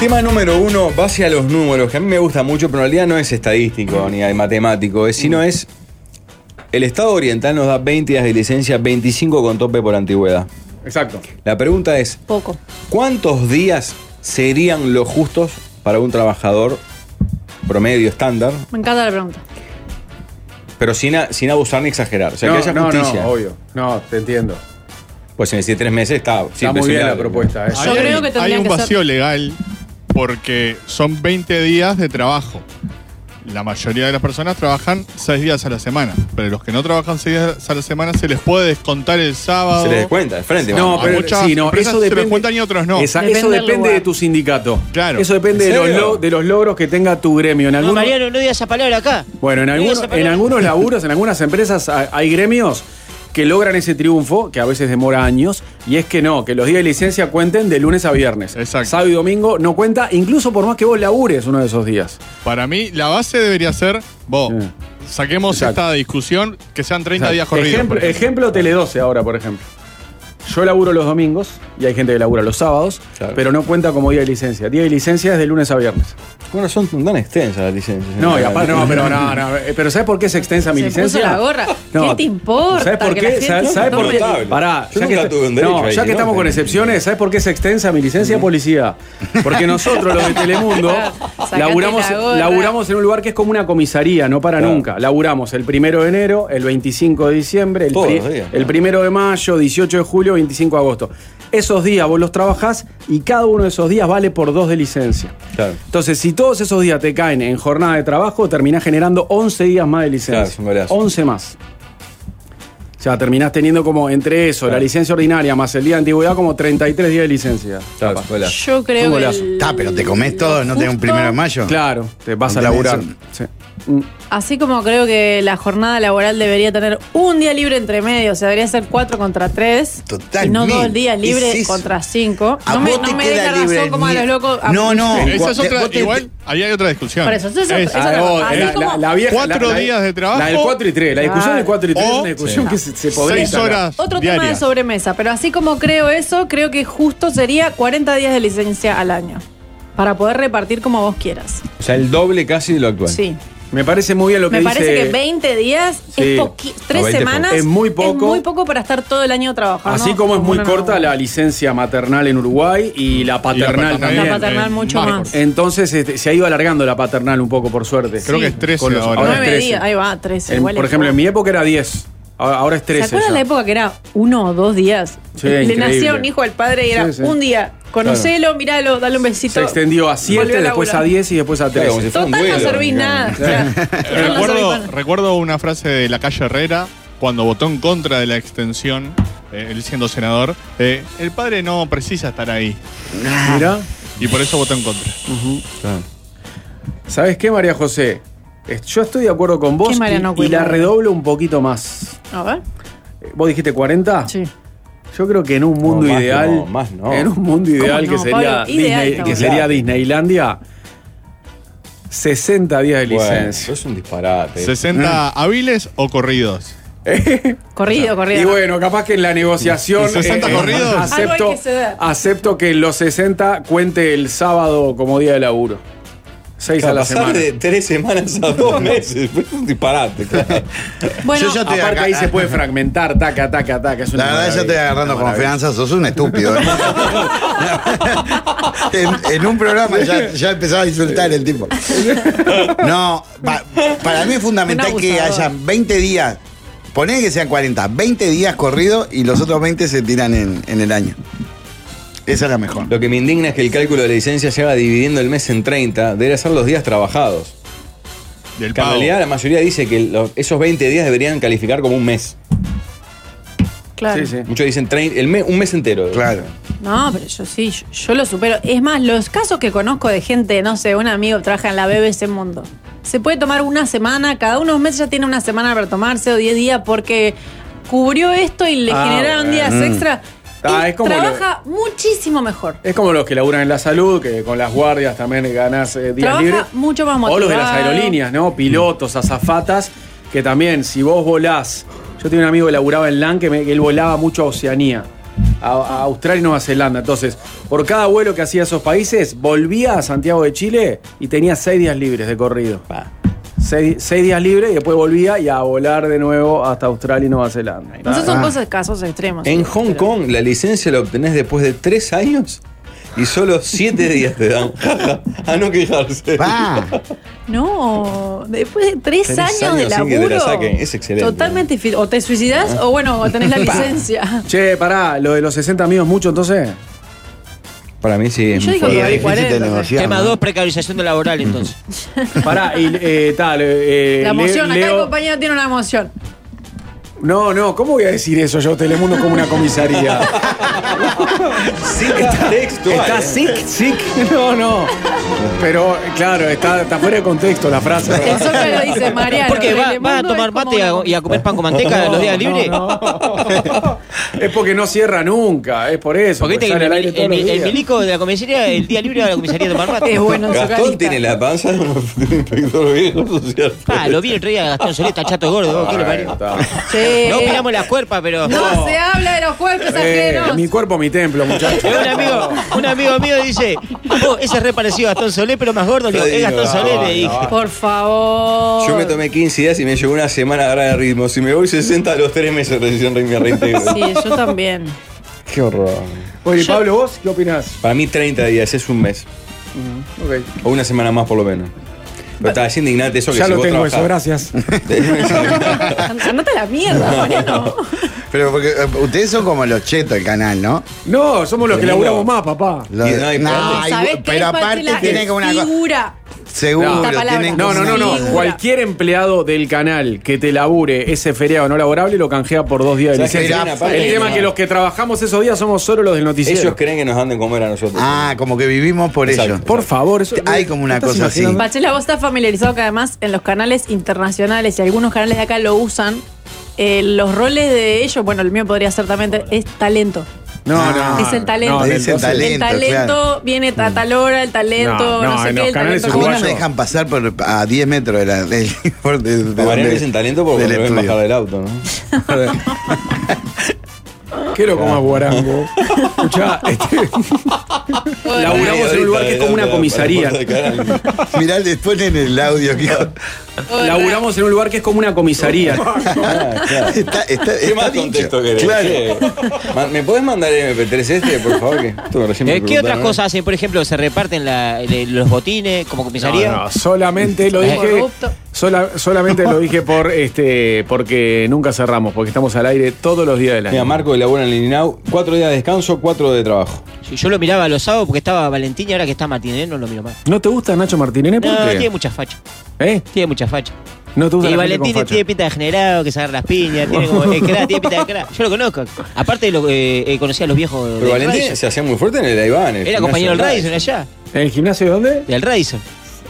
S1: Tema número uno va hacia los números, que a mí me gusta mucho, pero en realidad no es estadístico ni matemático, es-
S2: Mm.
S1: sino es. El Estado Oriental nos da 20 días de licencia, 25 con tope por antigüedad.
S4: Exacto.
S1: La pregunta es:
S2: Poco.
S1: ¿cuántos días serían los justos para un trabajador promedio estándar,
S2: Me encanta la pregunta.
S1: pero sin, a- sin abusar ni exagerar? O sea,
S4: no,
S1: que haya
S4: no,
S1: justicia.
S4: no, obvio. No, te entiendo.
S1: Pues en 13 meses está.
S4: Está muy bien la propuesta. ¿eh?
S6: Hay-
S2: creo que
S6: Hay
S2: tendría
S6: un
S2: que ser-
S6: vacío legal porque son 20 días de trabajo. La mayoría de las personas trabajan 6 días a la semana, pero los que no trabajan 6 días a la semana se les puede descontar el sábado.
S1: Se les descuenta, de frente,
S6: No, pero muchas
S4: sí, no,
S6: empresas
S4: eso
S6: se les
S4: depende.
S6: descuentan y otros no.
S4: Esa- eso depende de tu sindicato.
S6: Claro.
S4: Eso depende
S6: ¿En
S4: de los,
S6: serio?
S4: lo- de los logros que tenga tu gremio. En
S7: No,
S4: algunos,
S7: Mariano, no digas esa palabra acá.
S4: Bueno, en,
S7: No
S4: algunos-
S7: digas esa
S4: en
S7: palabra.
S4: algunos laburos, en algunas empresas ha- hay gremios que logran ese triunfo, que a veces demora años, y es que no, que los días de licencia cuenten de lunes a viernes. Sábado y domingo no cuenta, incluso por más que vos labures uno de esos días.
S6: Para mí, la base debería ser, vos, saquemos esta discusión, que sean 30
S4: Exacto.
S6: días corridos.
S4: Ejemplo,
S6: por ejemplo.
S4: ejemplo Tele12 ahora, por ejemplo. Yo laburo los domingos y hay gente que labura los sábados, pero no cuenta como día de licencia. Día de licencia es de lunes a viernes.
S1: Bueno, son tan extensas las licencias. ¿eh?
S4: No, y aparte, no, pero no, no. eh, Pero ¿sabes por qué es extensa mi
S2: Se
S4: licencia?
S2: puso la gorra.
S4: No,
S2: ¿Qué te importa?
S4: ¿Sabes por
S2: que la
S4: qué?
S2: gente
S4: ¿Sabes, sabes por
S2: tome?
S4: qué? Pará,
S1: Yo
S4: ya que,
S1: nunca
S4: está-
S1: tuve un derecho
S4: no,
S1: ahí,
S4: ya que
S1: ¿no?
S4: estamos con excepciones, ¿sabes por qué es extensa mi licencia de policía? Porque nosotros, los de Telemundo,
S11: Sacate
S4: laburamos,
S11: la gorra.
S4: laburamos en un lugar que es como una comisaría, no para
S11: Claro.
S4: nunca. Laburamos el primero de enero, el 25 de diciembre, el,
S11: Todos
S4: pri-
S11: los días,
S4: el primero de mayo, 18 de julio, 25 de agosto. Esos días vos los trabajás y cada uno de esos días vale por dos de licencia.
S1: Claro.
S4: Entonces, si todos esos días te caen en jornada de trabajo, terminás generando 11 días más de licencia.
S1: Claro, es un golazo.
S4: 11 más. O sea, terminás teniendo como entre eso, la licencia ordinaria más el día de antigüedad, como 33 días de licencia.
S1: Claro, golazo.
S2: Yo creo que
S4: Un golazo.
S2: el-
S3: Está, pero te comes todo, no tenés un primero de mayo.
S4: Claro, te vas a
S3: No tenés
S4: laburar.
S3: eso.
S4: Sí.
S2: Así como creo que la jornada laboral debería tener un día libre entre medio, o sea, debería ser cuatro contra tres. Y no
S3: Totalmente.
S2: dos días libres
S3: Es eso.
S2: contra cinco.
S3: A
S2: no me,
S3: vos
S2: no
S3: te
S2: me
S3: queda
S2: den la razón
S3: libre
S2: como a
S3: ni-
S2: los locos.
S3: No, no.
S6: Esa es
S3: Vos te-
S6: otra,
S3: vos te-
S6: igual, ahí hay otra discusión.
S2: Por eso, eso es otra-
S6: Es-
S2: eso es otra-
S6: Ah, vos,
S2: así
S6: la-
S2: como- Ah.
S6: la- la vieja- Cuatro
S4: la- la-
S6: días de trabajo. Oh.
S4: La del 4 y 3, la discusión
S2: Claro.
S4: del 4 y 3 es
S6: O
S4: una discusión que se, se podría.
S6: seis horas
S2: Otro tema de
S6: diarias.
S2: sobremesa, pero así como creo eso, creo que justo sería 40 días de licencia al año. Para poder repartir como vos quieras.
S1: O sea, el doble casi de lo actual.
S2: Sí.
S4: Me parece muy bien lo
S2: Me
S4: que
S2: parece
S4: dice.
S2: que 20 días
S4: Sí.
S2: es poqui- Tres
S4: No, 20 es poco.
S2: semanas
S4: Es muy poco.
S2: muy poco para estar todo el año trabajando.
S4: Así como es muy
S2: una
S4: corta la licencia maternal en Uruguay y la paternal
S6: paternal
S4: también.
S2: La paternal es mucho más. más.
S4: Entonces este, se ha ido alargando la paternal un poco, por suerte.
S6: Creo que es 13
S4: Con los-
S6: ahora.
S4: ahora es
S2: 9
S4: 13.
S2: días, ahí va, 13.
S4: En-
S2: igual
S4: por
S2: es
S4: ejemplo,
S2: poco.
S4: en mi época era 10. Ahora, ahora es 13.
S2: ¿Se acuerdan
S4: ya.
S2: la época que era uno o dos días?
S4: Sí,
S2: Le
S4: increíble.
S2: nacía un hijo al padre y era
S4: Sí, sí.
S2: un día. Conocelo, míralo, dale un besito.
S4: Se extendió a
S2: Volvió
S4: 7,
S2: a
S4: después a
S2: laburar.
S4: 10 y después a 3.
S6: como si
S2: fuera un Total, no duelo, servís digamos. nada.
S6: recuerdo, recuerdo una frase de la calle Herrera cuando votó en contra de la extensión, eh, él siendo senador, eh, el padre no precisa estar ahí.
S4: Mira.
S6: Y por eso votó en contra.
S4: ¿Sabes qué, María José? Es- Yo estoy de acuerdo con vos
S2: ¿Qué, María,
S4: y-
S2: no,
S4: y, la
S2: cuidado?
S4: redoblo un poquito más.
S2: A ver.
S4: Eh, ¿Vos dijiste 40?
S2: Sí.
S4: Yo creo que en un mundo
S1: más
S4: ideal.
S1: no, más no.
S4: En un mundo ideal
S1: ¿Cómo
S4: que
S1: no,
S4: sería,
S1: Pablo?
S4: Disney-
S1: Ideal
S4: que
S1: estamos.
S4: sería
S1: Claro.
S4: Disneylandia. 60 días de
S1: Bueno,
S4: licencia.
S1: eso es un disparate.
S6: 60
S1: Mm.
S6: hábiles o corridos.
S2: Corrido, corrido.
S4: Y bueno, capaz que en la negociación. eh,
S6: 60 corridos.
S2: Algo
S4: Acepto,
S2: hay que ceder.
S4: acepto que en los 60 cuente el sábado como día de laburo. 6 a la
S1: Pasar
S4: semana.
S1: de tres semanas a dos meses. Es un disparate, claro.
S2: Bueno,
S3: ya estoy
S4: Aparte
S3: acá-
S4: ahí se puede fragmentar, taca, taca, taca. Es una
S3: La verdad, ya
S4: maravilla,
S3: estoy agarrando
S4: una maravilla.
S3: confianza, sos un estúpido. ¿eh? en, en un programa ya, ya empezaba a insultar el tipo. No, pa- para mí es fundamental
S2: Un
S3: que
S2: abusador.
S3: hayan 20 días, poné que sean 40, 20 días corridos y los otros 20 se tiran en, en el año. Esa es la mejor.
S1: Lo que me indigna es que el cálculo de la licencia se haga dividiendo el mes en 30. Debería ser los días trabajados.
S6: Del
S1: Que en
S6: pago.
S1: realidad la mayoría dice que lo- esos 20 días deberían calificar como un mes.
S2: claro.
S1: Muchos dicen trein- el mes- un mes entero.
S3: Claro.
S2: No, pero yo sí, yo, yo lo supero. Es más, los casos que conozco de gente, no sé, un amigo trabaja en la BBC Mundo. Se puede tomar una semana, cada unos meses ya tiene una semana para tomarse o 10 días porque cubrió esto y le
S4: Ah,
S2: generaron
S4: bueno.
S2: días
S4: Mm.
S2: extra.
S4: Ah,
S2: y
S4: es como lo-
S2: trabaja muchísimo mejor.
S4: Es como los que laburan en la salud, que con las guardias también ganás eh, días
S2: Trabaja
S4: libres.
S2: mucho más motivado.
S4: O los de las aerolíneas, ¿no? Pilotos, azafatas, que también, si vos volás. Yo tenía un amigo que laburaba en LAN que, me- que él volaba mucho a Oceanía. a, a Australia y Nueva Zelanda. Entonces, por cada vuelo que hacía a esos países, volvía a Santiago de Chile y tenía seis días libres de corrido. Seis, seis días libres y después volvía y a volar de nuevo hasta Australia y Nueva Zelanda.
S2: Esos son
S4: Ah. ¿Eh?
S2: cosas casos extremos.
S1: En Hong Kong la licencia la obtenés después de tres años y solo siete días te dan. a no quejarse.
S2: No, después de tres,
S1: Tres
S2: años, de
S1: años sin que te la
S2: laburo.
S1: saquen, es excelente.
S2: Totalmente. fit. O te suicidas
S4: Ah.
S2: o bueno, o tenés la licencia.
S4: Che, pará, lo de los 60 amigos mucho entonces.
S1: Para mí sí.
S2: es Yo muy digo fuerte. que difícil de
S4: Eh,
S2: 40, negociar,
S7: Tema 2, precarización laboral, entonces.
S4: Pará, y eh, tal. eh,
S2: la
S4: Le-
S2: emoción, acá el
S4: Leo-
S2: compañero tiene una emoción.
S4: No, no, ¿cómo voy a decir eso yo, Telemundo, como una comisaría?
S1: está textual.
S4: Está sick, sick. No, no. Pero, claro, está, está fuera de contexto la frase.
S2: El Zócalo dice, Mariano,
S7: Porque va,
S2: Telemundo
S7: va a tomar
S2: es como
S7: mate y a, y a comer pan con manteca
S4: No,
S7: los días
S4: no,
S7: libres.
S4: Es porque no cierra nunca, es por eso.
S7: Porque
S4: porque
S7: viste que
S4: sale
S7: este, el,
S4: al aire
S7: mili-
S4: todos
S7: el-
S4: los
S7: el
S4: días.
S7: milico de la comisaría, el día libre va a la comisaría a tomar mate.
S1: Gastón tiene la panza de un de un inspector viejo social.
S7: Ah, lo vi el otro día, Gastón Soleta, chato gordo. ¿qué le parió?
S2: Sí.
S7: No opinamos las cuerpas, pero.
S2: No se habla de los cuerpos
S4: Eh,
S2: ajenos.
S4: mi cuerpo, mi templo, muchachos.
S7: Y un amigo, un amigo mío dice, oh, ese es re parecido a Gastón Solé, pero más gordo. Le digo, es Gastón Solé, le dije.
S2: Por favor.
S1: Yo
S7: Oh.
S1: me tomé 15 días y me llevó una semana agarrar el ritmo. Si me voy 60 a los 3 meses recién me reintegro.
S2: Sí, yo también.
S1: Qué horror.
S4: Oye, Pablo, ¿vos qué opinás?
S1: Para mí 30 días es un mes.
S4: Ok.
S1: O una semana más por lo menos. Pero está así indignante eso que
S4: Ya
S1: si
S4: lo
S1: vos
S4: tengo
S1: trabajás-
S4: eso, gracias.
S2: Andate a la mierda, Mariano.
S3: Pero porque eh, ustedes son como los chetos del canal, ¿no?
S4: No, somos los que laburamos más, papá.
S3: Los-
S1: Y no hay
S3: no,
S1: plata.
S3: hay-
S2: ¿Sabés qué
S3: pero
S2: es,
S3: aparte
S2: Marcela?
S3: tienen
S2: Es
S3: como una cosa.
S2: figura.
S3: Seguro,
S2: Esta palabra.
S3: tienen
S4: No,
S3: como
S4: no, no,
S3: una
S4: no.
S2: Figura.
S4: Cualquier empleado del canal que te labure ese feriado no laborable lo canjea por dos días de
S1: ¿Sabes qué?
S4: licencia.
S1: Tiene una parte
S4: El
S1: que
S4: tema
S1: no-
S4: es que los que trabajamos esos días somos solo los del noticiero.
S1: Ellos creen que nos dan de comer a nosotros.
S3: Ah, como que vivimos por
S1: Exacto.
S3: ellos.
S4: por favor, eso-
S3: Hay como una
S4: ¿Estás
S3: cosa así.
S4: imaginando?
S2: Pachela, vos estás familiarizado que además en los canales internacionales y algunos canales de acá lo usan. eh, los roles de ellos, bueno, el mío podría ser también, te- es talento. Ah.
S4: No, no.
S2: es el talento.
S4: No,
S3: Es el
S4: entonces-
S3: talento.
S2: el talento
S3: claro.
S2: viene a tal hora, el talento,
S4: No,
S2: no,
S4: no,
S2: sé
S4: en
S2: qué,
S4: los
S2: el
S4: canales
S2: talento.
S3: A mí no
S4: uruguayos.
S3: me dejan pasar por, a 10 metros de la, del- por- de- de
S1: A Mariano
S3: donde-
S1: le dicen talento porque
S3: del
S1: lo ven
S3: estudio.
S1: bajar del auto, ¿no?
S4: ¿Qué lo comas
S1: Ah.
S4: guarango? Escuchá, este, laburamos en un lugar que es como una comisaría.
S3: Mirá, después en el audio, que
S4: Laburamos en un lugar que es como una comisaría.
S3: Está, está,
S1: ¿Qué
S3: está
S1: más
S3: dicho.
S1: contexto querés?
S3: Claro.
S1: Che, ma- ¿Me podés mandar el MP3 este, por favor? Que esto recién me
S7: Eh, ¿Qué otras
S1: preguntaron, ¿no?
S7: cosas hacen? Por ejemplo, ¿se reparten la- le- los botines como comisaría? Eh,
S4: No, no, solamente lo dije.
S2: Corrupto.
S4: sola- solamente lo dije por este porque nunca cerramos, porque estamos al aire todos los días del año.
S1: Mira, Marco elabora en el INAU, cuatro días de descanso, cuatro de trabajo.
S7: Yo- Yo lo miraba los sábados porque estaba Valentín y ahora que está Martín, ¿eh? no lo miro más.
S4: ¿No te gusta Nacho Martínez? ¿Por
S7: No,
S4: qué?
S7: tiene mucha facha.
S4: ¿Eh?
S7: Tiene mucha facha.
S4: ¿No te gusta
S7: Y
S4: la gente con
S7: Valentín
S4: facha?
S7: tiene pinta de generado, que se agarra las piñas, tiene como. eh, cra, tiene pinta de cra. Yo lo conozco. Aparte de lo que eh, eh, conocía a los viejos.
S1: Pero
S7: del
S1: Valentín
S7: Radisson.
S1: se hacía muy fuerte en el Iván.
S7: Era compañero del Radisson allá.
S4: ¿En el gimnasio de dónde?
S7: Del Radisson.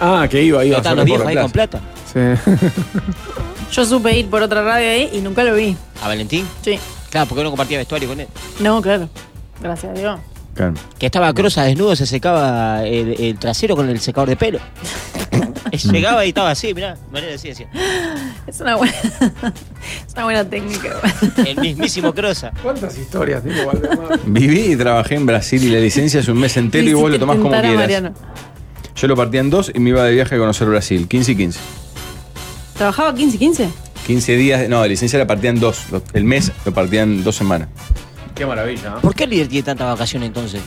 S4: Ah, que iba, iba.
S7: Estaban
S4: solo
S7: los viejos
S4: por
S7: ahí
S4: la
S7: con plata.
S4: plaza. Sí.
S2: Yo supe ir por otra radio ahí y nunca lo vi.
S7: ¿A Valentín?
S2: Sí.
S7: Claro, porque uno compartía vestuario con él.
S2: No, claro. Gracias a Dios.
S1: Claro.
S7: Que estaba Crosa desnudo, se secaba el, el trasero con el secador de pelo. Llegaba y estaba así, mirá, manera de ciencia.
S2: Es una buena, es una buena técnica.
S7: El mismísimo Crosa.
S4: ¿Cuántas historias tiene Valdemar?
S1: Viví y trabajé en Brasil y la licencia es un mes entero y vos lo tomás como
S2: Tentar a
S1: quieras.
S2: Mariano.
S1: Yo lo partía en dos y me iba de viaje a conocer Brasil, 15 y 15.
S2: ¿Trabajaba 15 y 15?
S1: 15 días, de- no, la licencia la partía en dos. lo- El mes lo partía en dos semanas.
S4: Qué maravilla. ¿no?
S7: ¿Por qué el líder tiene tanta vacación entonces?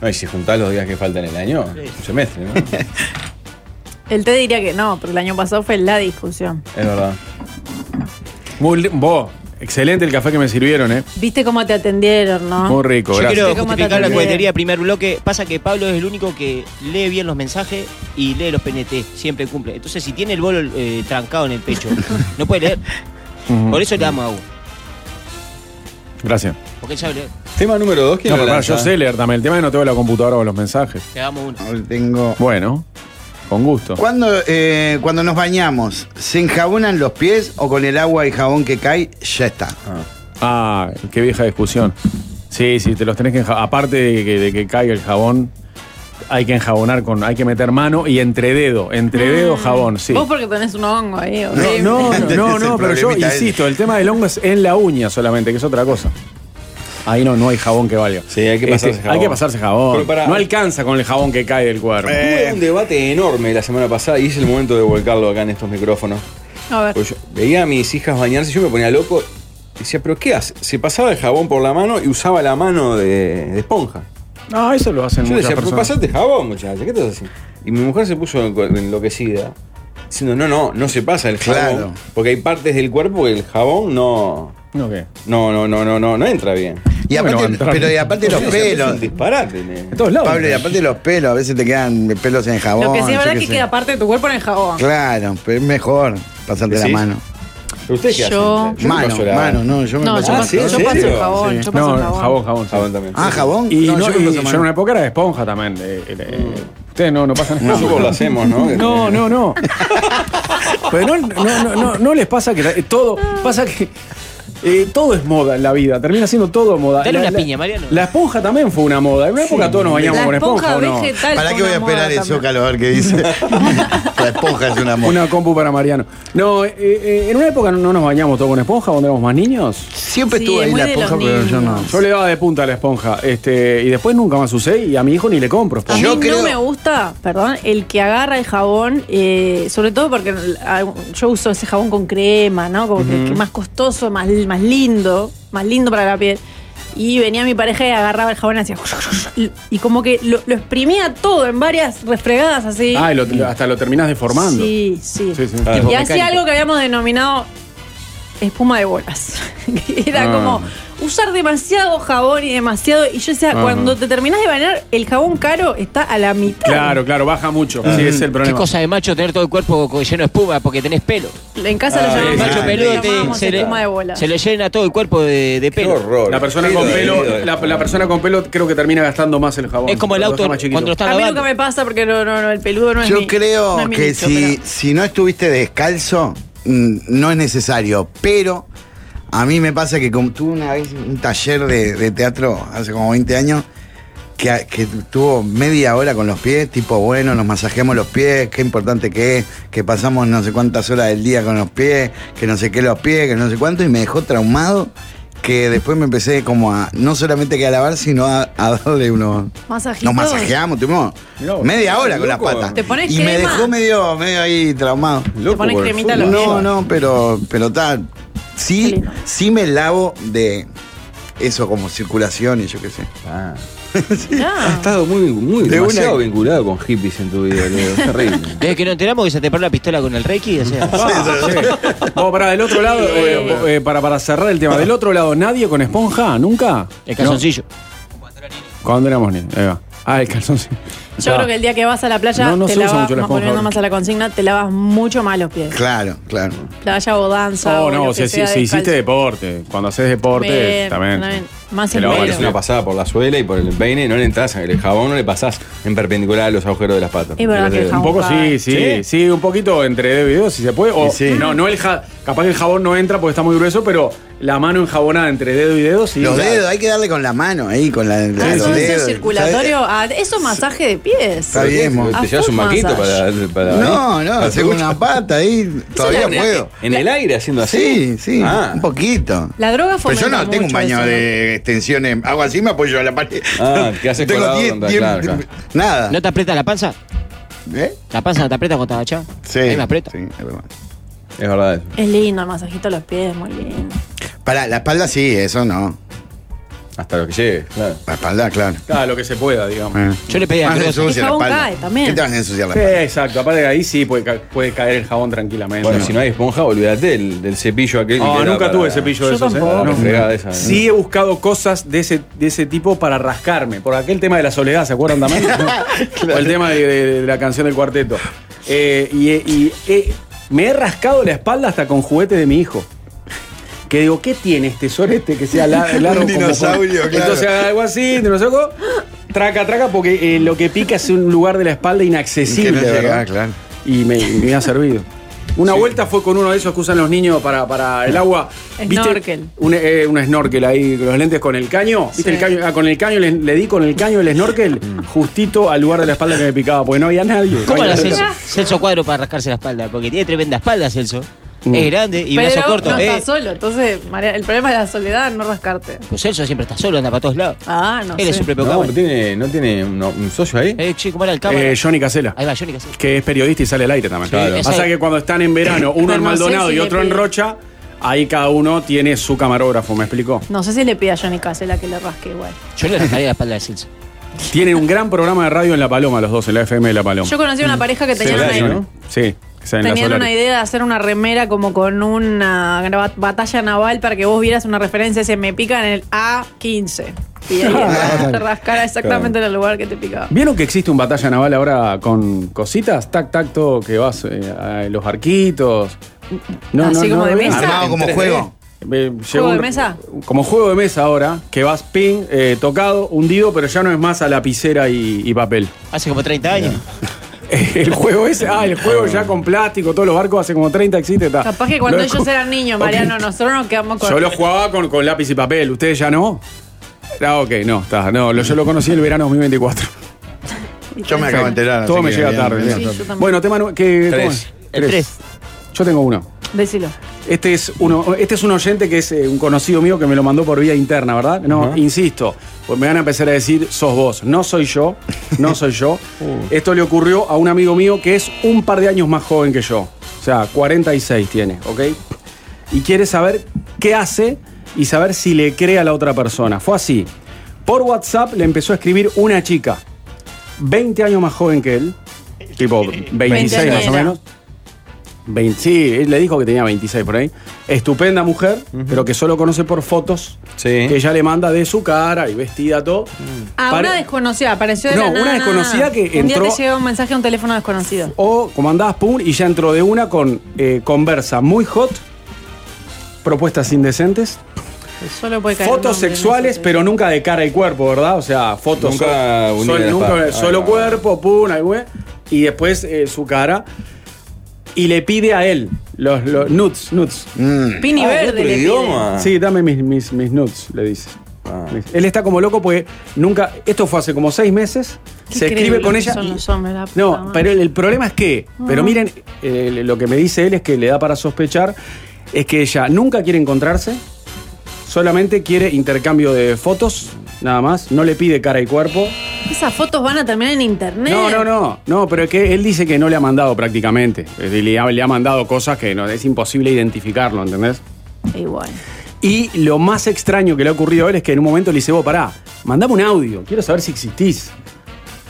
S1: No, y si juntás los días que faltan en el año, un semestre, ¿no? es
S2: Él te diría que no, porque el año pasado fue la discusión.
S1: verdad.
S4: Muy li- vos, excelente el café que me sirvieron, ¿eh?
S2: ¿Viste cómo te atendieron, no?
S4: Muy rico,
S7: Yo
S4: gracias.
S7: quiero
S2: ¿Cómo te
S7: justificar la
S2: atendés?
S7: cuetería primer bloque. Pasa que Pablo es el único que lee bien los mensajes y lee los PNT. Siempre cumple. Entonces, si tiene el bolo eh, trancado en el pecho, no puede leer. Por eso le damos agua.
S4: Gracias.
S7: Porque él sabe leer.
S1: Tema número dos, ¿quién
S4: No,
S1: lo
S4: pero pará,
S1: lanza?
S4: yo sé leer también. El tema es que no tengo la computadora o los mensajes.
S7: Le damos uno.
S3: Ahora tengo.
S4: Bueno, con gusto.
S3: Cuando, eh, cuando nos bañamos, ¿se enjabonan los pies o con el agua y jabón que cae? Ya está.
S4: Ah, qué vieja discusión. Sí, sí, te los tenés que enja- Aparte de que, de que caiga el jabón, hay que enjabonar con. Hay que meter mano y entre dedo, entre dedo
S1: Mm.
S4: jabón, sí.
S2: Vos porque tenés un hongo ahí.
S4: No,
S2: horrible.
S4: no, no,
S3: Ese
S4: no, no, pero yo
S3: problemita es-
S4: insisto, el tema del hongo es en la uña solamente, que es otra cosa. Ahí no, no hay jabón que valga. Este,
S1: Sí, hay que pasarse jabón.
S4: Hay que pasarse jabón.
S1: Pero para-
S4: No alcanza con el jabón que cae del cuerpo.
S1: Hubo un debate enorme la semana pasada y es el momento de volcarlo acá en estos micrófonos.
S2: A ver.
S1: Pues yo veía a mis hijas bañarse y yo me ponía loco. Y decía, ¿pero qué hace? Se pasaba el jabón por la mano y usaba la mano de, de esponja.
S4: No, Ah, eso lo hacen
S1: Yo
S4: muchas
S1: decía, pues, pero
S4: personas.
S1: pasate jabón, muchacha, ¿qué estás haciendo? Y mi mujer se puso enco- enloquecida, diciendo, no, no, no se pasa el jabón.
S4: Claro.
S1: Porque hay partes del cuerpo que el jabón no.
S4: ¿No qué?
S1: No, no, no, no, no, no entra bien.
S3: Y
S1: ¿Cómo
S3: aparte-
S1: no va a entrar
S3: pero y
S1: bien?
S3: aparte los
S1: Sí, es
S3: pelos.
S1: un disparate, ne.
S3: Pablo, y aparte los pelos, a veces te quedan pelos en jabón.
S2: Lo que sí es
S3: Ah, yo
S2: verdad
S3: qué
S2: que
S3: sé.
S2: queda parte de tu cuerpo en el jabón.
S3: Claro, pero es mejor pasarte la
S1: ¿Decís?
S3: mano.
S1: ¿Ustedes
S2: qué Yo- hacen? Yo me
S3: Mano,
S1: paso la-
S3: mano, no, Ah, yo me
S2: No,
S3: paso
S2: yo
S3: la-
S2: paso- yo paso el jabón, yo paso
S4: no,
S2: el
S4: jabón,
S2: jabón.
S4: jabón.
S1: Jabón también.
S3: Ah, jabón.
S4: Y,
S3: No,
S4: no,
S3: yo me
S4: y
S3: paso
S4: yo
S3: mano.
S4: en una época era de esponja también. eh, eh, eh,
S3: Mm.
S4: Ustedes no, no pasan
S1: No,
S4: esponja.
S1: nosotros lo hacemos, ¿no?
S4: No, no, no. Pero no, no, no, no, no les pasa que la- eh, todo. Pasa que. eh, todo es moda en la vida, termina siendo todo moda.
S7: Dale
S4: La-
S7: una
S4: la-
S7: piña, Mariano.
S4: La esponja también fue una moda. En una época todos nos bañamos
S2: La
S4: con esponja, ¿o
S2: esponja
S4: no?
S2: vegetal
S3: ¿Para
S2: fue
S3: qué voy a
S2: una moda
S3: esperar el
S2: también.
S3: zócalo a ver qué dice? la esponja es un amor.
S4: Una compu para Mariano. No, eh, eh, en una época no, no nos bañamos todos con esponja cuando éramos más niños.
S3: Siempre
S2: Sí,
S3: estuvo ahí
S2: muy
S3: la
S2: de
S3: esponja,
S2: los
S3: pero yo no.
S2: niños.
S4: Yo le daba de punta a la esponja. Este, y después nunca más usé y a mi hijo ni le
S2: A
S4: compro esponja.
S2: mí
S3: Yo
S2: no
S3: creo-
S2: me gusta, perdón, el que agarra el jabón, eh, sobre todo porque ah, yo uso ese jabón con crema, ¿no? Como que, que más costoso, más, más lindo, más lindo para la piel. Y venía mi pareja y agarraba el jabón y hacía... Y, y como que lo, lo exprimía todo en varias refregadas así.
S4: Ah, y lo- lo- hasta lo terminás deformando.
S2: Sí, sí.
S4: Sí, sí.
S3: Ah,
S1: Claro.
S2: Y hacía algo que habíamos denominado espuma de bolas. Que Era
S4: Ah.
S2: como usar demasiado jabón y demasiado. Y yo decía,
S4: Ajá.
S2: cuando te terminás de bañar, el jabón caro está a la mitad.
S4: Claro, claro, baja mucho.
S3: Ah,
S4: Sí, ese es el
S7: Qué
S4: problema.
S7: cosa de macho tener todo el cuerpo co- lleno de espuma porque tenés pelo.
S2: En casa
S1: Ah,
S2: lo
S1: el
S2: llamamos,
S1: macho
S2: lo
S7: peludo te-
S2: llamamos
S7: se le-
S2: espuma de bolas.
S7: Se le llena todo el cuerpo de, de
S1: Qué
S7: pelo.
S1: horror.
S4: La persona
S1: Qué
S4: con
S1: dolorido
S4: pelo,
S1: es.
S4: la, la persona con pelo creo que termina gastando más el jabón.
S7: Es como el
S4: Lo
S7: auto
S4: deja más chiquito.
S7: cuando lo estás
S2: A mí nunca
S7: lavando.
S2: me pasa porque no, no, no, el peludo no es
S3: Yo
S2: mi-
S3: creo
S2: no es mi
S3: que
S2: nicho,
S3: si,
S2: pero-
S3: si no estuviste descalzo, mm, no es necesario. Pero a mí me pasa que como, tuve una vez un taller de, de teatro hace como 20 años que, a- que tuvo media hora con los pies, tipo, bueno, nos masajeamos los pies, qué importante que es, que pasamos no sé cuántas horas del día con los pies, que no sé qué los pies, que no sé cuánto, y me dejó traumado que después me empecé como a, no solamente que a lavar, sino a, a darle unos...
S2: Masajitos.
S3: Nos masajeamos, tuvimos
S4: Mirá vos,
S3: media
S4: qué
S3: hora con las
S1: loco.
S3: patas.
S2: Te pones
S3: y
S2: crema.
S3: me dejó medio, medio ahí traumado.
S1: Loco
S2: pones
S1: por el
S2: cremita
S1: fútbol.
S2: a los-
S3: No, no, pero, pero tal.
S2: Qué
S3: Sí,
S2: lindo.
S3: sí me lavo de eso como circulación y yo qué sé.
S1: Ah. Has
S2: Ah,
S1: estado muy, muy
S3: De
S1: demasiado
S3: una-
S1: vinculado con hippies en tu vida, Leo. Es terrible.
S7: Desde que nos enteramos que se te paró la pistola con el Reiki, o sea.
S4: Vos, para del otro lado, eh, vos, eh, para, para cerrar el tema, del otro lado, nadie con esponja, nunca.
S7: El calzoncillo.
S4: No. Cuando éramos niños, ahí va. Ah, el calzoncillo.
S2: yo creo que el día que vas a la playa,
S4: No, no
S2: te
S4: se usa
S2: lavas,
S4: mucho la esponja
S2: volviendo
S4: ahora.
S2: más a la consigna, te lavas mucho más los pies.
S3: Claro, claro.
S2: Playa o danza.
S4: Oh,
S2: o
S4: no,
S2: lo
S4: si,
S2: que
S4: si-
S2: sea
S4: si hiciste
S2: descalzo.
S4: deporte, cuando haces deporte,
S2: Bien,
S4: también.
S2: también. Más
S4: Te
S2: en
S4: lo
S2: Bueno.
S1: Bueno, es una pasada por la suela y por el peine, no le entras, el jabón no le pasás en perpendicular a los agujeros de las patas.
S2: Es verdad
S1: De los
S2: que el
S1: dedos.
S4: Un
S2: jabón-
S4: poco sí, sí, sí,
S1: ¿Sí?
S4: un poquito entre dedo y dedo si se puede. O,
S3: Y sí.
S4: No, no el ja- capaz que el jabón no entra porque está muy grueso, pero la mano enjabonada entre dedo y dedo sí.
S3: Los
S4: Claro.
S3: dedos, hay que darle con la mano ahí, con la,
S2: Ah,
S3: la- los
S2: eso es el
S3: dedos.
S2: circulatorio. Ah, eso masaje de pies.
S3: Está bien, mo.
S1: Te llevas un
S2: A full
S1: maquito para,
S2: massage.
S1: para-
S3: No, no,
S1: para-
S3: tengo una pata ahí. Todavía
S1: en el-
S3: puedo.
S1: En el aire haciendo así.
S3: Sí, sí,
S1: Ah.
S3: un poquito.
S2: La droga
S3: Pero
S2: fomenta
S3: yo no tengo un
S2: mucho
S3: baño
S2: eso, ¿no?
S3: de extensiones. Hago así, me apoyo a la pared.
S1: Ah, que haces
S3: tengo
S1: colado
S3: 10,
S1: onda,
S3: 10,
S1: claro, claro.
S3: Nada.
S7: ¿No te aprieta la panza?
S3: ¿Eh?
S7: La panza no te aprieta cuando estás agachado.
S3: Sí.
S7: Ahí me aprieta.
S3: Sí, es verdad.
S1: Es verdad. eso.
S2: Es lindo el masajito a los pies, muy lindo.
S3: Para la espalda sí, eso no.
S1: Hasta lo que llegue, claro.
S3: La espalda, claro.
S4: Claro, lo que se pueda, digamos.
S3: Eh.
S7: Yo le pedí a
S3: Más
S7: Cruz.
S3: ensucia
S2: El
S3: la
S2: jabón
S3: espalda.
S2: cae también.
S3: ¿Qué te vas a ensuciar la
S4: Sí,
S3: espalda?
S4: exacto. Aparte que ahí sí puede, ca- puede caer el jabón tranquilamente.
S1: Bueno, si no hay esponja, olvídate del, del cepillo aquel.
S4: Ah,
S1: que era
S4: nunca
S1: para-
S4: tuve cepillo de
S2: Yo
S4: esos, ¿eh?
S2: tampoco.
S1: La fregada esa, ¿no?
S4: Sí he buscado cosas de ese, de ese tipo para rascarme. Por aquel tema de la soledad, ¿se acuerdan también? O el tema de, de- de la canción del cuarteto. Eh, y y, eh, me he rascado la espalda hasta con juguete de mi hijo. Que digo, ¿qué tiene este sorete que sea la- largo?
S3: Un
S4: como-
S3: dinosaurio,
S4: como-
S3: claro.
S4: Entonces haga algo así, dinosaurio, traca, traca, porque eh, lo que pica es un lugar de la espalda
S3: Que
S4: inaccesible,
S3: no llega,
S4: ¿verdad?
S3: claro.
S4: y me, me ha servido. Una vuelta fue con uno de esos que usan los niños para, para el agua.
S2: Snorkel.
S4: Un, eh, un snorkel ahí, con los lentes con el caño. ¿Viste
S2: Sí.
S4: el caño? Ah, con el caño le, le di con el caño el snorkel justito al lugar de la espalda que me picaba, porque no había nadie.
S7: Mm. ¿Cómo
S4: No
S7: lo
S4: había
S7: hace
S4: nadie.
S7: Celso? Celso Cuadro para rascarse la espalda? Porque tiene tremenda espalda, Celso.
S1: Mm.
S7: Es grande y brazo
S2: Pero
S7: corto.
S2: no
S7: eh.
S2: está solo, entonces María, el problema es la soledad, no rascarte.
S7: Pues Celso siempre está solo, anda para todos lados.
S2: Ah, no
S7: Él es
S2: sé.
S7: su propio
S2: No,
S7: caballo.
S1: tiene, ¿No tiene un, un socio ahí?
S7: Eh, che, ¿cómo era el cámara?
S4: Eh, Johnny Casela.
S7: Ahí va, Johnny Casella.
S4: que es periodista y sale al aire también.
S7: Claro.
S4: Pasa que cuando están en verano, uno
S2: Pero
S4: en
S2: no sé
S4: Maldonado
S2: si
S4: y
S2: le
S4: otro en
S2: pide.
S4: Rocha, ahí cada uno tiene su camarógrafo, ¿me explicó?
S2: No sé si le pide a Johnny Casella que le rasque igual.
S7: Yo le rascaría la espalda de Celso.
S4: Tienen un gran programa de radio en La Paloma, los dos, en la FM de La Paloma.
S2: Yo conocí una pareja que tenían una,
S4: Solari, Mm. ¿no? Sí, que sale en la
S2: tenían
S4: Solari.
S2: una idea de hacer una remera como con una gra- batalla naval para que vos vieras una referencia se me pica en el A15. Y ahí
S4: Ah.
S2: te rascara exactamente en el lugar que te picaba.
S4: ¿Vieron que existe un batalla naval ahora con cositas? Tac, tac, todo, que vas eh, a los arquitos.
S2: ¿Así como de
S4: ¿vieron?
S2: mesa? Armado como ¿En 3D? juego.
S4: Eh, llegó
S2: ¿Juego de
S4: un-
S2: mesa?
S4: Como juego de mesa ahora, que vas ping, eh, tocado, hundido, pero ya no es más a lapicera y, y papel.
S7: Hace como 30 años.
S4: El juego ese, ah, el juego ya con plástico, todos los barcos hace como 30 existe. está.
S2: Capaz que cuando
S4: Lo-
S2: ellos eran niños, Mariano, nosotros nos quedamos con.
S4: Yo lo jugaba con, con lápiz y papel, ¿ustedes ya no? Ah, ok, no, está, no, lo- yo lo conocí el verano 2024.
S3: Yo me acabo de enterar.
S4: Todo
S3: así
S4: me
S3: que
S4: llega
S3: bien,
S4: tarde.
S3: bien,
S4: sí.
S3: bien.
S4: bueno, tema nu- que ¿cómo
S3: Tres.
S4: es?
S3: El tres.
S4: Yo tengo uno.
S2: Decilo.
S4: Este es uno, este es un oyente que es eh, un conocido mío que me lo mandó por vía interna, ¿verdad? No, insisto, pues me van a empezar a decir sos vos, no soy yo, no soy yo. Esto le ocurrió a un amigo mío que es un par de años más joven que yo. O sea, 46 tiene, ¿ok? Y quiere saber qué hace y saber si le cree a la otra persona. Fue así. Por WhatsApp le empezó a escribir una chica, 20 años más joven que él, tipo 26 más o
S2: Veinteañera.
S4: menos. 20, sí, él le dijo que tenía 26 por ahí. Estupenda mujer, pero que solo conoce por fotos que ella le manda de su cara y vestida todo.
S1: Mm.
S2: A
S4: Pare-
S2: Ah, una desconocida, apareció de
S4: No,
S2: la
S4: una
S2: nada.
S4: desconocida que
S2: Un día
S4: entró-
S2: te llega un mensaje a un teléfono desconocido.
S4: O como andabas pum y ya entró de una con eh, conversa muy hot, propuestas indecentes,
S2: Solo puede caer.
S4: fotos sexuales, pero nunca de cara y cuerpo, ¿verdad? O sea, fotos
S1: Nunca
S4: sol-
S1: unida
S4: sol-
S1: la
S4: nunca-
S1: espalda.
S4: solo
S1: Ah.
S4: cuerpo, pum, ahí, güey, y después eh, su cara. Y le pide a él los, los nuts, nuts.
S3: Mm.
S2: Pini Ah, en verde otro le pide. idioma. Ah.
S4: Sí, dame mis, mis, mis nuts, le dice. Él está como loco porque nunca. Esto fue hace como seis meses.
S2: Qué
S4: se escribe
S2: increíble
S4: con
S2: que
S4: ella.
S2: son
S4: y-
S2: los hombres, la puta
S4: no,
S2: madre.
S4: pero el, el problema es que. Pero
S2: Ah.
S4: miren, eh, lo que me dice él es que le da para sospechar. Es que ella nunca quiere encontrarse. Solamente quiere intercambio de fotos, nada más. No le pide cara y cuerpo.
S2: Esas fotos van a terminar en internet.
S4: No, no, no. No, pero es que él dice que no le ha mandado prácticamente. Es decir, Le ha, le ha mandado cosas que no, es imposible identificarlo, ¿entendés?
S2: Igual.
S4: Y lo más extraño que le ha ocurrido a él es que en un momento le dice, vos, pará, mandame un audio, quiero saber si existís.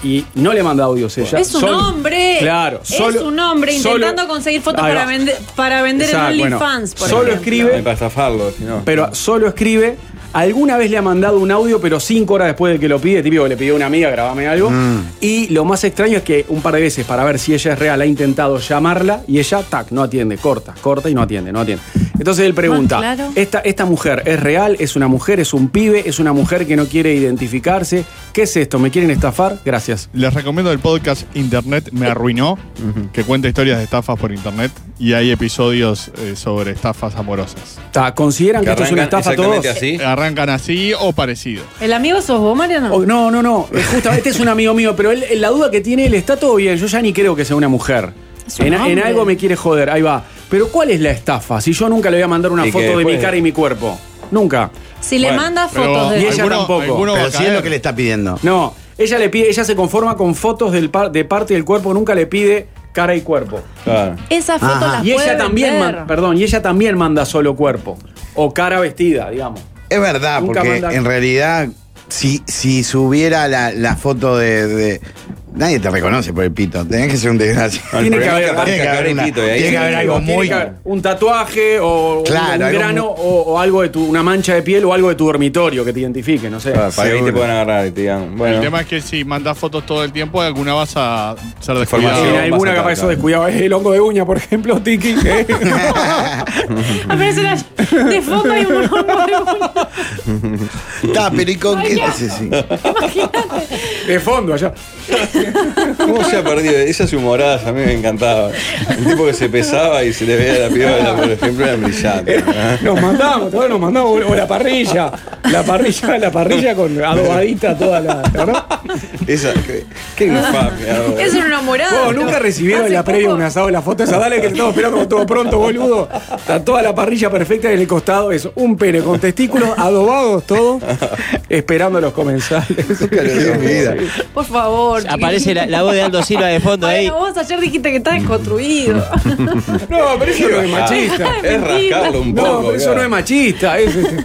S4: Y no le manda audios ella.
S2: es un
S4: Solo-
S2: hombre.
S4: Claro,
S2: Es
S4: solo-
S2: un hombre
S4: solo-
S2: intentando conseguir fotos
S4: Ahí
S2: para,
S4: va.
S2: vender para vender
S4: Exacto,
S2: en
S4: bueno,
S2: OnlyFans. por
S4: Solo
S2: ejemplo.
S4: escribe,
S1: Para estafarlo, si no.
S4: pero solo escribe. Alguna vez le ha mandado un audio, pero cinco horas después de que lo pide, típico que le pidió a una amiga, grabame algo.
S1: Mm.
S4: Y lo más extraño es que un par de veces, para ver si ella es real, ha intentado llamarla y ella, tac, no atiende, corta, corta y no atiende, no atiende. Entonces él pregunta,
S2: Más Ah, claro.
S4: esta, ¿esta mujer es real? ¿Es una mujer? ¿Es un pibe? ¿Es una mujer que no quiere identificarse? ¿Qué es esto? ¿Me quieren estafar? Gracias.
S6: Les recomiendo el podcast Internet me arruinó, que cuenta historias de estafas por internet y hay episodios eh, sobre estafas amorosas.
S4: Ta, ¿Consideran que, esto es una estafa a todos?
S6: Arrancan así o parecido.
S2: ¿El amigo sos vos, Mariano?
S4: Oh, no, no, no. Eh, Justamente es un amigo mío, pero él, la duda que tiene, él está todo bien. Yo ya ni creo que sea una mujer.
S2: Es un
S4: En, en
S2: hombre.
S4: algo me quiere joder, ahí va. Pero ¿cuál es la estafa? Si yo nunca le voy a mandar una
S1: Y que
S4: foto de mi
S1: después-
S4: cara y mi cuerpo. Nunca.
S2: Si le
S4: Bueno,
S2: manda
S4: pero
S2: fotos de.
S4: Y ella tampoco.
S3: Pero si es lo que le está pidiendo.
S4: No, ella le pide, ella se conforma con fotos del par- de parte del cuerpo, nunca le pide cara y cuerpo.
S2: Esas fotos las
S4: y
S2: puede
S4: ella también,
S2: vender.
S4: man- perdón, y ella también manda solo cuerpo o cara vestida, digamos.
S3: Es verdad,
S4: Nunca
S3: porque
S4: mandan-
S3: en realidad, si, si subiera la, la foto de, de- Nadie te reconoce por el pito. Tenés que ser un desgraciado.
S4: Tiene que haber,
S3: tiene que haber una- tiene que haber algo
S4: Tiene
S3: muy.
S4: que haber un tatuaje o
S3: Claro,
S4: un
S3: algo
S4: grano o, o algo de tu, una mancha de piel o algo de tu dormitorio que te identifique, no sé.
S1: Para que ahí te puedan agarrar y te digan,
S6: El
S1: bueno.
S6: tema es que si mandas fotos todo el tiempo, de alguna vas a ser descuidado.
S1: Información.
S4: En alguna
S1: Vas a
S4: capaz
S1: tratar.
S4: eso descuidado es el hongo de uña, por ejemplo, Tiki. ¿eh?
S2: Aparece la- de foto y un hongo de uña.
S3: Está, pero ¿y con qué? Sí, sí.
S4: de fondo allá.
S1: ¿Cómo se ha perdido? Esas humoradas a mí me encantaban. El tipo que se pesaba y se le veía la piola, por ejemplo, era brillante. ¿no?
S4: Nos mandamos, todos nos mandamos o la parrilla. La parrilla, la parrilla con adobadita toda la. Ah, ¿verdad?
S1: Esa, qué, qué infamia, boludo.
S2: Es un enamorado.
S4: Vos nunca recibieron
S2: Hace
S4: la previa de
S2: poco-
S4: un asado, la foto esa, dale que te estamos esperando como todo pronto, boludo. Está toda la parrilla perfecta y en el costado es un pene con testículos adobados todo, esperando a los comensales.
S2: Por favor.
S7: Aparece la, la voz de Aldo Silva de fondo ahí.
S2: Bueno, vos ayer dijiste que estás desconstruido.
S4: No, pero eso no es machista.
S1: Es rascarlo Ah, un
S4: No,
S1: poco.
S4: pero eso
S1: claro.
S4: no es machista. es- es-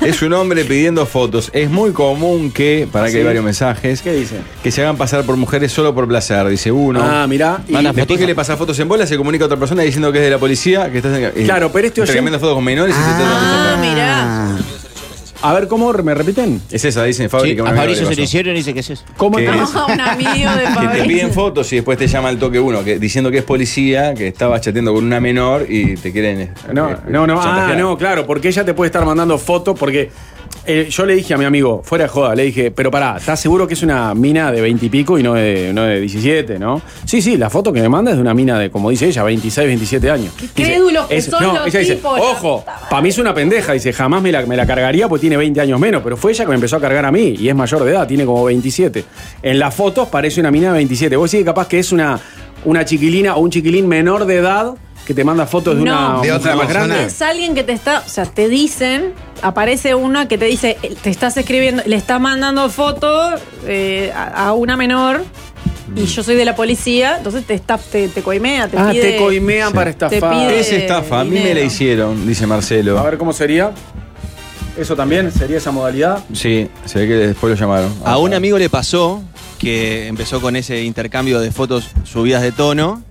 S1: Es un hombre pidiendo fotos. Es muy común que, para
S4: ¿Ah,
S1: que hay
S4: sí?
S1: varios mensajes,
S4: ¿Qué dice?
S1: que se hagan pasar por mujeres solo por placer, dice uno.
S4: Ah, mirá. y-
S1: Y después que le pasa fotos en bola, se comunica a otra persona diciendo que es de la policía, que estás en- eh,
S4: Claro, pero este oyente-
S1: intercambiando fotos con menores y se
S2: Ah,
S1: tratan de
S2: mirá.
S4: A ver, ¿cómo me repiten?
S1: Es esa, dicen
S7: Sí,
S1: fábrica. una
S7: a
S1: amiga
S7: Fabricio
S1: le
S7: se lo
S1: pasó.
S7: hicieron y dice que es eso.
S4: ¿Cómo
S1: ¿Qué
S4: te-
S1: es?
S2: A un amigo de
S1: Que te piden
S2: Fabricio.
S1: fotos y después te llama al toque uno, que, diciendo que es policía, que estaba chateando con una menor y te quieren. eh,
S4: No,
S1: eh,
S4: no, no, ah,
S1: chantajear.
S4: no, claro, porque ella te puede estar mandando fotos porque eh, yo le dije a mi amigo, fuera de joda, le dije, pero pará, ¿estás seguro que es una mina de 20 y pico y no de, no de 17, no? Sí, sí, la foto que me manda es de una mina de, como dice ella, 26, 27 años. Dice,
S2: crédulos que
S4: es-
S2: son los
S4: ella dice,
S2: tipos, la
S4: ojo, para mí es una pendeja, dice, jamás me la, me la cargaría porque tiene 20 años menos, pero fue ella que me empezó a cargar a mí y es mayor de edad, tiene como 27. En las fotos parece una mina de 27. Vos sí capaz que es una, una chiquilina o un chiquilín menor de edad que te manda fotos de
S2: No.
S4: una
S3: De otra
S4: mujer más
S3: persona.
S4: grande.
S2: Es alguien que te está, o sea, te dicen, aparece una que te dice, eh, te estás escribiendo, le estás mandando fotos a, a una menor
S1: Mm.
S2: y yo soy de la policía, entonces te está, te, te coimea, te
S4: Ah,
S2: pide.
S4: te coimean
S1: Sí.
S4: para
S2: Te
S4: estafar.
S2: pide-
S1: Es estafa, a mí me
S2: dinero.
S1: la hicieron, dice
S4: A
S1: Marcelo.
S4: ver cómo sería. Eso también sería esa modalidad.
S1: Sí, se ve que después lo llamaron.
S11: A un amigo le pasó que empezó con ese intercambio de fotos subidas de tono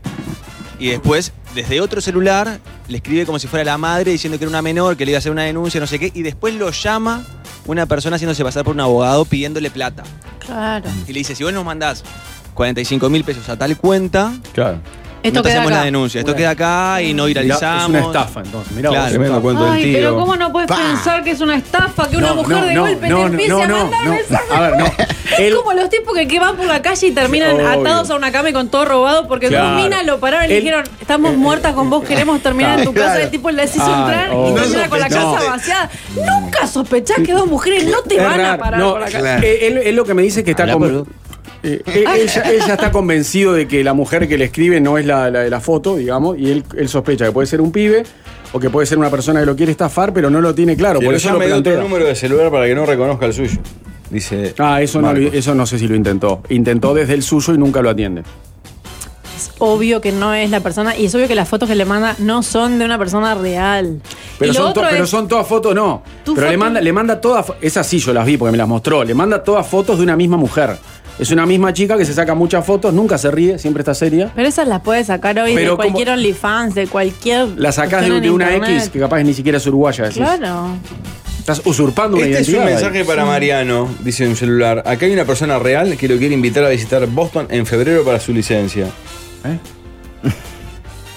S11: y después, desde otro celular, le escribe como si fuera la madre diciendo que era una menor, que le iba a hacer una denuncia, no sé qué, y después lo llama una persona haciéndose pasar por un abogado pidiéndole plata.
S2: Claro.
S11: Y le dice, si vos nos mandás 45 mil pesos a tal cuenta,
S1: Claro.
S2: Esto
S11: no te
S2: queda
S11: hacemos
S2: acá.
S11: la denuncia. Esto
S4: Una-
S11: queda acá y no viralizamos.
S4: Es una estafa, entonces. Mirá
S11: Claro.
S4: vos.
S1: Tremendo cuento del
S2: Ay,
S1: tío.
S2: pero ¿cómo no puedes
S3: Pa.
S2: pensar que es una estafa que una
S4: No,
S2: mujer
S4: no,
S2: de
S4: no,
S2: golpe
S4: no,
S2: te empiece
S4: no,
S2: a
S4: no,
S2: mandar
S4: no.
S2: mensajes?
S4: A ver, no.
S2: Es
S4: El-
S2: como los tipos que, que van por la calle y terminan
S4: Obvio.
S2: atados a una cama y con todo robado porque dos
S4: Claro.
S2: minas lo pararon y le
S4: El- Ah,
S2: dijeron, estamos muertas con vos, queremos terminar en tu
S3: Claro.
S2: casa. El tipo le decís
S4: Ay, oh.
S2: entrar
S4: obvio.
S2: y termina con la
S3: No.
S2: casa vaciada. Nunca sospechás que dos mujeres no te
S4: Es
S2: van a
S4: raro.
S2: parar
S4: No,
S2: por la calle.
S3: Claro.
S4: eh, él, él lo que me dice es que está
S7: Habla,
S4: con-
S7: boludo.
S4: Eh, eh, ella, ella está convencido de que la mujer que le escribe no es la, la de la foto, digamos, y él, él sospecha que puede ser un pibe o que puede ser una persona que lo quiere estafar, pero no lo tiene claro.
S1: Pero
S4: por
S1: por
S4: eso lo
S1: me dio otro
S4: plantea.
S1: número de celular para que no reconozca el suyo. Dice.
S4: Ah, eso no, lo-
S1: Marcos.
S4: eso no sé si lo intentó. Intentó desde el suyo y nunca lo atiende.
S2: Es obvio que no es la persona y es obvio que las fotos que le manda no son de una persona real.
S4: Pero,
S2: y lo
S4: son, to-
S2: otro
S4: pero
S2: es-
S4: son todas fotos, no.
S2: Tu
S4: Pero le
S2: foto-
S4: manda, le manda todas. fo- Esas sí yo las vi porque me las mostró. Le manda todas fotos de una misma mujer. Es una misma chica que se saca muchas fotos, nunca se ríe, siempre está seria.
S2: Pero esas las puedes sacar hoy
S4: Pero
S2: de cualquier
S4: como-
S2: OnlyFans, de cualquier.
S4: La sacás de,
S2: cuestión
S4: de
S2: en
S4: una
S2: internet.
S4: X que capaz ni siquiera es uruguaya. decís.
S2: Claro.
S4: Estás usurpando una
S1: Este es
S4: identidad.
S1: un
S4: ahí.
S1: mensaje para Mariano, dice en un celular. Acá hay una persona real que lo quiere invitar a visitar Boston en febrero para su licencia.
S4: ¿Eh?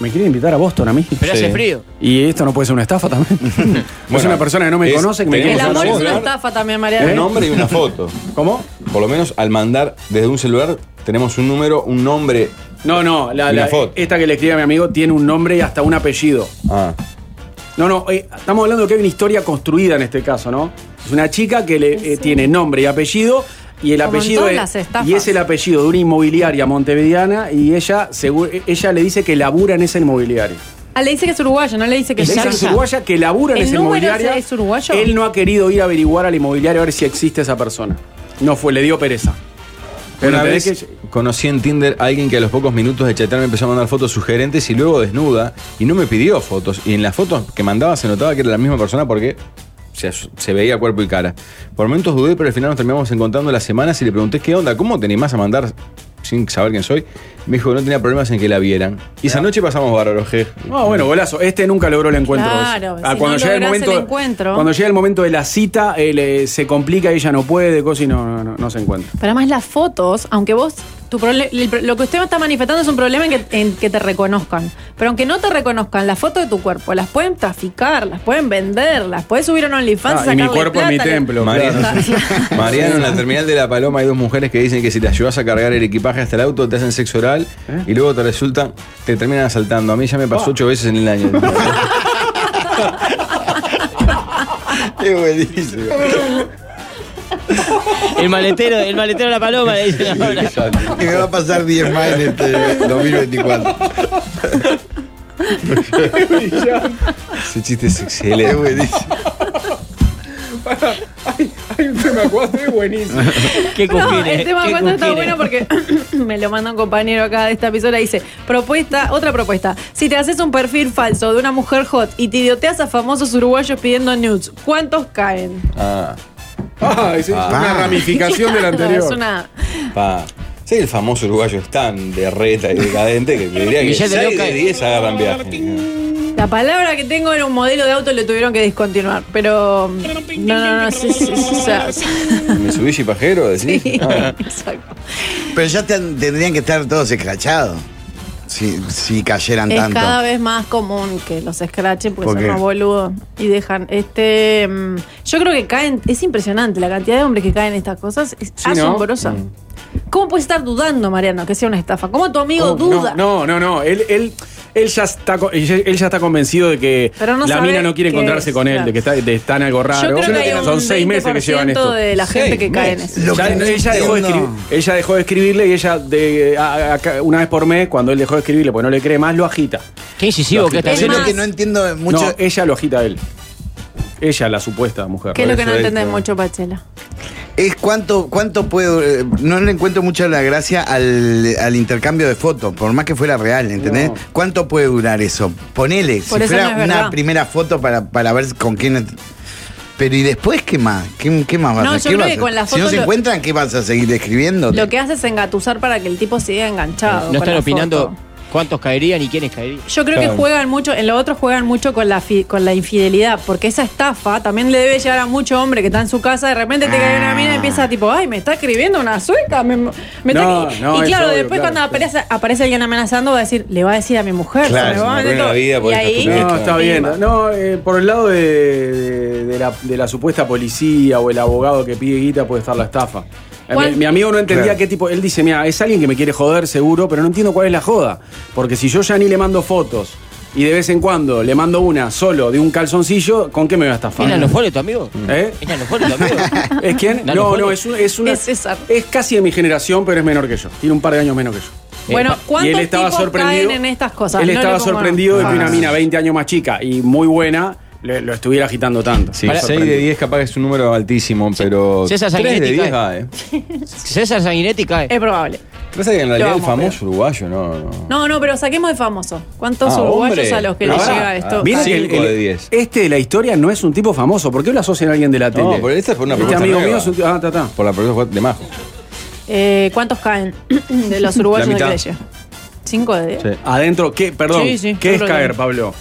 S4: Me quieren invitar a Boston a mí.
S7: Pero
S1: Sí.
S7: hace frío.
S4: Y esto no puede ser una estafa también. es
S1: Bueno,
S4: una persona que no me
S1: es-
S4: conoce que me quiere
S2: El
S1: Tenemos
S2: amor
S4: invitar a
S2: es una
S1: una voz,
S4: Boston. ¿Eh?
S1: ¿no?
S2: estafa también, María.
S1: Un nombre y una foto.
S4: ¿Cómo?
S1: Por lo menos al mandar desde un celular tenemos un número, un nombre.
S4: No, no, la,
S1: Y la
S4: la-
S1: foto.
S4: esta que le escribe a mi amigo tiene un nombre y hasta un apellido.
S1: Ah.
S4: No, no, eh, estamos hablando que hay una historia construida en este caso, ¿no? Es una chica que le, eh, tiene nombre y apellido y el
S2: Como en
S4: apellido
S2: todas
S4: es,
S2: las estafas.
S4: y es el apellido de una inmobiliaria montevideana y ella segu- eh, ella le dice que labura en esa inmobiliaria.
S2: Ah, le dice que es uruguayo, no le dice que
S4: Le
S2: es
S4: dice que es
S2: yankee.
S4: uruguaya que labura en
S2: ¿El
S4: esa
S2: número
S4: inmobiliaria.
S2: es uruguayo?
S4: Él no ha querido ir a averiguar al inmobiliario a ver si existe esa persona. No fue, le dio pereza. Pero
S1: una
S4: tenés
S1: vez conocí en Tinder a alguien que a los pocos minutos de chatear me empezó a mandar fotos sugerentes y luego desnuda y no me pidió fotos. Y en las fotos que mandaba se notaba que era la misma persona porque se, as- se veía cuerpo y cara. Por momentos dudé, pero al final nos terminamos encontrando las semanas y le pregunté qué onda, ¿cómo te animás a mandar sin saber quién soy? Me dijo que no tenía problemas en que la vieran. Y esa noche pasamos bárbaro, G.
S4: Ah, bueno, golazo. Este nunca logró el encuentro.
S2: Claro,
S4: Ah,
S2: si no lográs el encuentro.
S4: Cuando llega el momento de la cita, él, eh, se complica y ella no puede, cosa y no, no, no, no se encuentra.
S2: Pero además las fotos, aunque vos, tu prole- el pro- lo que usted está manifestando es un problema en que, en que te reconozcan. Pero aunque no te reconozcan, las fotos de tu cuerpo las pueden traficar, las pueden vender, las puedes subir a un OnlyFans.
S4: Ah, y mi
S2: sacarle
S4: cuerpo es mi
S2: plata, le-
S4: templo.
S1: Mariano,
S4: claro.
S1: Mariano, en la terminal de La Paloma hay dos mujeres que dicen que si te ayudas a cargar el equipaje hasta el auto te hacen sexo oral
S4: ¿Eh?
S1: y luego te resulta, te terminan
S4: Ah.
S1: asaltando. A mí ya me pasó ocho veces en el año.
S3: Qué buenísimo.
S7: El maletero, el maletero de la paloma, le dicen ahora.
S3: Que me va a pasar 10 más en este 2024.
S1: Ese chiste es excelente.
S4: Hay un tema 4 buenísimo.
S7: Qué
S2: No, el tema de cuatro está bueno porque me lo manda un compañero acá de esta emisora. Dice: Propuesta, otra propuesta. Si te haces un perfil falso de una mujer hot y te idioteas a famosos uruguayos pidiendo nudes, ¿cuántos caen?
S1: Ah,
S4: Ah, es es una
S1: Ah.
S4: ramificación del
S2: Claro,
S4: anterior.
S2: Es una.
S1: pa. Sí, el famoso uruguayo es tan de reta y decadente que te diría
S7: Y
S1: que
S7: ya te
S1: 6
S7: veo
S1: de
S7: caer.
S1: 10 agarran viaje.
S2: La palabra que tengo era un modelo de auto, le tuvieron que discontinuar. Pero. No, no, no, sí, sí, sí, o sea,
S1: Mitsubishi Pajero, decís.
S2: sí,
S1: Ah.
S2: exacto.
S3: Pero ya ten- tendrían que estar todos escrachados. Si, si cayeran
S2: Es
S3: tanto.
S2: cada vez más común que los escrachen porque
S3: ¿Por
S2: son
S3: qué?
S2: unos boludos y dejan. Este, mm, yo creo que caen, es impresionante la cantidad de hombres que caen en estas cosas, es
S4: Sí, ¿no? Mm.
S2: asombrosa. ¿Cómo puedes estar dudando, Mariano, que sea una estafa? ¿Cómo tu amigo
S4: Oh,
S2: duda?
S4: No, no, no. no. Él, él, él, ya está, co- él ya- él ya está convencido de que
S2: Pero no
S4: la
S2: sabe
S4: mina no quiere
S2: qué
S4: encontrarse
S2: es,
S4: con él,
S2: claro.
S4: de que está, de- está en algo raro.
S2: Yo creo que hay un
S4: Son seis meses que llevan
S2: 20%
S4: esto.
S2: de la gente que cae en eso.
S3: Lo
S4: Ya-
S3: que no
S4: ella, dejó de
S3: entiendo-
S4: escribir- ella dejó de escribirle y ella de, eh, a- a- una vez por mes, cuando él dejó de escribirle, pues no le cree más, lo agita.
S7: Qué incisivo que está.
S2: Es
S3: Yo lo
S2: más-
S3: que no entiendo mucho.
S4: No, ella lo agita a él. Ella, la supuesta mujer.
S2: Que es lo que no
S1: Eso es,
S2: entendés
S1: claro.
S2: mucho, Pachela.
S3: Es cuánto, cuánto puedo. eh, No le encuentro mucho la gracia al, al intercambio de fotos, por más que fuera real, ¿entendés?
S4: No.
S3: ¿Cuánto puede durar eso? Ponele,
S2: Por
S3: si
S2: eso
S3: fuera
S2: no es
S3: una
S2: verdad.
S3: primera foto para, para ver con quién. es- Pero ¿y después qué más? ¿Qué, qué más vas
S2: No,
S3: a
S2: yo
S3: hacer? ¿Qué
S2: creo
S3: vas
S2: que
S3: a-
S2: con la
S3: Si no
S2: foto
S3: se
S2: lo-
S3: encuentran, ¿qué vas a seguir escribiendo?
S2: Lo que hace es engatusar para que el tipo siga enganchado.
S7: No
S2: con
S7: están
S2: la
S7: opinando
S2: foto.
S7: cuántos caerían y quiénes caerían.
S2: Yo creo que
S1: Claro.
S2: juegan mucho, en lo otro juegan mucho con la, fi- con la infidelidad, porque esa estafa también le debe llegar a mucho hombre que está en su casa, de repente te cae una
S4: Ah.
S2: mina y empieza tipo, ay, me está escribiendo una sueca. me- me está
S4: No,
S2: escri-".
S4: no,
S2: y
S4: es
S2: claro,
S4: obvio,
S2: después cuando
S4: claro, claro.
S2: aparece, aparece alguien amenazando, va a decir, le va a decir a mi mujer, se
S3: Claro,
S2: me
S3: se
S2: va
S1: me
S2: a meter
S1: arruina la
S2: todo".
S1: vida por
S2: Y
S1: esta
S2: ahí,
S1: estupidez.
S4: No, está bien.
S2: Encima.
S4: No, eh, por el lado de, de- de la, de la supuesta policía o el abogado que pide guita puede estar la estafa. Eh,
S2: ¿Cuál?
S4: Mi, mi amigo no entendía
S3: Claro.
S4: qué tipo. Él dice, mira, es alguien que me quiere joder seguro, pero no entiendo cuál es la joda. Porque si yo ya ni le mando fotos y de vez en cuando le mando una solo de un calzoncillo, ¿con qué me va a estafar?
S7: ¿Eran los foles tu amigo?
S4: ¿Eh?
S7: ¿Eran los foles tu amigo?
S4: ¿Es quién?
S7: Dale,
S4: No,
S7: Polo.
S4: no, es, un- es una.
S2: Es César.
S4: es casi de mi generación, pero es menor que yo. Tiene un par de años menos que yo.
S2: Bueno,
S4: Eh, Y él
S2: ¿cuántos
S4: estaba
S2: tipos
S4: sorprendido.
S2: caen en estas cosas?
S4: Él
S2: No le
S4: estaba
S2: pongo-
S4: sorprendido de que
S3: Ah.
S4: una mina 20 años más chica y muy buena le- lo estuviera agitando tanto.
S1: Sí,
S4: Para-
S1: 6 de 10 capaz que es un número altísimo, pero.
S7: César
S1: 3 de
S7: Sanguinetti
S1: 10
S7: cae.
S1: va, ¿eh?
S7: Ah. César Sanguinetti cae.
S2: Es probable.
S1: Pasa que en realidad el
S2: amo,
S1: famoso uruguayo, no. no.
S2: No, no, pero saquemos de famoso. ¿Cuántos
S1: Ah,
S2: uruguayos
S1: hombre.
S2: a los que
S1: Pero
S2: les
S1: pará,
S2: llega esto?
S1: mira
S4: Mira
S2: Caen.
S4: que el-
S1: Cinco de
S4: el-
S1: diez.
S4: este de la historia no es un tipo famoso. ¿Por qué lo asocian a alguien de la tele?
S1: No, pero esta fue una
S4: Este
S1: propuesta
S4: amigo
S1: nueva.
S4: mío es un tipo- Ah, está, está.
S1: Por la producción de Majo.
S2: Eh, ¿Cuántos caen de los uruguayos
S1: La
S2: de
S1: mitad.
S2: Creye? ¿Cinco de diez?
S1: Sí.
S4: Adentro, ¿qué? Perdón,
S2: Sí, sí,
S4: ¿qué es
S2: yo creo
S4: caer,
S2: que-
S4: Pablo?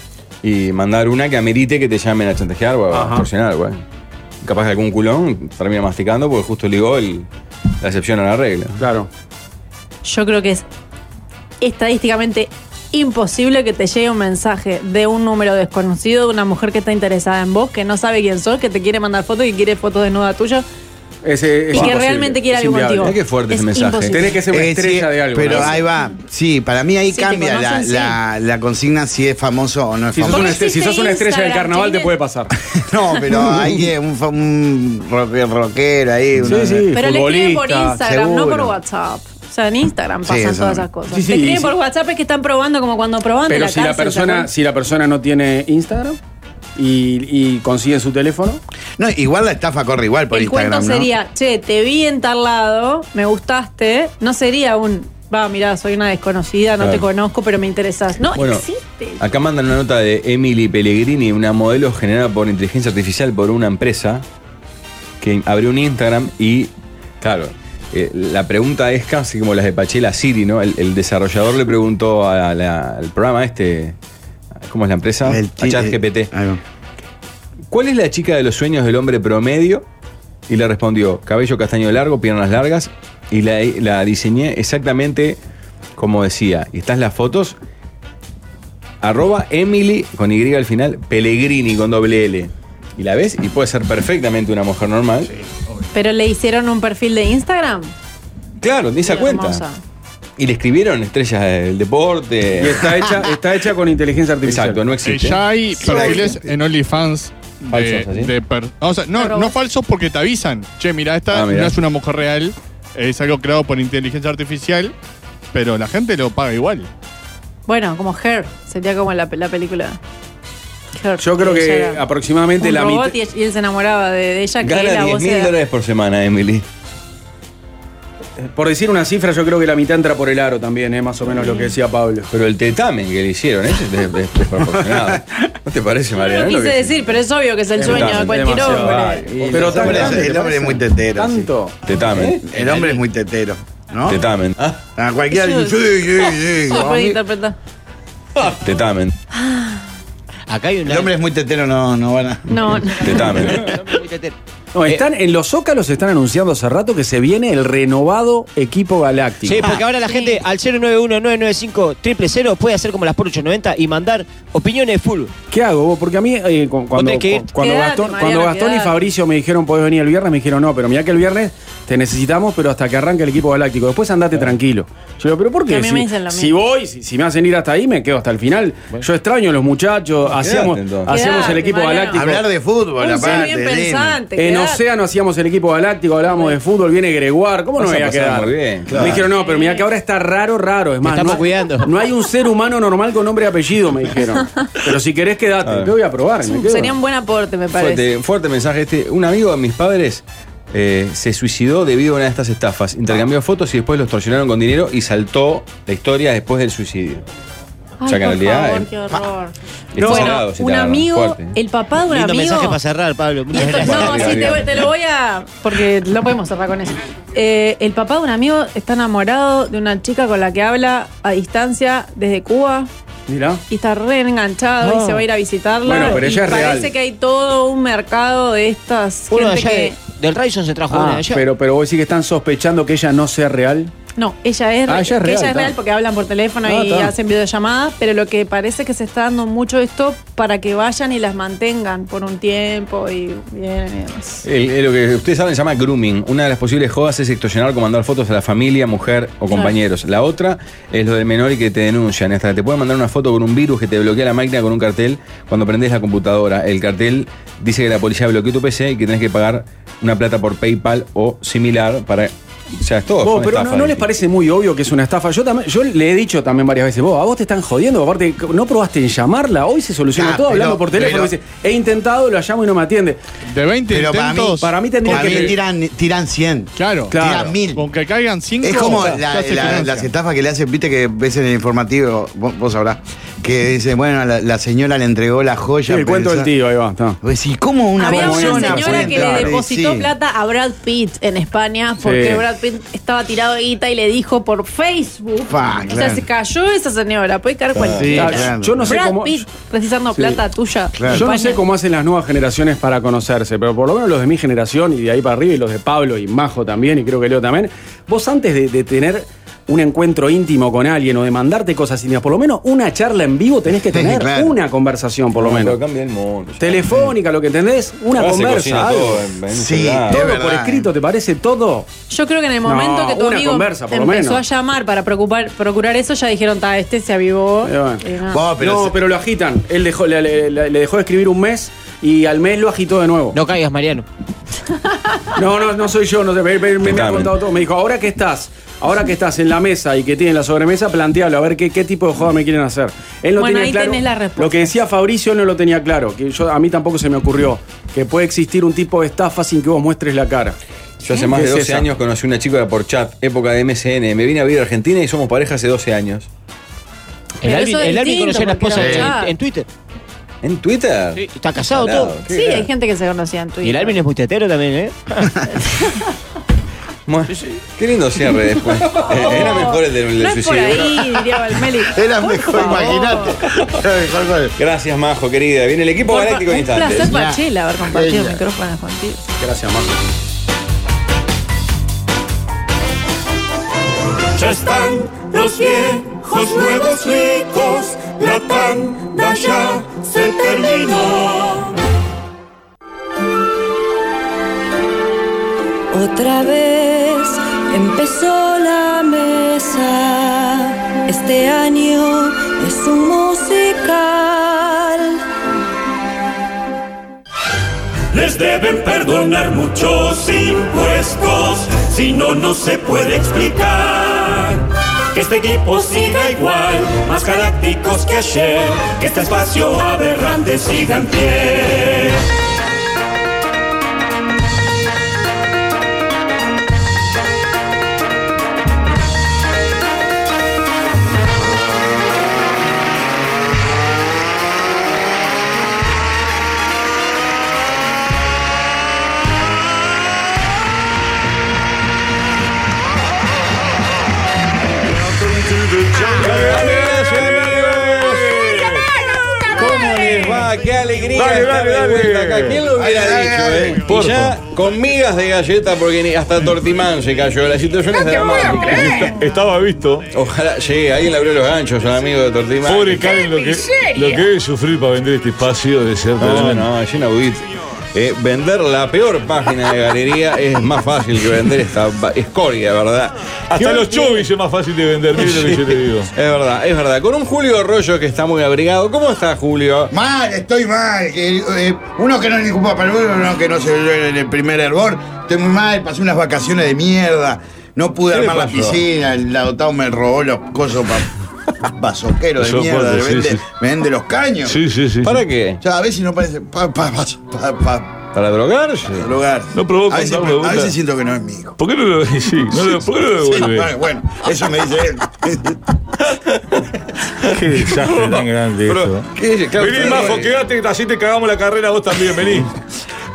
S1: Y mandar una que amerite que te llamen a chantajear o a
S4: Ajá.
S1: extorsionar, güey. Capaz que algún culón termina masticando porque justo ligó el, la excepción a la regla.
S4: Claro.
S2: Yo creo que es estadísticamente imposible que te llegue un mensaje de un número desconocido de una mujer que está interesada en vos, que no sabe quién sos, que te quiere mandar fotos, que quiere fotos desnuda tuya
S4: Ese, es
S2: y que
S4: imposible,
S2: realmente quiere
S4: es
S2: algo
S4: inviable.
S2: contigo.
S1: Mirá qué fuerte
S2: Es
S1: ese mensaje.
S2: imposible.
S4: Tenés que ser una
S3: Eh, sí,
S4: estrella de algo.
S3: Pero
S4: ¿no?
S3: ahí va. Sí, para mí ahí
S2: Si te
S3: cambia la,
S2: conocen, sí.
S3: la- la consigna si es famoso o no es
S4: Si sos,
S3: famoso.
S4: una,
S2: existe
S4: estre- si sos una estrella del
S2: Instagram,
S4: carnaval, te
S2: tiene-
S4: puede pasar.
S3: No, pero hay un, fa- un rock- rockero ahí. uno-
S4: sí.
S2: Pero le escriben por
S4: futbolista,
S2: Instagram, no por
S3: seguro.
S2: WhatsApp. O sea, en Instagram
S3: Sí,
S2: pasan
S3: eso
S2: todas
S3: no.
S2: esas cosas.
S4: Sí, sí,
S2: Te escriben
S4: sí.
S2: por WhatsApp es que están probando como cuando probaban de
S4: Pero
S2: la
S4: si la
S2: cárcel, ¿te
S4: persona,
S2: acuerdas?
S4: si la persona no tiene Instagram y, y consigue su teléfono,
S3: No, igual la estafa corre igual por
S2: el
S3: Instagram.
S2: cuento
S3: ¿no?
S2: sería, che, te vi en tal lado, me gustaste, no sería un, va, mirá, soy una desconocida, no
S1: Claro.
S2: te conozco, pero me interesas. No,
S1: Bueno,
S2: existe.
S1: acá mandan una nota de Emily Pellegrini, una modelo generada por inteligencia artificial por una empresa que abrió un Instagram y, claro, eh, la pregunta es casi como las de Pachela Siri, ¿no? El, el desarrollador le preguntó a la- al programa este, ¿cómo es la empresa?
S3: El
S1: a
S3: chi-
S1: ChatGPT.
S3: Ahí va.
S1: ¿Cuál es la chica de los sueños del hombre promedio? Y le respondió, cabello castaño largo, piernas largas. Y la, la diseñé exactamente como decía. Y estás las fotos. Arroba Emily, con Y al final, Pellegrini, con doble L. Y la ves y puede ser perfectamente una mujer normal.
S2: Pero le hicieron un perfil de Instagram.
S1: Claro, ni esa
S2: Qué
S1: cuenta.
S2: hermosa.
S1: Y le escribieron estrellas del
S4: y
S1: deporte.
S4: está hecha, está hecha con inteligencia artificial.
S1: Exacto, no
S6: Eh,
S1: existe.
S6: ya hay perfiles en OnlyFans de,
S1: Falsos, ¿así?
S6: de per- o sea, no, no falsos porque te avisan. Che, mira, esta
S1: Ah, mirá.
S6: no es una mujer real, es algo creado por inteligencia artificial, pero la gente lo paga igual.
S2: Bueno, como Her, sería como la, la película. Her,
S4: Yo creo
S2: ella
S4: que
S2: era
S4: aproximadamente
S2: un
S4: la
S2: robot
S4: mitad.
S2: y, él- y él se enamoraba de, de ella, que
S1: Gana
S2: la
S1: 10
S2: voz
S1: mil
S2: era-
S1: dólares por semana, Emily.
S4: Por decir una cifra, yo creo que la mitad entra por el aro también, es más o menos lo que decía Pablo.
S1: Pero el tetamen que le hicieron, eso es des- des- desproporcionado. ¿No te parece,
S2: No
S1: Mariana?
S2: lo
S1: Es lo
S2: quise
S1: que-
S2: decir, pero es obvio que es el
S1: Es
S2: sueño pues. de
S1: bastante
S2: cualquier
S1: demasiado
S2: hombre.
S1: vago.
S3: Y
S1: Pero
S3: el hombre,
S1: también-
S3: el hombre es muy tetero.
S4: ¿Tanto?
S1: Tetamen.
S3: El hombre es muy tetero. ¿no?
S1: Tetamen.
S3: A cualquiera
S2: Yo-
S3: dice, sí, sí, sí.
S2: Se
S3: A
S2: puede
S3: mí-
S2: interpretar.
S1: Tetamen.
S7: Acá hay un.
S3: El hombre es muy tetero, no, no van a.
S2: No,
S1: Tetamen.
S4: No, están, en los Zócalos están anunciando hace rato que se viene el renovado equipo galáctico.
S7: Sí, porque ahora la gente al 091-995-000 puede hacer como las por 890 y mandar opiniones de fútbol.
S4: ¿Qué hago vos? Porque a mí, eh, cu- cuando,
S7: tenés que ir.
S4: cu- cuando
S7: Quedate,
S4: Gastón,
S7: Mariano,
S4: cuando Gastón y
S7: quedate.
S4: Fabricio me dijeron, podés venir el viernes, me dijeron, no, pero mirá que el viernes te necesitamos, pero hasta que arranque el equipo galáctico. Después andate tranquilo. Yo digo, ¿pero por
S2: Que
S4: qué?
S2: a mí
S4: si,
S2: me dicen lo
S4: si
S2: mismo.
S4: voy, si, si me hacen ir hasta ahí, me quedo hasta el final. Yo extraño a los muchachos, hacíamos,
S3: entonces.
S4: hacemos el
S3: Quedate,
S4: equipo
S3: Mariano.
S4: galáctico.
S3: Hablar de fútbol, Un ser aparte, bien lindo. pensante,
S4: En
S3: quedate.
S4: Océano hacíamos el equipo galáctico, hablábamos de fútbol, viene Gregoire, ¿cómo no
S1: Vas
S4: me
S1: a
S4: voy a
S1: pasar
S4: quedar?
S1: muy bien, claro.
S4: Me dijeron, no, pero mirá que ahora está raro, raro. Es más,
S7: estamos
S4: no,
S7: cuidando.
S4: no hay un ser humano normal con nombre y apellido, me dijeron. Pero si querés, quedate. Te voy a probar. me quedo.
S2: Sería un buen aporte, me parece.
S1: Fuerte, fuerte mensaje este. Un amigo de mis padres eh, se suicidó debido a una de estas estafas. Intercambió fotos y después lo extorsionaron con dinero y saltó la historia después del suicidio.
S2: Ay,
S1: O sea, que en
S2: por
S1: realidad,
S2: favor,
S1: eh,
S2: qué horror.
S1: está
S2: bueno,
S1: cerrado, se
S2: un
S1: tarda,
S2: amigo,
S1: fuerte, ¿eh?
S2: el papá de un
S7: Lindo
S2: amigo.
S7: mensaje para cerrar, Pablo. Muchas
S2: Esto-
S7: gracias.
S2: no, sí, te, te lo voy a. Porque lo podemos cerrar con eso. Eh, el papá de un amigo está enamorado de una chica con la que habla a distancia desde Cuba
S4: Mirá.
S2: y está re enganchado
S4: No.
S2: y se va a ir a visitarla.
S4: Bueno, pero
S2: y
S4: ella es real.
S2: Parece que hay todo un mercado de estas.
S7: Uno de
S2: gente
S7: allá
S2: que,
S7: de- del Rayson se trajo una de
S4: Ah,
S7: allá.
S4: pero, pero vos decís que están sospechando que ella no sea real.
S2: No, ella es,
S4: Ah, ella es
S2: que
S4: real,
S2: ella es
S4: está.
S2: real porque hablan por teléfono
S4: Ah,
S2: y
S4: está.
S2: hacen videollamadas, pero lo que parece es que se está dando mucho esto para que vayan y las mantengan por un tiempo y vienen y demás.
S1: El- el- lo que ustedes saben se llama grooming. Una de las posibles jodas es extorsionar con mandar fotos a la familia, mujer o compañeros. La otra es lo del menor y que te denuncian. Hasta te pueden mandar una foto con un virus que te bloquea la máquina con un cartel cuando prendes la computadora. El cartel dice que la policía bloqueó tu PC y que tenés que pagar una plata por PayPal o similar para. O sea, es todo.
S4: Vos,
S1: son
S4: pero no,
S1: estafas,
S4: no les
S1: ¿viste?
S4: parece muy obvio que es una estafa. Yo también, yo le he dicho también varias veces, vos, a vos te están jodiendo, aparte no probaste en llamarla, hoy se soluciona
S3: Ah,
S4: todo
S3: pero-
S4: hablando por teléfono.
S3: pero-
S4: Me dice, he intentado, lo llamo y no me atiende.
S6: De 20
S3: Pero para mí,
S6: intentos.
S4: Para mí tendría
S3: para
S4: que.
S3: mí tiran, tiran 100.
S6: Claro.
S4: Claro.
S3: Tiran 1000.
S6: Con que caigan 5.
S3: Es como la- la- las estafas que le hacen, viste que ves en el informativo, vos, vos sabrás, que dice, bueno, la, la señora le entregó la joya.
S4: el cuento del
S3: pensá-
S4: tío, ahí va. está.
S3: Vos decís, ¿cómo una
S2: Había una
S3: persona puede
S2: señora que
S3: entrar?
S2: le depositó
S3: Sí.
S2: plata a Brad Pitt en España porque
S4: Sí.
S2: Brad Pitt estaba tirado de guita y le dijo por Facebook. O
S3: Pa,
S2: sea,
S3: claro.
S2: se cayó esa señora, puede caer
S4: Ah,
S2: cualquiera.
S3: claro.
S4: Yo no sé
S2: Brad
S4: cómo.
S2: Pitt precisando plata tuya.
S3: Claro.
S4: Yo no
S2: España.
S4: sé cómo hacen las nuevas generaciones para conocerse, pero por lo menos los de mi generación y de ahí para arriba, y los de Pablo y Majo también, y creo que Leo también, vos antes de, de tener un encuentro íntimo con alguien o de mandarte cosas íntimas, por lo menos una charla en vivo tenés que
S3: Sí,
S4: tener
S3: claro.
S4: una conversación, por lo
S1: No,
S4: menos.
S1: pero cambia el mundo.
S4: Telefónica, lo que entendés, una
S1: Ahora se
S4: conversa.
S1: cocina
S4: algo.
S1: todo en- en un
S3: Sí,
S1: celular.
S4: Todo
S3: Es
S4: por
S3: verdad. eh.
S4: escrito, ¿te parece todo?
S2: Yo creo que en el momento
S4: No,
S2: que tu
S4: una
S2: amigo
S4: conversa, por lo
S2: empezó
S4: menos.
S2: a llamar para preocupar, procurar eso, ya dijeron, ta, este se avivó. Eh,
S4: Ahí va.
S2: Y nada.
S3: Vos, pero
S4: Eh, no,
S3: se-
S4: pero lo agitan. Él dejó, le, le- le- le dejó de escribir un mes y al mes lo agitó de nuevo.
S7: No caigas, Mariano.
S4: No, no, no soy yo, no sé, me, me- me ha
S1: Totalmente.
S4: contado todo. Me dijo, ahora que estás, ahora que estás en la mesa y que tienen la sobremesa, plantealo, a ver qué, qué tipo de joda me quieren hacer. Él no
S2: Bueno,
S4: tiene
S2: ahí
S4: claro.
S2: tenés la respuesta.
S4: Lo que decía Fabricio él no lo tenía claro, que yo a mí tampoco se me ocurrió. Que puede existir un tipo de estafa sin que vos muestres la cara.
S1: Yo hace más
S4: ¿Qué
S1: de
S4: es
S1: 12
S4: esa?
S1: años conocí una chica por chat, época de MSN. Me vine a vivir a Argentina y somos pareja hace 12 años.
S7: El
S2: Pero
S7: Alvin,
S2: eso es
S7: el Alvin
S2: distinto,
S7: conoció a la
S2: porque
S7: esposa
S2: era
S7: en,
S2: chat.
S7: en Twitter.
S1: ¿En Twitter?
S7: Sí, Está casado
S1: Salado,
S7: todo.
S1: qué
S2: Sí,
S1: gran.
S2: hay gente que se conocía en Twitter.
S7: Y el Alvin es mustatero también, ¿eh?
S1: Bueno, qué lindo cierre después. Eh, Era mejor el del, del
S2: No es por
S1: suicidio.
S2: ahí, diría Valmeli.
S3: Era
S2: Por
S3: mejor,
S2: favor.
S3: imagínate. Era mejor cual.
S1: Gracias, Majo, querida. Viene el equipo
S2: Por fa-
S1: galáctico en
S2: un
S1: instantes.
S2: placer, Pachela, haber compartido
S3: Bella.
S2: micrófonos contigo.
S4: Gracias, Marco.
S10: Ya están los viejos nuevos ricos, la tanda ya se terminó.
S5: Otra vez empezó la mesa. Este año es un musical.
S10: les deben perdonar muchos impuestos, si no, no se puede explicar. Que este equipo siga igual, más galácticos que ayer, que este espacio aberrante siga en pie.
S1: ¿Cómo les va? ¡Qué alegría!
S10: Dale,
S1: estar
S10: dale,
S1: de
S10: dale.
S1: vuelta acá. ¿Quién lo hubiera
S10: Dale,
S1: dicho,
S10: dale,
S1: eh?
S10: dale.
S1: Y ya con migas de galleta, porque ni- hasta Tortimán se cayó. La situación es dramática. Está- Estaba visto. Ojalá llegue. Alguien le abrió los ganchos al amigo de Tortimán.
S12: Pobre Karen, lo que, lo que debe sufrir para vender este espacio de ser
S1: No, no, es una buit. Eh, vender la peor página de galería es más fácil que vender esta ba- escoria, ¿verdad?
S12: Hasta los chovis es más fácil de vender, mira lo que yo te digo.
S1: Es verdad, es verdad. Con un Julio Rollo que está muy abrigado. ¿Cómo está Julio?
S3: Mal, estoy mal. que, eh, uno que no le ocupa para el vuelo, uno que no se vio en el primer hervor. Estoy muy mal, pasé unas vacaciones de mierda. No pude
S12: ¿Qué le
S3: armar la
S12: pasó?
S3: piscina, el adoptado me robó los cosos para basoqueros de
S12: Esos
S3: mierda.
S12: cuantos,
S3: me
S12: sí,
S3: vende,
S12: sí.
S3: me vende los caños.
S12: Sí, sí, sí.
S1: ¿Para qué?
S3: Ya, a veces no parece. pa- pa- pa- pa- pa-
S1: ¿Para drogarse?
S3: Para drogar.
S12: No probó
S3: a, veces,
S12: contarme
S3: a
S12: una.
S3: veces siento que no es mío.
S12: ¿Por qué no lo, sí, no lo- ¿por qué no lo
S3: Sí,
S12: devuelve?
S3: bueno, bueno, eso me dice él.
S12: Qué desastre tan grande esto. Vení,
S3: eh.
S12: Majo, quédate, así te cagamos la carrera vos también, vení.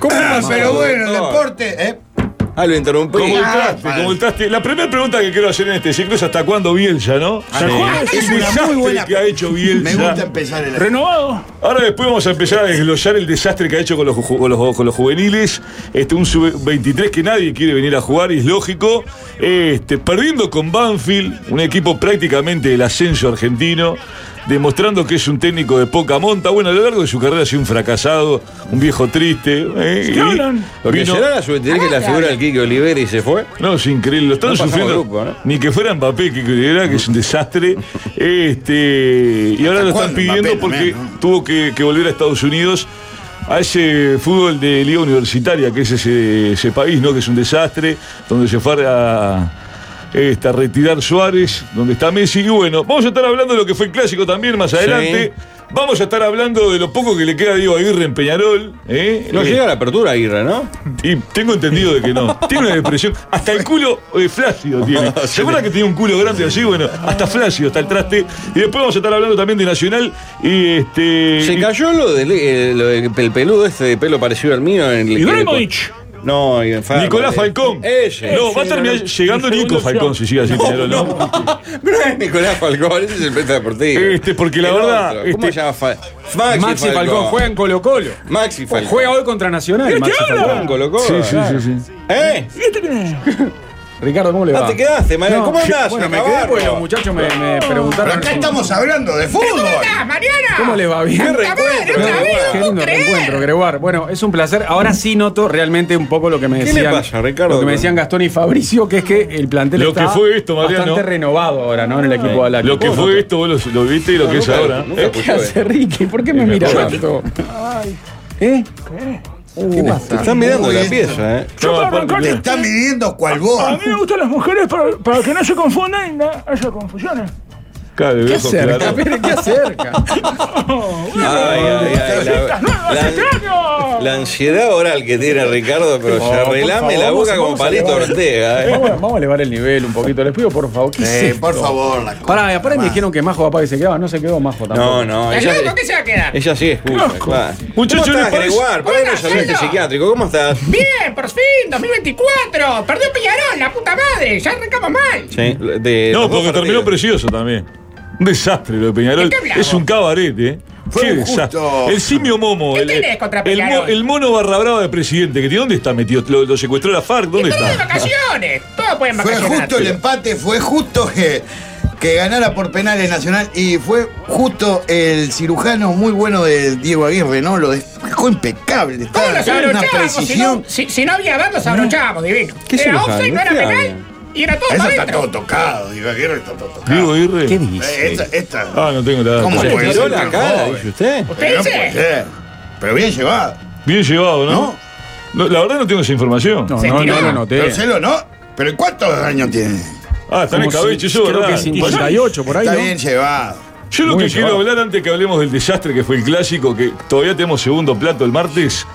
S1: ¿Cómo
S12: Pero
S3: bueno, el deporte, ¿eh?
S1: Ah, lo interrumpí.
S12: Concultaste,
S1: Ah,
S12: concultaste. La primera pregunta que quiero hacer en este ciclo es ¿hasta cuándo Bielsa, no?
S3: Ah, sí. Es una muy
S12: desastre
S3: buena
S12: que ha hecho Bielsa?
S3: Me gusta empezar el-
S12: ¿Renovado? Ahora después vamos a empezar a desglosar el desastre que ha hecho con los, ju- con los- con los juveniles. Este, un sub-23 que nadie quiere venir a jugar, y es lógico. Este, perdiendo con Banfield, un equipo prácticamente del ascenso argentino. Demostrando que es un técnico de poca monta. Bueno, a lo largo de su carrera ha sido un fracasado, un viejo triste. ¿eh? Y
S1: Porque
S12: vino-
S1: llegaron a su que
S3: Ah,
S1: la figura del Kike Olivera y se fue.
S12: no, es increíble. Lo están
S1: No pasamos
S12: sufriendo.
S1: grupo, ¿no?
S12: Ni que fuera Mbappé, que creerá que es un desastre. Este, y ahora lo están
S3: cuándo
S12: pidiendo
S3: Mbappé
S12: porque
S3: también,
S12: tuvo que, que volver a Estados Unidos a ese fútbol de Liga Universitaria, que es ese, ese país, ¿no? Que es un desastre, donde se fue a. este, a retirar Suárez, donde está Messi. Y bueno, vamos a estar hablando de lo que fue el clásico también más adelante. Vamos a estar hablando de lo poco que le queda a Diego Aguirre en Peñarol. ¿eh?
S1: No
S12: Eh,
S1: llega la apertura Aguirre, ¿no?
S12: y tengo entendido de que no. Tiene una depresión. Hasta el culo eh, flácido tiene. ¿Se acuerdan que tenía un culo grande así? Bueno, hasta flácido está el traste. Y después vamos a estar hablando también de Nacional. Y este.
S1: Se
S12: y-
S1: cayó lo del eh, lo del pel- peludo este de pelo parecido al mío en el.
S12: Ibrahimovic.
S1: No, y enfermo.
S12: Nicolás Falcón.
S1: Ese.
S12: No, va a terminar llegando Nico Falcón si sigue así, Peñarol, ¿no?
S1: No es Nicolás Falcón, ese es el peta deportivo.
S12: Este, porque la
S1: El
S12: verdad,
S1: otro, ¿Cómo
S12: este-
S1: se llama? Fa-
S4: Maxi,
S1: Maxi,
S4: Falcón. juega en Colo Colo.
S1: Maxi Falcón.
S4: Juega hoy contra Nacional. Maxi Falcón.
S1: Colocó.
S4: Sí, sí, sí, sí.
S1: ¿Eh?
S4: Ricardo, ¿cómo le va?
S1: Ah, te quedaste, Mariano. ¿Cómo andás,
S4: Bueno, me
S1: Navarro?
S4: quedé porque los muchachos me, me preguntaron.
S3: Pero acá estamos hablando de fútbol.
S10: Mariana?
S4: ¿Cómo les va? ¿Bien?
S1: Qué reencuentro, Gregoire.
S4: Qué lindo reencuentro, Gregoire. Bueno, es un placer. Ahora sí noto realmente un poco lo que me
S1: ¿Qué le
S4: decían.
S1: pasa, Ricardo?
S4: Lo que me decían Gastón y Fabricio, que es que el plantel
S12: Lo
S4: está
S12: que fue esto, Mariano.
S4: bastante renovado ahora, ¿no? En el equipo de
S12: Lo que fue esto, vos lo, lo viste y lo que es ahora.
S1: nunca
S12: ¿Eh?
S1: escuché.
S4: ¿Qué hace Ricky? ¿Por qué me mira
S12: acuerdo.
S4: tanto? ¿Eh?
S13: Uh.
S4: ¿Qué
S1: Te
S4: pasa?
S1: están mirando la pieza, ¿eh?
S12: No, aparte-
S3: Te están midiendo cual
S14: A
S3: vos.
S14: mí me gustan las mujeres para, para que no se confundan y no haya confusiones.
S12: Claro,
S4: ¿Qué
S12: viejo,
S4: acerca?
S12: claro.
S4: Mire, ¿Qué acerca?
S1: Ay, ay, ay, la- la-
S14: ¡Claro!
S1: La ansiedad oral que tiene Ricardo, pero
S4: No,
S1: se
S4: por
S1: relame
S4: favor,
S1: la boca
S4: vamos-
S1: con
S4: vamos a
S1: Palito
S4: elevar-
S1: Ortega. ¿eh?
S4: Vamos, a- vamos a elevar el nivel un poquito. Les pido, por favor. ¿qué es
S3: Eh,
S4: esto?
S3: por favor, la cosa.
S4: Pará, aparte me dijeron que Majo papá que se quedaba. No se quedó Majo tampoco.
S1: No, no, ella,
S14: se va a quedar?
S1: ella sí escucha,
S4: Loco.
S1: claro.
S12: Muchachos,
S1: ¿Cómo
S12: ¿les
S1: estás,
S12: parece?
S1: Gregoire? Para
S14: Hola,
S1: irnos al este
S14: Aldo.
S1: psiquiátrico, ¿cómo estás?
S14: Bien, por fin, 2024. Perdió Peñarol, la puta madre. Ya arrancamos mal.
S1: Sí, de
S12: No,
S1: los dos
S12: porque terminó
S1: partidos.
S12: precioso también. Un desastre lo de Peñarol.
S14: ¿De qué hablamos?
S12: Es un cabarete. ¿eh?
S3: Fue
S12: Qué
S3: un
S12: desastre.
S3: justo.
S12: El simio momo.
S14: ¿Qué
S12: el,
S14: tenés contra
S12: el mo-
S14: Peñarol?
S12: el mono barra brava de presidente. Que tiene- ¿Dónde está metido? ¿Lo, lo secuestró la FARC? ¿Dónde
S14: Estamos de
S12: está?
S14: vacaciones. Todos pueden
S3: Fue
S14: vacacionar.
S3: justo el empate, fue justo que, que ganara por penales Nacional y fue justo el cirujano muy bueno de Diego Aguirre, ¿no? Lo dejó impecable.
S14: Todos los
S3: Estaba una
S14: abrochábamos. Si no,
S3: precisión.
S14: si, si no había bar, los abrochábamos, divino.
S1: ¿Qué se
S14: Era
S1: los
S14: offside,
S1: dan?
S14: no era
S1: ¿Qué
S14: penal.
S1: hablan?
S14: Y era todo
S3: Eso
S14: para
S3: está
S14: adentro.
S3: todo tocado, Diego Aguirre está todo tocado.
S12: Digo, Irre.
S7: ¿Qué
S3: Eh,
S7: dice?
S3: Esta, esta-
S12: Ah, no tengo nada.
S3: ¿Cómo
S1: ¿Se
S3: Puede
S1: tiró
S3: ser
S1: la
S3: tan
S1: cara,
S3: joven.
S1: dice usted?
S14: ¿Usted
S3: no puede
S14: dice?
S3: ser. Pero bien llevado,
S12: Bien llevado, ¿no?
S3: ¿no?
S12: No, la verdad no tengo esa información.
S3: Se tiró. Marcelo, ¿no? ¿Pero cuántos años tiene?
S12: Ah, está en el cabello, yo, ¿verdad?
S3: Está bien llevado.
S12: Yo lo
S3: Muy
S12: que quiero
S3: llevado.
S12: hablar antes que hablemos del desastre que fue el clásico, que todavía tenemos segundo plato el martes.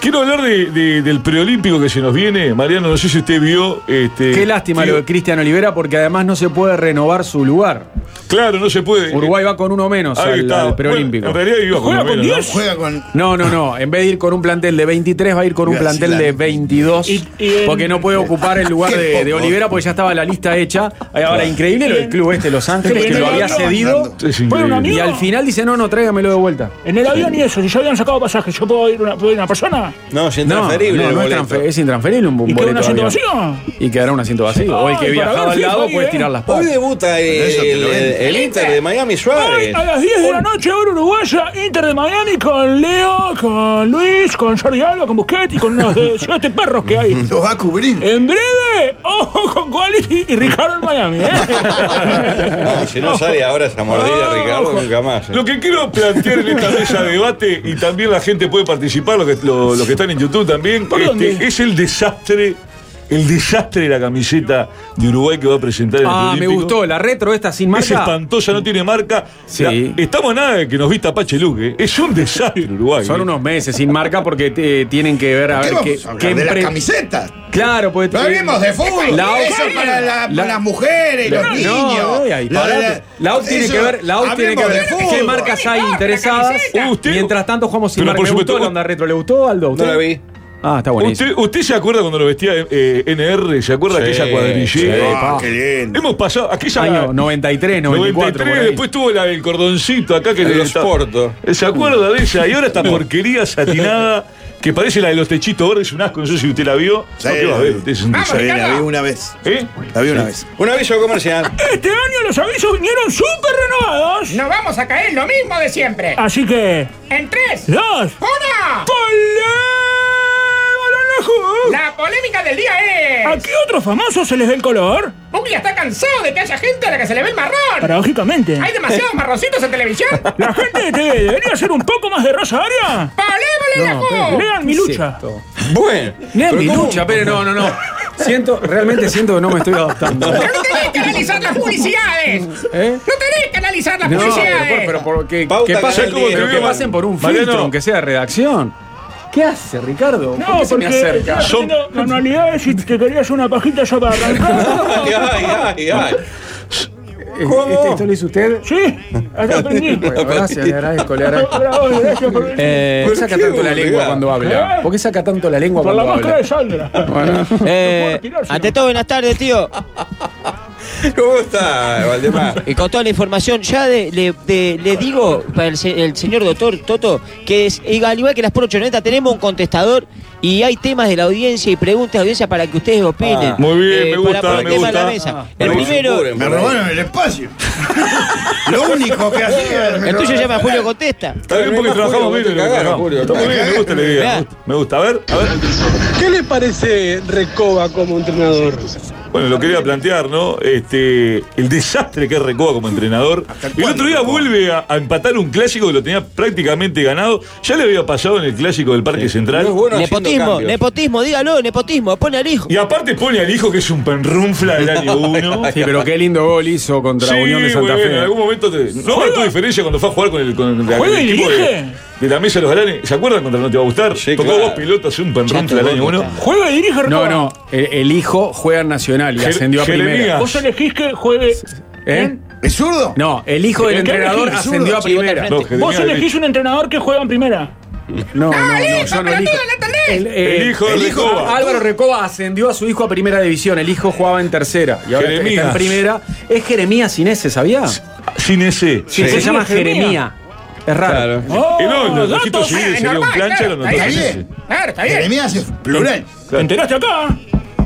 S12: Quiero hablar de- de- del preolímpico que se nos viene. Mariano, no sé si usted vio. Este,
S4: Qué lástima lo de Cristian Olivera, porque además no se puede renovar su lugar.
S12: Claro, no se puede.
S4: Uruguay va con uno menos
S12: Ahí
S4: al,
S12: está.
S4: al preolímpico.
S12: Bueno, en realidad iba con Juega uno con menos, ¿no? 10.
S3: Juega con.
S4: No, no, no. En vez de ir con un plantel de 23, va a ir con un
S3: Gracias,
S4: plantel de
S3: Lali.
S4: 22.
S3: y en-
S4: Porque no puede ocupar el lugar
S3: Qué
S4: de, de
S3: poco.
S4: Olivera, porque ya estaba la lista hecha. Eh, Ahora, increíble lo del club este, Los Ángeles,
S13: y
S4: que
S13: en
S4: lo
S13: el
S4: había
S13: otro-
S4: cedido.
S13: Es increíble. Bueno, un amigo-
S4: Y al final dice: No, no, tráigamelo de vuelta.
S13: En el avión y eso, si ya habían sacado pasajes, ¿yo puedo ir una, puedo ir una persona?
S1: No, es
S4: No, no, es, transfer- es intransferible un, un
S13: ¿Y queda
S4: boleto.
S13: un
S4: de
S13: asiento
S4: avión. Y quedará un asiento vacío. o el que
S13: Ay, para ver
S4: viajaba al lado
S13: FIFA,
S4: puede
S13: eh.
S4: tirar las
S1: Hoy
S4: patas.
S1: debuta eh,
S4: Eso te
S1: el,
S4: lo venden.
S1: el Inter de Miami Suárez.
S13: A las 10 de la noche, hora uruguaya, Inter de Miami con Leo, con Luis, con Jordi Alba, con Busquets y con unos de- siete perros que hay.
S3: Los va a cubrir.
S13: En breve, ojo con Guali y Ricardo en Miami. ¿eh?
S1: No, si no sale ahora esa mordida,
S4: Ah,
S1: Ricardo, nunca más. eh.
S12: Lo que quiero plantear en esta mesa de debate, y también la gente puede participar, los que, lo- los que están en YouTube también, este,
S13: dónde?
S12: es el desastre, el desastre de la camiseta de Uruguay que va a presentar el
S4: Ah, me
S12: Olímpico.
S4: gustó. La retro esta sin
S12: Es
S4: marca.
S12: espantosa, no tiene marca.
S4: Sí.
S12: La- estamos a nada de que nos vista Pache Luque. Es un desastre Uruguay.
S4: Son unos meses sin marca porque eh, tienen que ver a
S3: ¿Qué
S4: ver
S3: vamos
S4: qué,
S3: a hablar
S4: qué
S3: de las
S4: empre-
S3: camisetas?
S4: Claro, pues
S3: No hablemos de fútbol. Eso es para la- las mujeres, los niños.
S4: no, ahí,
S3: La-
S4: parate.
S3: la-
S4: la OTT tiene
S3: eso,
S4: que ver, la OTT tiene que
S3: hablemos
S4: ver
S3: de
S4: qué
S3: fútbol.
S4: marcas hay interesadas. Mientras tanto jugamos sin
S12: Pero
S4: marca.
S12: por
S4: ¿Le
S12: supuesto,
S4: gustó la
S12: vos-
S4: onda retro? ¿Le gustó Aldo? ¿Usted?
S12: No la vi.
S4: Ah, está buenísimo.
S12: ¿Usted, usted se acuerda cuando lo vestía eh, NR? ¿Se acuerda
S4: Sí,
S12: aquella cuadrillera?
S4: sí,
S12: Ah,
S4: pa.
S12: qué lindo. Hemos pasado aquella.
S4: Año 93, 94.
S12: 93, después tuvo la del cordoncito acá que
S1: La de
S12: le
S1: los
S12: está-
S1: Porto.
S12: ¿Se acuerda de ella? Y ahora esta porquería satinada que parece la de los techitos verdes, es un asco, no sé si usted la vio.
S3: Sí,
S12: No, ¿qué va a ver? Usted es un
S3: Sí,
S12: desastre.
S3: la vi una vez.
S12: ¿Eh?
S3: La vi una
S12: Sí.
S3: vez.
S1: Un aviso comercial.
S13: Este año los avisos vinieron súper renovados.
S14: No vamos a caer en lo mismo de siempre.
S13: Así que.
S14: En tres,
S13: ¡Dos!
S14: una. La polémica del día es.
S13: ¿A qué otro famoso se les ve el color?
S14: Puglia está cansado de que haya gente a la que se le ve el marrón.
S13: Paradójicamente.
S14: Hay demasiados marroncitos en televisión.
S13: La gente de TV debería ser un poco más de rosa área.
S14: ¡Palémosle la
S13: pero- Lean mi lucha.
S1: Bueno.
S4: Lean mi lucha, pero no, no, no. Siento, realmente siento que no me estoy adaptando.
S14: ¡Pero no tenés que analizar las publicidades!
S4: ¿Eh?
S14: ¡No tenés que analizar las
S4: No,
S14: publicidades!
S4: pero, por- pero por- que,
S1: Pauta
S4: que pasen,
S1: cada día.
S4: pero que
S1: Mariano,
S4: pasen por un
S1: Mariano.
S4: filtro, aunque sea de redacción. ¿Qué hace, Ricardo?
S13: No,
S4: ¿Por qué se me
S13: porque
S4: acerca?
S13: estaba haciendo manualidades y te querías una pajita ya para arrancar.
S1: Ay, ay, ay, ay.
S4: ¿Cómo? ¿Este, ¿Esto lo hizo usted?
S13: Sí, acá aprendí.
S4: Bueno, gracias, le agradezco, le agradezco.
S13: Bravo, gracias por
S4: Eh, ¿Por qué saca tanto la lengua cuando habla?
S13: ¿Eh?
S4: ¿Por qué saca tanto la lengua
S13: Por la
S4: cuando
S13: máscara
S4: habla?
S13: de Sandra.
S4: Bueno.
S7: Eh, ante todo, buenas tardes, tío.
S1: ¿Cómo está, Valdemar?
S7: Y con toda la información, ya de- le, de- le digo para el, se- el señor doctor Toto que es, y al igual que las por tenemos un contestador y hay temas de la audiencia y preguntas de la audiencia para que ustedes opinen.
S12: Ah, muy bien, me gusta,
S7: Eh, Para poner
S12: me
S7: tema
S12: gusta.
S7: a la mesa.
S12: Ah,
S7: el
S12: me gusta.
S7: primero.
S3: Me robaron el espacio. Lo único que hacía.
S7: El tuyo llama Julio Contesta.
S12: Está bien porque trabajamos bien. lo que trabajamos. Está muy bien, me gusta la idea. Me gusta. A ver, a ver.
S15: ¿Qué le parece Recoba como entrenador?
S12: Bueno, lo quería plantear, ¿no? Este, el desastre que es Recoba como entrenador. El otro día vuelve a, a empatar un clásico que lo tenía prácticamente ganado. Ya le había pasado en el clásico del Parque Central.
S7: nepotismo, nepotismo, dígalo, nepotismo, pone al hijo.
S12: Y aparte pone al hijo que es un penrunfla del año 1.
S4: Sí, pero qué lindo gol hizo contra Unión de Santa
S12: bueno,
S4: Fe.
S12: en algún momento te- no marcó diferencia cuando fue a jugar con el, con el-
S13: ¿Juega
S12: el
S13: y
S12: equipo
S13: dirige?
S12: de, de la mesa de los galanes. ¿Se acuerdan contra No Te Va a Gustar? Tocó
S1: claro.
S12: dos pilotas, un penrunfla del año 1.
S13: Juega y dirige
S4: No,
S13: Recoba.
S4: no, el, el hijo juega en Nacional y
S12: Jer-
S4: ascendió a primera.
S12: Jeremías.
S13: Vos elegís que juegue.
S4: ¿Eh?
S3: ¿Es zurdo?
S4: No, el hijo del
S13: ¿El qué
S4: entrenador
S13: elegís?
S4: ascendió a
S13: Sí, vota
S4: primera.
S13: al frente. Vos elegís un entrenador que juega en primera. Ah,
S4: No, no, no,
S14: ¡Listo,
S4: yo no
S14: pelotudo,
S4: elijo.
S14: ¿la entendés?
S4: eh, El,
S15: eh,
S12: El hijo de Recoba.
S4: Álvaro Recoba ascendió a su hijo a primera división. El hijo jugaba en tercera y ahora está- está
S12: Jeremías.
S4: en primera. Es Jeremías Inés, ¿sabía? Sí,
S12: Sin ese.
S4: se llama Jeremías. Es raro. Oh, Ah,
S12: El los
S13: datos,
S12: ojitos
S13: eh,
S12: civiles sería un
S13: normal,
S12: plancha,
S13: claro,
S12: los
S13: está
S12: notos
S13: bien. Claro, está bien.
S3: Jeremías es plural.
S13: ¿Te enteraste acá?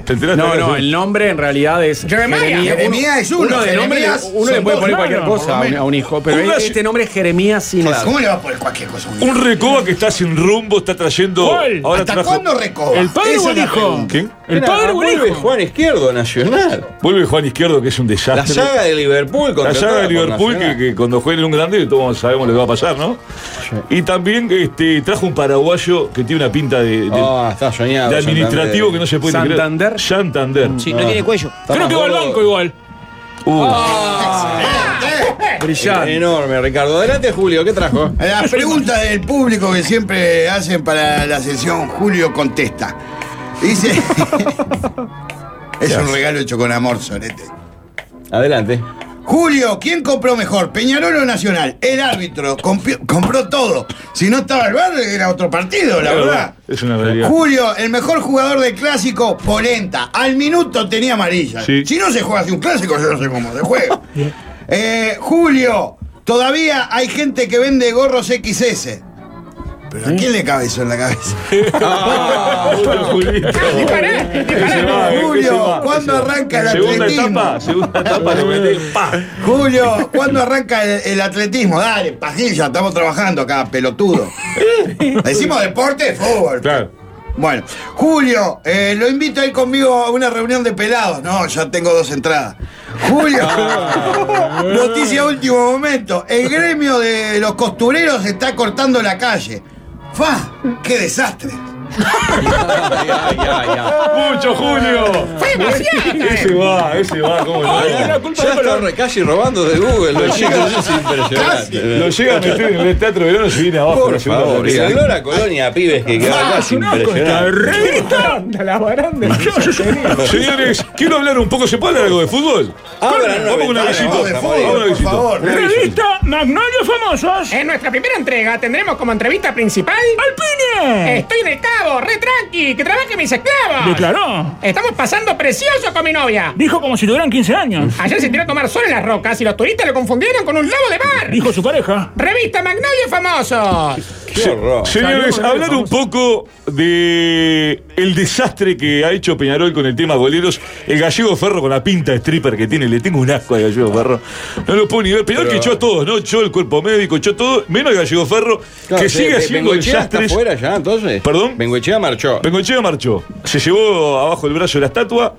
S12: ¿Te enteraste?
S4: No, no,
S12: Sí.
S4: el nombre en realidad es.
S13: Jeremías.
S3: Jeremías es uno,
S4: de nombre,
S3: Jeremías
S4: le- uno le
S3: son
S4: puede
S3: dos,
S4: poner
S3: no,
S4: cualquier
S3: no, por
S4: cosa
S3: lo
S4: a un,
S3: menos.
S4: a un hijo, pero
S12: Un
S4: él-
S12: raci-
S4: este nombre es Jeremías Inés.
S3: ¿Cómo le va a poner cualquier cosa? a un hijo?
S12: Un Recoba que está sin rumbo, está trayendo.
S13: ¿Cuál?
S12: Ahora
S3: ¿Hasta
S12: trajo-
S3: cuándo recoba?
S13: ¿El padre
S3: Esa
S13: o
S3: es
S13: el
S3: la
S13: hijo?
S3: pregunta.
S12: ¿Quién?
S13: El
S1: Era-
S13: padre o el
S1: ah, vuelve
S13: hijo.
S1: Juan Izquierdo a Nacional.
S12: Vuelve Juan Izquierdo, que es un
S1: La
S12: desastre.
S1: saga de Liverpool
S12: La
S1: contratada
S12: llaga de
S1: por
S12: Liverpool, que,
S1: Nacional.
S12: que cuando juegue en un grande, todos sabemos lo que va a pasar, ¿no? Y también este, trajo un paraguayo que tiene una pinta de, de-
S1: Ah, está soñado.
S12: de administrativo
S1: Santander. Ah.
S12: que no se puede ni creer.
S1: Santander.
S12: Santander. Uh.
S1: Sí, no tiene
S7: cuello.
S13: Creo que va al banco igual.
S1: Ah,
S9: Ah.
S1: Brillante. Enorme, Ricardo. Adelante, Julio, ¿qué trajo?
S3: Las preguntas del público que siempre hacen para la sesión Julio contesta. Dice. es un regalo hecho con amor, Sorete.
S1: Adelante.
S3: Julio, ¿quién compró mejor? ¿Peñarol o Nacional? El árbitro compi- compró todo. Si no estaba el bar, era otro partido, la
S12: Claro,
S3: verdad.
S12: Es una realidad.
S3: Julio, el mejor jugador del clásico, Polenta. Al minuto tenía amarilla.
S12: Sí.
S3: Si no se juega así un clásico, yo no sé cómo se juega. Eh, Julio, todavía hay gente que vende gorros XS. ¿Pero
S12: ¿Eh?
S3: a quién le cabe eso en la cabeza?
S12: Ah, eh,
S3: Julio, ¿cuándo arranca el
S12: Segunda
S3: atletismo?
S12: etapa, segunda etapa le metí, pa.
S3: Julio, ¿cuándo arranca el, el atletismo? Dale, pajilla, estamos trabajando acá, pelotudo. Decimos deporte, fútbol.
S12: Claro.
S3: Bueno, Julio, eh, lo invito a ir conmigo a una reunión de pelados. No, ya tengo dos entradas. Julio,
S12: Ah.
S3: noticia último momento. El gremio de los costureros está cortando la calle. ¡Fa! ¡Qué desastre!
S12: ¡Mucho, Julio!
S3: ¡Fue demasiado!
S15: eh.
S3: eh.
S12: Ese va, ese va, ¿cómo no?
S1: ya está re- casi robando de Google, los chicos. Es
S12: Casi.
S1: impresionante.
S12: Lo llega a meter en el Teatro Verón se viene abajo.
S1: Por favor, Ah, y la Gloria Colonia, pibes, que queda casi impresionante.
S13: Anda, la baranda.
S12: Señores, quiero hablar un poco. ¿Se puede hablar algo de fútbol?
S1: Abran
S12: Vamos con una visita.
S1: Ah, vamos de
S12: Vamos con una
S1: fútbol, por
S12: visita.
S1: favor.
S12: Una visita.
S13: Revista Magnolio Famosos.
S14: En nuestra primera entrega tendremos como entrevista principal.
S13: ¡Al Pine!
S14: Estoy en el cabo, re tranqui, que trabaje mis esclavos.
S13: Declaró.
S14: Estamos pasando precioso con mi novia.
S13: Dijo como si tuvieran 15 años. Ah,
S14: Ayer se tiró a tomar sol en las rocas y los turistas lo confundieron con un lobo de mar.
S13: Dijo su pareja.
S14: Revista Magnolio Famosos.
S1: Qué horror.
S12: Señores, hablar un poco de el desastre que ha hecho Peñarol con el tema goleros. El gallego Ferro con la pinta de stripper que tiene, le tengo un asco al gallego Ferro. No lo puedo ni ver. Peñarol
S1: Pero-
S12: que echó a todos, ¿no? Echó el cuerpo médico, echó todo, menos el gallego Ferro,
S1: Claro,
S12: que
S1: sí,
S12: sigue
S1: Be-
S12: haciendo
S1: Bengoechea
S12: desastres.
S1: está fuera ya, entonces.
S12: ¿Perdón?
S1: Bengoechea marchó.
S12: Bengochea marchó. Se llevó abajo el brazo de la estatua.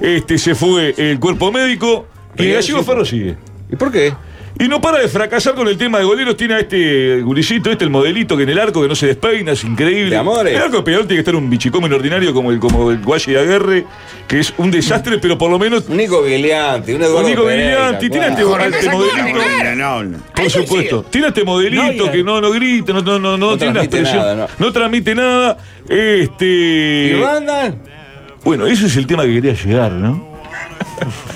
S12: Este, se fue el cuerpo médico. Y el gallego Ferro sigue.
S1: ¿Y por qué?
S12: Y no para de fracasar con el tema de goleros. Tiene a este gurisito, este el modelito que en el arco que no se despeina, es increíble.
S1: De amores.
S12: El arco de Peñarol tiene que estar un bichicómen ordinario como el, como el Guaye de Aguerre, que es un desastre, pero por lo menos.
S1: Un Nico Viglianti, un Eduardo
S12: Nico
S1: Pereira,
S12: Viglianti, tiene
S1: claro.
S12: este, este modelito.
S3: No, no.
S12: Por supuesto. Tiene este modelito
S13: No, y-
S12: que no, no grita, no, no, no, no tiene una
S1: transmite
S12: expresión.
S1: nada,
S12: no.
S1: no.
S12: transmite nada.
S1: ¿Y
S12: Este.
S1: Randall?
S12: Bueno, ese es el tema que quería llegar, ¿no?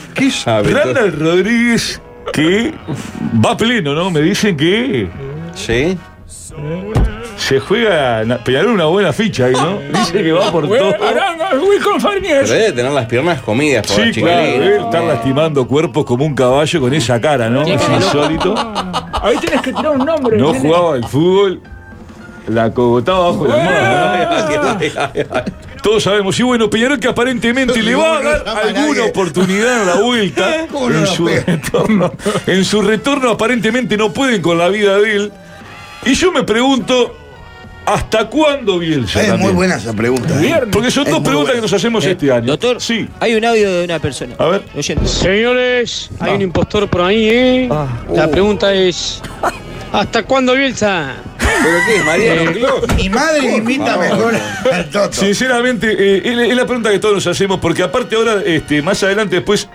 S1: ¿Qué sabe?
S12: Randall Rodríguez, que va pleno, ¿no? Me dicen que
S1: Sí.
S12: se juega na- Peñarol una buena ficha ahí, ¿no? Dice que va por todo.
S13: Bueno, Aranga, Wilcon
S1: Pero
S13: Farnies.
S1: debe tener las piernas comidas por
S12: Sí,
S1: la
S12: claro,
S1: chiquilina.
S12: debe estar lastimando cuerpos como un caballo con esa cara, ¿no? Es insólito.
S13: Ahí tienes que tirar un nombre.
S12: No
S13: nene.
S12: jugaba al fútbol, la cogotaba bajo la mano. ¿no? Todos sabemos. Y bueno, Peñarol que aparentemente le va a dar
S3: No, no llama a
S12: alguna
S3: nadie.
S12: oportunidad en la vuelta.
S3: ¿Cómo no
S12: en,
S3: nos
S12: su
S3: pega?
S12: retorno, en su retorno aparentemente no pueden con la vida de él. Y yo me pregunto, ¿hasta cuándo Bielsa?
S3: Es muy
S12: también?
S3: buena esa pregunta. ¿eh?
S13: Viernes.
S12: Porque son
S3: Es
S12: dos
S3: muy
S12: preguntas
S3: buena.
S12: que nos hacemos este año.
S7: Doctor,
S12: Sí.
S7: hay un audio de una persona. Ah.
S12: A ver.
S7: Oyente.
S15: Señores, hay un impostor por ahí, ¿eh? La pregunta es, ¿hasta cuándo Bielsa?
S1: ¿Pero qué es, Mariano Clos?
S3: Mi madre invita mejor al Toto.
S12: Sinceramente, eh, es la- es la pregunta que todos nos hacemos, porque aparte ahora, este, más adelante después,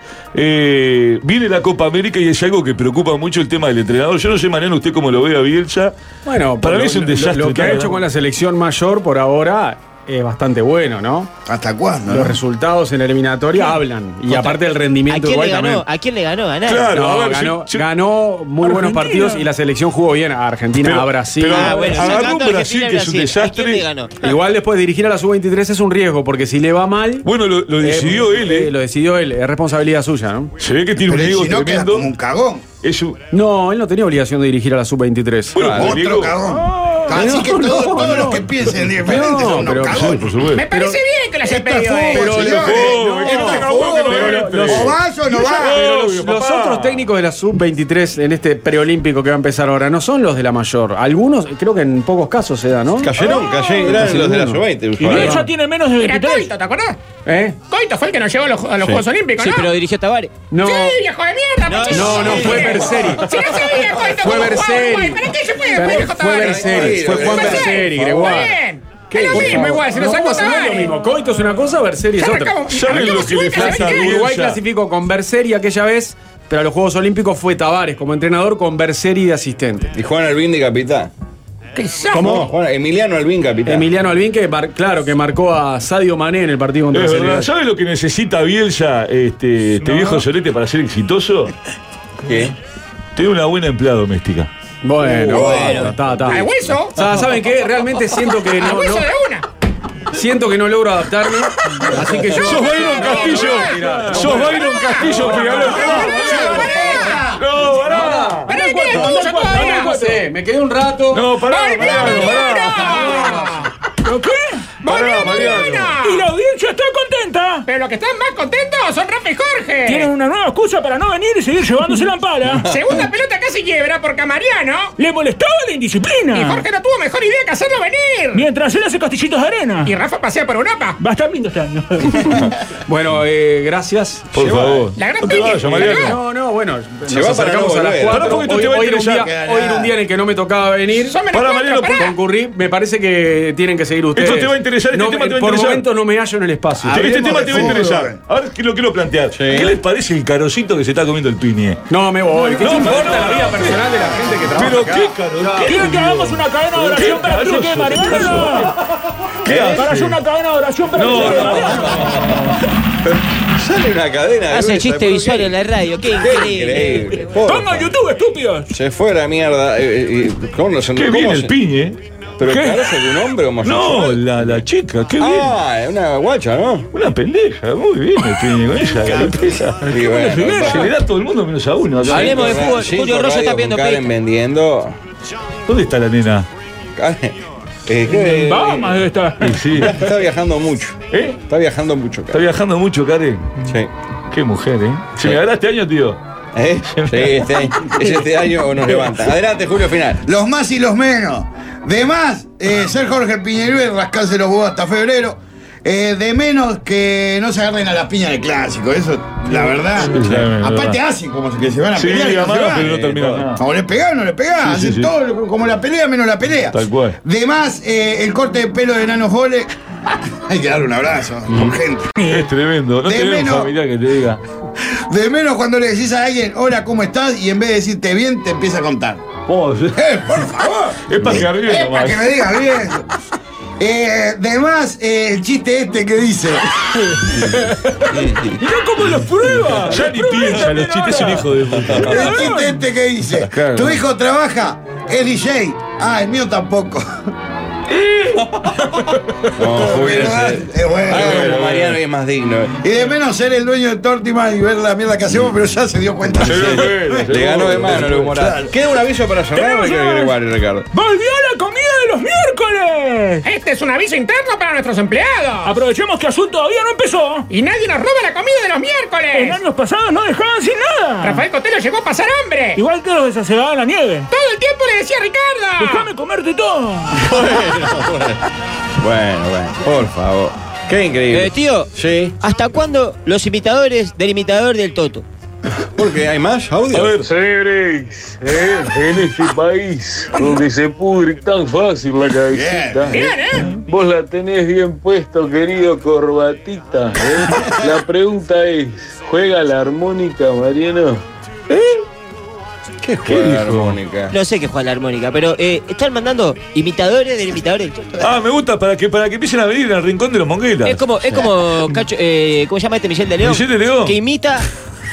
S12: eh, viene la Copa América y es algo que preocupa mucho el tema del entrenador. Yo no sé, Mariano, usted cómo lo ve a Bielsa.
S4: Bueno,
S12: Para
S4: por
S12: mí
S4: lo-
S12: es un desastre,
S4: Lo, lo que ha
S12: claro.
S4: hecho con la selección mayor por ahora es bastante bueno, ¿no?
S3: ¿Hasta cuándo?
S4: Los resultados en la eliminatoria hablan. Y aparte el
S7: ¿A
S4: rendimiento
S7: quién le
S4: igual
S7: ganó?
S4: también.
S7: ¿A quién le ganó? Ganar.
S12: Claro.
S4: No,
S12: a ver,
S4: ganó,
S12: sí, sí.
S4: ganó muy buenos
S13: Argentina.
S4: partidos y la selección jugó bien a Argentina,
S12: Pero-
S4: a Brasil.
S12: pero-
S7: Ah, bueno,
S12: Agarró
S7: sacando
S12: un
S7: a Argentina
S12: Brasil
S7: y
S12: que es un
S7: Brasil. ¿A quién
S12: desastre.
S7: le ganó?
S4: Igual después dirigir a la sub-23 es un riesgo, porque si le va mal.
S12: Bueno, lo, lo
S4: eh,
S12: decidió él, eh.
S4: eh, Lo decidió él, es responsabilidad suya, ¿no?
S12: Se ve que tiene
S3: Pero
S12: un ego
S3: si no, queda
S12: tremendo.
S3: como un cagón.
S12: Es un-
S4: No, él no tenía obligación de dirigir a la sub-23.
S12: Bueno,
S4: Claro.
S12: Pero
S3: Otro
S12: Diego-
S3: cagón.
S15: Ah.
S3: Así que todos, todos los que piensen diferente
S4: No,
S3: son unos
S4: pero-
S12: Sí,
S3: cagones.
S12: por supuesto.
S14: Me parece bien que lo haya
S3: Esto
S14: pedido.
S3: es
S14: eh.
S3: fútbol,
S12: Pero
S3: señores.
S12: le- no,
S3: Esto
S12: esto
S3: es
S12: es fútbol,
S3: ¿O vas o no vas?
S4: Pero los, los otros técnicos de la sub-23 en este preolímpico que va a empezar ahora no son los de la mayor. Algunos, creo que en pocos casos se da, ¿no?
S3: Ah,
S1: Cayeron, cayeron, eran
S4: Casi
S1: los de la
S4: ninguno.
S1: sub-20,
S4: Y
S1: usualmente.
S4: Bielsa-
S13: tiene menos de
S14: Era
S13: 23.
S14: Coito, ¿te acordás?
S4: ¿Eh?
S14: Coito fue el que nos llevó a los, a los
S4: Sí.
S14: Juegos Olímpicos,
S4: Sí,
S14: ¿no?
S4: pero
S7: dirigió Tabaré.
S4: No.
S14: Sí, viejo de mierda,
S4: No,
S14: Pachín.
S4: no, no, fue Berseri.
S14: Si no sabía, Coito,
S4: Fue
S14: cómo jugaba
S4: Berseri.
S14: Uruguay, ¿Para qué se fue
S4: Pero
S14: después, viejo
S4: fue
S14: Tabaré?
S4: Berseri, fue Juan Berseri, Gregoire.
S14: Está bien. Es lo mismo, igual, se lo
S4: No,
S14: sacó
S4: ¿cómo se no es lo
S14: Tabaré.
S4: mismo. Coito es una cosa, Berseri es
S14: Ya
S4: otra.
S14: arrancamos- ¿Saben arrancamos lo que le suelta, falta a ¿saben qué? Bielsa?
S4: Uruguay clasificó con Berseri aquella vez, pero a los Juegos Olímpicos fue Tavares como entrenador con Berseri de asistente.
S1: Y Juan Albín de capitán.
S14: ¿Qué
S1: No, Juan- Emiliano Albín, capitán.
S4: Emiliano Albín, que mar- claro, que marcó a Sadio Mané en el partido contra
S12: Es verdad.
S4: Senegal.
S12: ¿Sabes lo que necesita Bielsa, este, este viejo solete, para ser exitoso?
S1: ¿Qué?
S12: Tener una buena empleada doméstica.
S4: Bueno, bueno, está, está.
S14: Al hueso.
S4: O sea, ¿saben qué? Realmente siento que
S14: Al
S4: no.
S14: hueso
S4: no-
S14: de una.
S4: siento que no logro adaptarme. Así que yo.
S12: ¡Sos Byron Castillo! ¡Sos Byron Castillo, Peñarol! ¡No, pará!
S14: Pará, que
S4: cuánto,
S14: queda
S4: andá
S14: tuyo
S4: cuánto,
S14: todavía.
S4: andá cuánto. Eh, Me quedé un rato.
S12: No, pará,
S4: Volvió
S12: pará,
S4: Mariano.
S12: ¿Pero qué?
S14: ¡Volvió
S12: Mariano.
S14: Mariana!
S13: Y la audiencia está contenta.
S14: Pero los que están más contentos son Rafa y Jorge.
S13: Tienen una nueva excusa para no venir y seguir llevándose la pala.
S14: Segunda pelota casi quiebra porque a Mariano.
S13: Le molestaba la indisciplina.
S14: Y Jorge no tuvo mejor idea que hacerlo venir.
S13: Mientras él hace castillitos de arena.
S14: Y Rafa pasea por Europa.
S13: Va a estar lindo este año.
S4: Bueno, eh, gracias.
S12: Por
S4: Lleva-
S12: favor.
S14: La gran
S12: No te
S14: piña.
S12: vayas, Mariano.
S4: No, no, bueno.
S12: Se va
S4: nos
S12: para
S4: acercamos
S12: no
S4: a las
S12: volver. Pará,
S4: 4.
S12: porque tú
S4: Hoy,
S12: te vas
S4: hoy
S12: a
S4: era un
S12: estrellar.
S4: día, hoy era un día en el que no me tocaba venir.
S14: Son menos
S12: Pará,
S14: cuatro,
S12: Mariano,
S14: pará.
S4: Concurrí, me parece que tienen que seguir ustedes.
S12: Esto te va a interesar, este
S4: No,
S12: tema te va a
S4: Por
S12: interesar.
S4: momentos no me hallo en el espacio.
S12: Este
S4: Hablemos
S12: tema
S4: de
S12: te va a
S4: fútbol.
S12: interesar. A ver, que lo quiero plantear. ¿Qué les parece el carocito que se está comiendo el piñe?
S4: No, me voy. ¿Qué
S12: No,
S4: te importa
S12: no, no.
S4: la vida personal de la gente que trabaja?
S12: Pero
S4: acá?
S12: qué caro. qué
S13: ¿Quieren que
S12: lío.
S13: hagamos una cadena de
S12: ¿Qué
S13: oración para el
S12: caso?
S13: truque de Mariano?
S12: ¿Qué caso? ¿Qué
S13: Para
S12: hace?
S13: hacer una cadena de oración para el
S12: No,
S13: truque de
S12: no.
S13: Mariano.
S1: Sale una cadena. de
S7: Hace
S1: gruesa,
S7: chiste
S1: ¿por
S7: visual
S1: qué?
S7: en la radio. Qué
S1: Qué
S7: increíble.
S1: Increíble. Porfa.
S13: Pongan YouTube, estúpidos.
S1: Se fue la mierda. eh, eh, eh, ¿Cómo no se
S12: Qué
S1: cómo
S12: bien
S1: se-
S12: el piñe.
S1: ¿Pero
S12: ¿Qué?
S1: carece de un hombre homosexual?
S12: No, la, la chica, qué bien.
S1: Ah, es una guacha, ¿no?
S12: Una pendeja, muy bien el piñe con ¿eh? esa galopera.
S1: Y bueno,
S12: Primero,
S1: está.
S12: se le da a todo el mundo menos a uno. acá.
S7: Hablemos de fútbol.
S1: Cinco
S7: Julio Rosso está
S1: radios
S7: pidiendo
S1: con Karen
S7: pito.
S1: vendiendo.
S12: ¿Dónde está la nena?
S1: Karen, eh, que-
S13: Vamos, debe estar.
S12: Y sí.
S1: Está viajando mucho.
S12: ¿Eh?
S1: Está viajando mucho,
S12: Está
S1: Karen.
S12: viajando mucho, Karen.
S1: Sí.
S12: Qué mujer, ¿eh? ¿Se me agarra este año, tío?
S1: ¿Eh? Sí, este, es este año o nos levantan. Adelante, Julio Final.
S3: Los más y los menos. De más, eh, ser Jorge Piñeruel, rascarse los huevos hasta febrero. Eh, de menos que no se agarren a la piña del clásico, eso, la verdad.
S12: Sí, sí, la
S3: Aparte
S12: verdad.
S3: hacen como que se van a
S12: Sí,
S3: pelear. y no se
S12: además,
S3: van.
S12: pero no termina nada.
S3: O le pegás o no le pegás,
S12: Sí, sí,
S3: hacen
S12: sí.
S3: todo lo- como la pelea menos la pelea.
S12: Tal cual.
S3: De más, eh, el corte de pelo de Nano Jole. Hay que darle un abrazo, urgente.
S12: Es tremendo. No
S3: De
S12: tenés un
S3: menos.
S12: familiar que te diga.
S3: De menos cuando le decís a alguien, hola, ¿cómo estás? Y en vez de decirte bien, te empieza a contar.
S12: Vos,
S3: ¡Eh, por favor!
S12: es para que
S3: Eh,
S12: arriba,
S3: para que me digas bien. Eh, de más, eh, el chiste este que dice.
S13: Mirá cómo los prueba.
S12: Ya ni piensa, los chistes son hijo de puta.
S3: El chiste este que dice.
S12: Claro.
S3: Tu hijo trabaja, es DJ. Ah, el mío tampoco.
S1: No, Julio
S3: ¿Verdad?
S1: es-
S3: Es bueno.
S1: Ah,
S3: bueno.
S1: pero Mariano es más digno. eh.
S3: Y de menos ser el dueño de Tortima y ver la mierda que hacemos, pero ya se dio cuenta.
S12: Se dio cuenta,
S1: Le ganó de
S12: seguro.
S1: mano el humorado. ¿Queda un aviso para cerrar o hay que agregar, Ricardo?
S13: ¡Volvió la comida de los miércoles!
S14: Este es un aviso interno para nuestros empleados.
S13: Aprovechemos que Azul todavía no empezó.
S14: Y nadie nos roba la comida de los
S13: En
S14: miércoles.
S13: años pasados no dejaban sin nada.
S14: Rafael Cotelo llegó a pasar hambre.
S13: Igual que los desacegaban la nieve.
S14: Todo el tiempo le decía a Ricardo.
S13: Déjame comerte todo.
S1: Bueno, bueno, por favor. Qué increíble.
S7: Eh, tío,
S1: Sí.
S7: ¿hasta cuándo los imitadores del imitador del Toto?
S1: Porque hay más audio.
S16: A ver, señores, ¿eh? en este país donde se pudre tan fácil la cabecita,
S14: Bien, ¿eh?
S16: vos la tenés bien puesto, querido corbatita. ¿eh? La pregunta es, ¿juega la armónica, Mariano?
S1: ¿Qué juega la armónica?
S7: No sé qué juega la armónica, pero eh, están mandando imitadores del imitador del Toto.
S12: Ah, me gusta para que, para que empiecen a venir al rincón de los monguelas.
S7: Es como, es como Cacho- eh, ¿cómo se llama este Michel de León?
S12: Michel de León.
S7: Que imita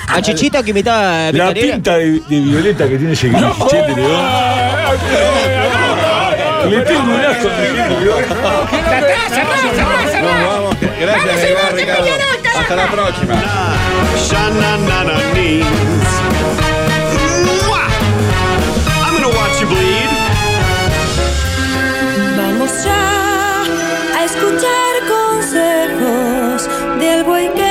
S7: a Chichita que imitaba
S12: La
S7: a Picarera.
S12: pinta de, de violeta que tiene ese chete, León. Le tengo un asco tremendo, León.
S14: Cerrá, cerrá, cerrá, cerrá.
S1: Nos vamos.
S14: Vamos,
S1: Gracias,
S14: Iván,
S1: Ricardo.
S14: que
S1: Ricardo.
S14: pelearon, carajo.
S1: Hasta la próxima.
S17: Shananananis. Mwah! I'm gonna watch you bleed.
S5: Vamos ya a escuchar consejos del buen que